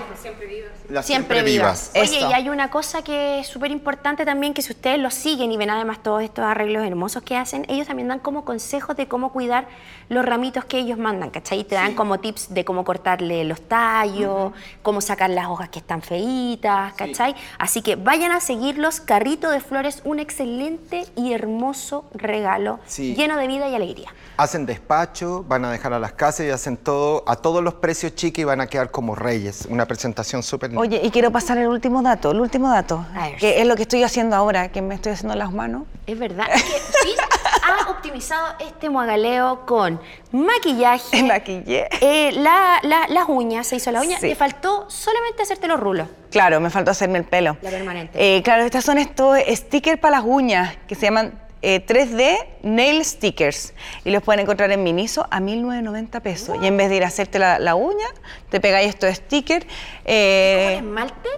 C: Las
D: Siempre vivas. Oye,
B: Eso.
D: y hay una cosa que es súper importante también, que si ustedes lo siguen y ven además todos estos arreglos hermosos que hacen, ellos también dan como consejos de cómo cuidar los ramitos que ellos mandan, ¿cachai? Y te dan como tips de cómo cortarle los tallos, cómo sacar las hojas que están feitas, ¿cachai? Así que vayan a seguirlos. Carrito de Flores, un excelente y hermoso regalo,
C: Sí.
D: lleno de vida y alegría.
C: Hacen despacho, van a dejar a las casas y hacen todo a todos los precios chicos y van a quedar como reyes. Una presentación súper linda.
B: Oye, y quiero pasar el último dato, el último dato,
D: A ver.
B: que es lo que estoy haciendo ahora, que me estoy haciendo las manos.
D: Es verdad. Es que Fizz ha optimizado este moagaleo con maquillaje.
B: Maquillé.
D: eh, la- la- las uñas, se hizo la uña.
B: Sí.
D: Le faltó solamente hacerte los rulos.
B: Claro, me faltó hacerme el pelo.
D: La permanente.
B: Eh, claro, estas son estos stickers para las uñas que se llaman eh, 3D Nail Stickers y los pueden encontrar en Miniso a 1990 pesos. Y en vez de ir a hacerte la, la uña, te pegáis estos stickers. eh,
D: ¿Con esmalte?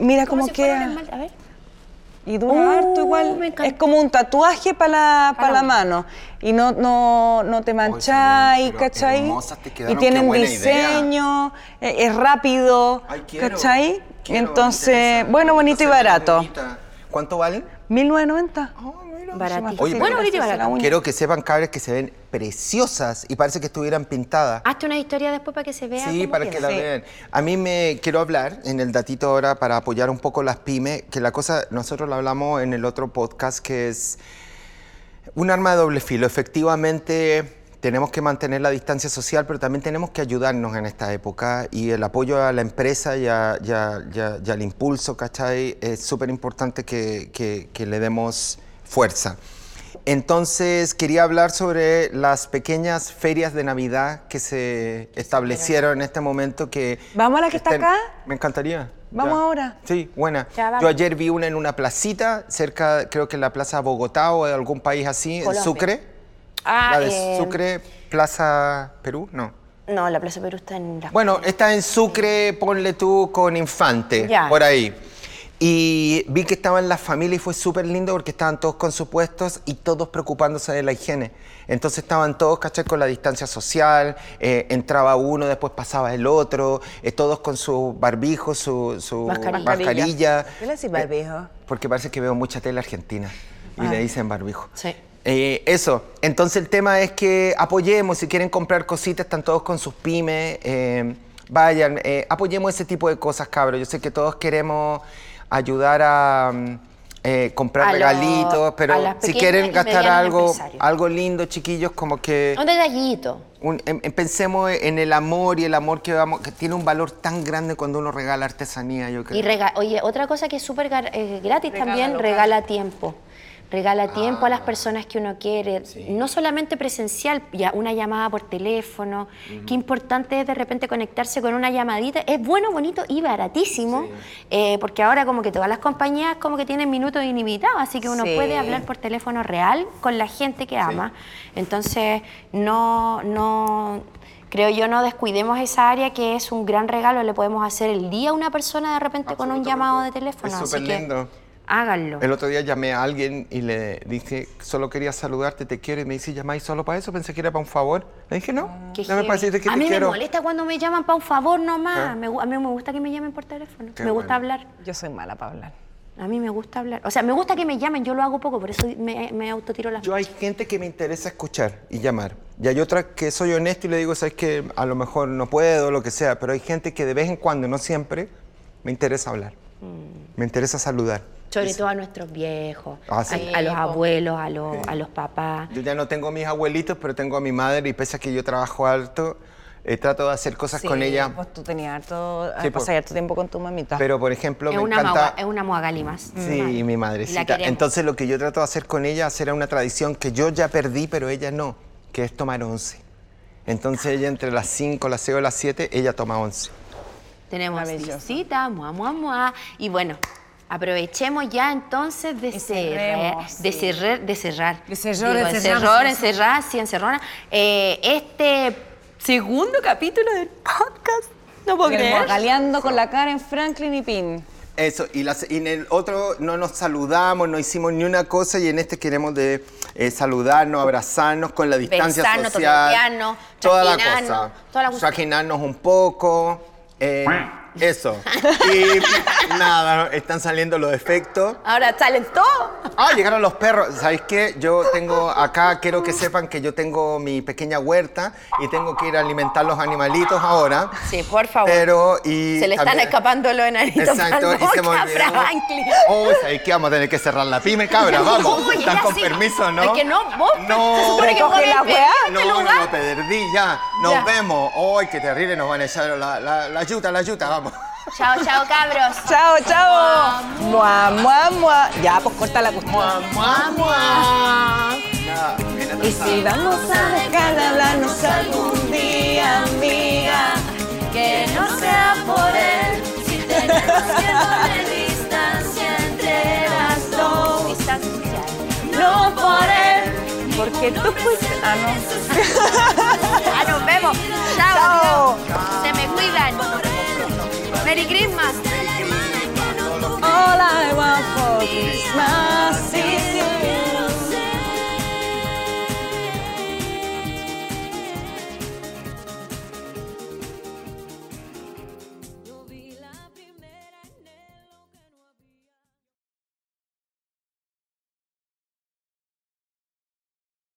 B: mira
D: ¿Cómo
B: cómo,
D: se fuera el
B: queda.
D: esmalte? A ver.
B: Y dura
D: Uh,
B: harto igual.
D: me encanta. Ah,
B: Es como un tatuaje para la, pa'
D: Para la
B: la
D: uña.
B: mano. Y no, no, no te mancháis,
C: pero
B: ¿cachai?
C: hermosas te
B: y
C: quedaron, qué
B: tienen
C: buena
B: diseño, eh, es rápido,
C: Ay, quiero,
B: ¿cachai?
C: quiero, me
B: Entonces,
C: interesa.
B: bueno, bonito y
C: Entonces,
B: barato.
C: bonita. ¿Cuánto valen?
B: 1990.
D: Baratito.
B: Sí, Ah, más fácil
D: Bueno, bonito
B: hacerse
D: y
B: la
D: barato.
B: uña.
C: Quiero que sepan, cabres, que se ven preciosas y parece que estuvieran pintadas.
D: Hazte una historia después para que se vea.
C: Sí,
D: Ah, cómo
C: para que
D: queda.
C: la vean. A mí me quiero hablar en el datito ahora para apoyar un poco las pymes, que la cosa, nosotros lo hablamos en el otro podcast, que es un arma de doble filo. Efectivamente, tenemos que mantener la distancia social, pero también tenemos que ayudarnos en esta época y el apoyo a la empresa y, a- y a- y a- y al impulso, ¿cachai? Es súper importante que, que- que le demos fuerza. Entonces, quería hablar sobre las pequeñas ferias de Navidad que se establecieron en este momento que...
B: ¿Vamos a la que está acá?
C: Me encantaría.
B: ¿Vamos ahora?
C: Sí, buena.
D: Ya, vamos.
C: Yo ayer vi una en una placita, cerca, creo que en la Plaza Bogotá o de algún país así,
D: Colombia.
C: en Sucre.
D: Ah,
C: la de
D: eh,
C: Sucre, Plaza Perú, no.
D: No, la Plaza Perú está en la.
C: Bueno, está en Sucre, ponle tú con Infante,
D: Ya.
C: por ahí. Y vi que estaban las familias y fue súper lindo porque estaban todos con sus puestos y todos preocupándose de la higiene. Entonces estaban todos, ¿cachai? Con la distancia social, eh, entraba uno, después pasaba el otro, eh, todos con su barbijo, su, su
D: Mascarilla.
C: mascarilla.
B: ¿Qué le decís barbijo?
C: Porque parece que veo mucha tela argentina y le dicen barbijo.
D: Ah. Sí.
C: Eh, eso, entonces el tema es que apoyemos, si quieren comprar cositas, están todos con sus pymes, eh, vayan, eh, apoyemos ese tipo de cosas, cabros. Yo sé que todos queremos ayudar a mm, eh, comprar
D: A lo-
C: regalitos,
D: a
C: pero
D: las
C: si
D: pequeñas y
C: quieren gastar
D: medianas
C: algo,
D: empresarios.
C: algo lindo, chiquillos, como que
D: Un detallito.
C: un- em- em- pensemos en el amor y el amor que, vamos, que tiene un valor tan grande cuando uno regala artesanía, yo creo.
D: Y rega- oye, otra cosa que es súper gar- eh, gratis también, regala tiempo. Regala tiempo a las personas que uno quiere, no solamente presencial, ya una llamada por teléfono, qué importante es de repente conectarse con una llamadita, es bueno, bonito y baratísimo, eh, porque ahora como que todas las compañías como que tienen minutos ilimitados, así que uno
B: Sí.
D: puede hablar por teléfono real con la gente que ama. Entonces, no, no, creo yo, no descuidemos esa área que es un gran regalo, le podemos hacer el día a una persona de repente con un llamado de teléfono.
C: Es
D: así
C: súper
D: que
C: lindo.
D: Háganlo.
C: El otro día llamé a alguien y le dije, solo quería saludarte, te quiero. Y me dice, ¿llamáis solo para eso? Pensé que era para un favor. Le dije, no,
D: Ah. Qué
C: no me
D: heavy.
C: parece que
D: a
C: te
D: mí me
C: quiero. Ah.
D: molesta cuando me llaman para un favor nomás. Me gu- a mí me gusta que me llamen por teléfono.
C: Qué
D: me gusta
C: bueno.
D: hablar.
B: Yo soy mala para hablar.
D: A mí me gusta hablar. O sea, me gusta que me llamen. Yo lo hago poco, por eso me, me autotiro las
C: Yo hay gente que me interesa escuchar y llamar. Y hay otra que soy honesto y le digo, sabes que a lo mejor no puedo, lo que sea,
D: Mm.
C: pero hay gente que de vez en cuando, no siempre, me interesa hablar. Me interesa saludar.
A: Sobre todo a nuestros viejos,
C: Ah, sí.
A: a, a los abuelos, a los, a los papás.
C: Yo ya no tengo a mis abuelitos, pero tengo a mi madre y pese a que yo trabajo harto, eh, trato de hacer cosas con ella.
B: Pues tú tenías harto,
C: Sí, pues.
B: pasas harto tiempo con tu mamita.
C: Pero, por ejemplo,
A: Es
C: me
A: una,
C: encanta...
A: maga- es una moagali más.
C: Sí,
D: Mm.
C: y mi
A: La
C: madrecita.
A: queremos.
C: Entonces lo que yo trato de hacer con ella era una tradición que yo ya perdí, pero ella no, que es tomar once. Entonces ella entre las 5, las 6 o las 7, ella toma once.
A: Tenemos
B: Maravilloso.
A: visita, mua, mua, mua. Y bueno, aprovechemos ya entonces de,
B: Y
A: cerrar,
B: cerremos,
A: de,
B: sí.
A: cerrar, de cerrar.
B: De cerrar,
A: Digo,
B: de cerrar,
A: encerrar,
B: sí,
A: encerrar, sí, encerrona. Eh, este segundo capítulo del podcast, no puedo creer.
B: Galeando con la cara en Franklin y Pin.
C: Eso, y, las- y en el otro no nos saludamos, no hicimos ni una cosa y en este queremos de eh, saludarnos, abrazarnos con la distancia
A: Besarnos,
C: social.
A: toquetearnos,
C: Toda la
A: trajinarnos,
C: cosa.
A: toda la cosa.
C: Trajinarnos un poco. eh, eso. Y nada, están saliendo los efectos.
A: Ahora salen todos.
C: Ah, llegaron los perros. ¿Sabéis qué? Yo tengo acá, quiero que sepan que yo tengo mi pequeña huerta y tengo que ir a alimentar los animalitos ahora.
A: Sí, por favor.
C: Pero y
A: se le están
C: también-
A: escapando los enanitos.
C: Exacto, y se me
A: Pandocha,
C: olvidó.
A: Franklin.
C: Oh, ¿sabéis qué? Vamos a tener que cerrar la pyme, cabra. Vamos.
A: Uy,
C: Están
A: ya
C: con
A: sí.
C: permiso, ¿no?
A: Es que no, vos, pues,
C: No.
A: se supone que vos
B: Recoge la
A: habéis
B: weá.
A: pedido
C: No,
A: este
C: no,
A: lugar.
C: lo perdí ya. Nos
A: Ya.
C: vemos. Ay, qué terrible, nos van a echar la, la, la yuta, la yuta, vamos.
A: Chao, chao, cabros.
B: Chao, chao. Mua, mua, mua. Ya, pues corta la cuestión. Y si vamos a dejar de hablarnos algún día, amiga, que no sea por
A: eh.
B: él. No por él, porque tú fuiste. Ah, no.
A: Ah, nos vemos. Chao.
B: Chao.
A: amigos. Se me cuidan. Merry Christmas.
B: oh,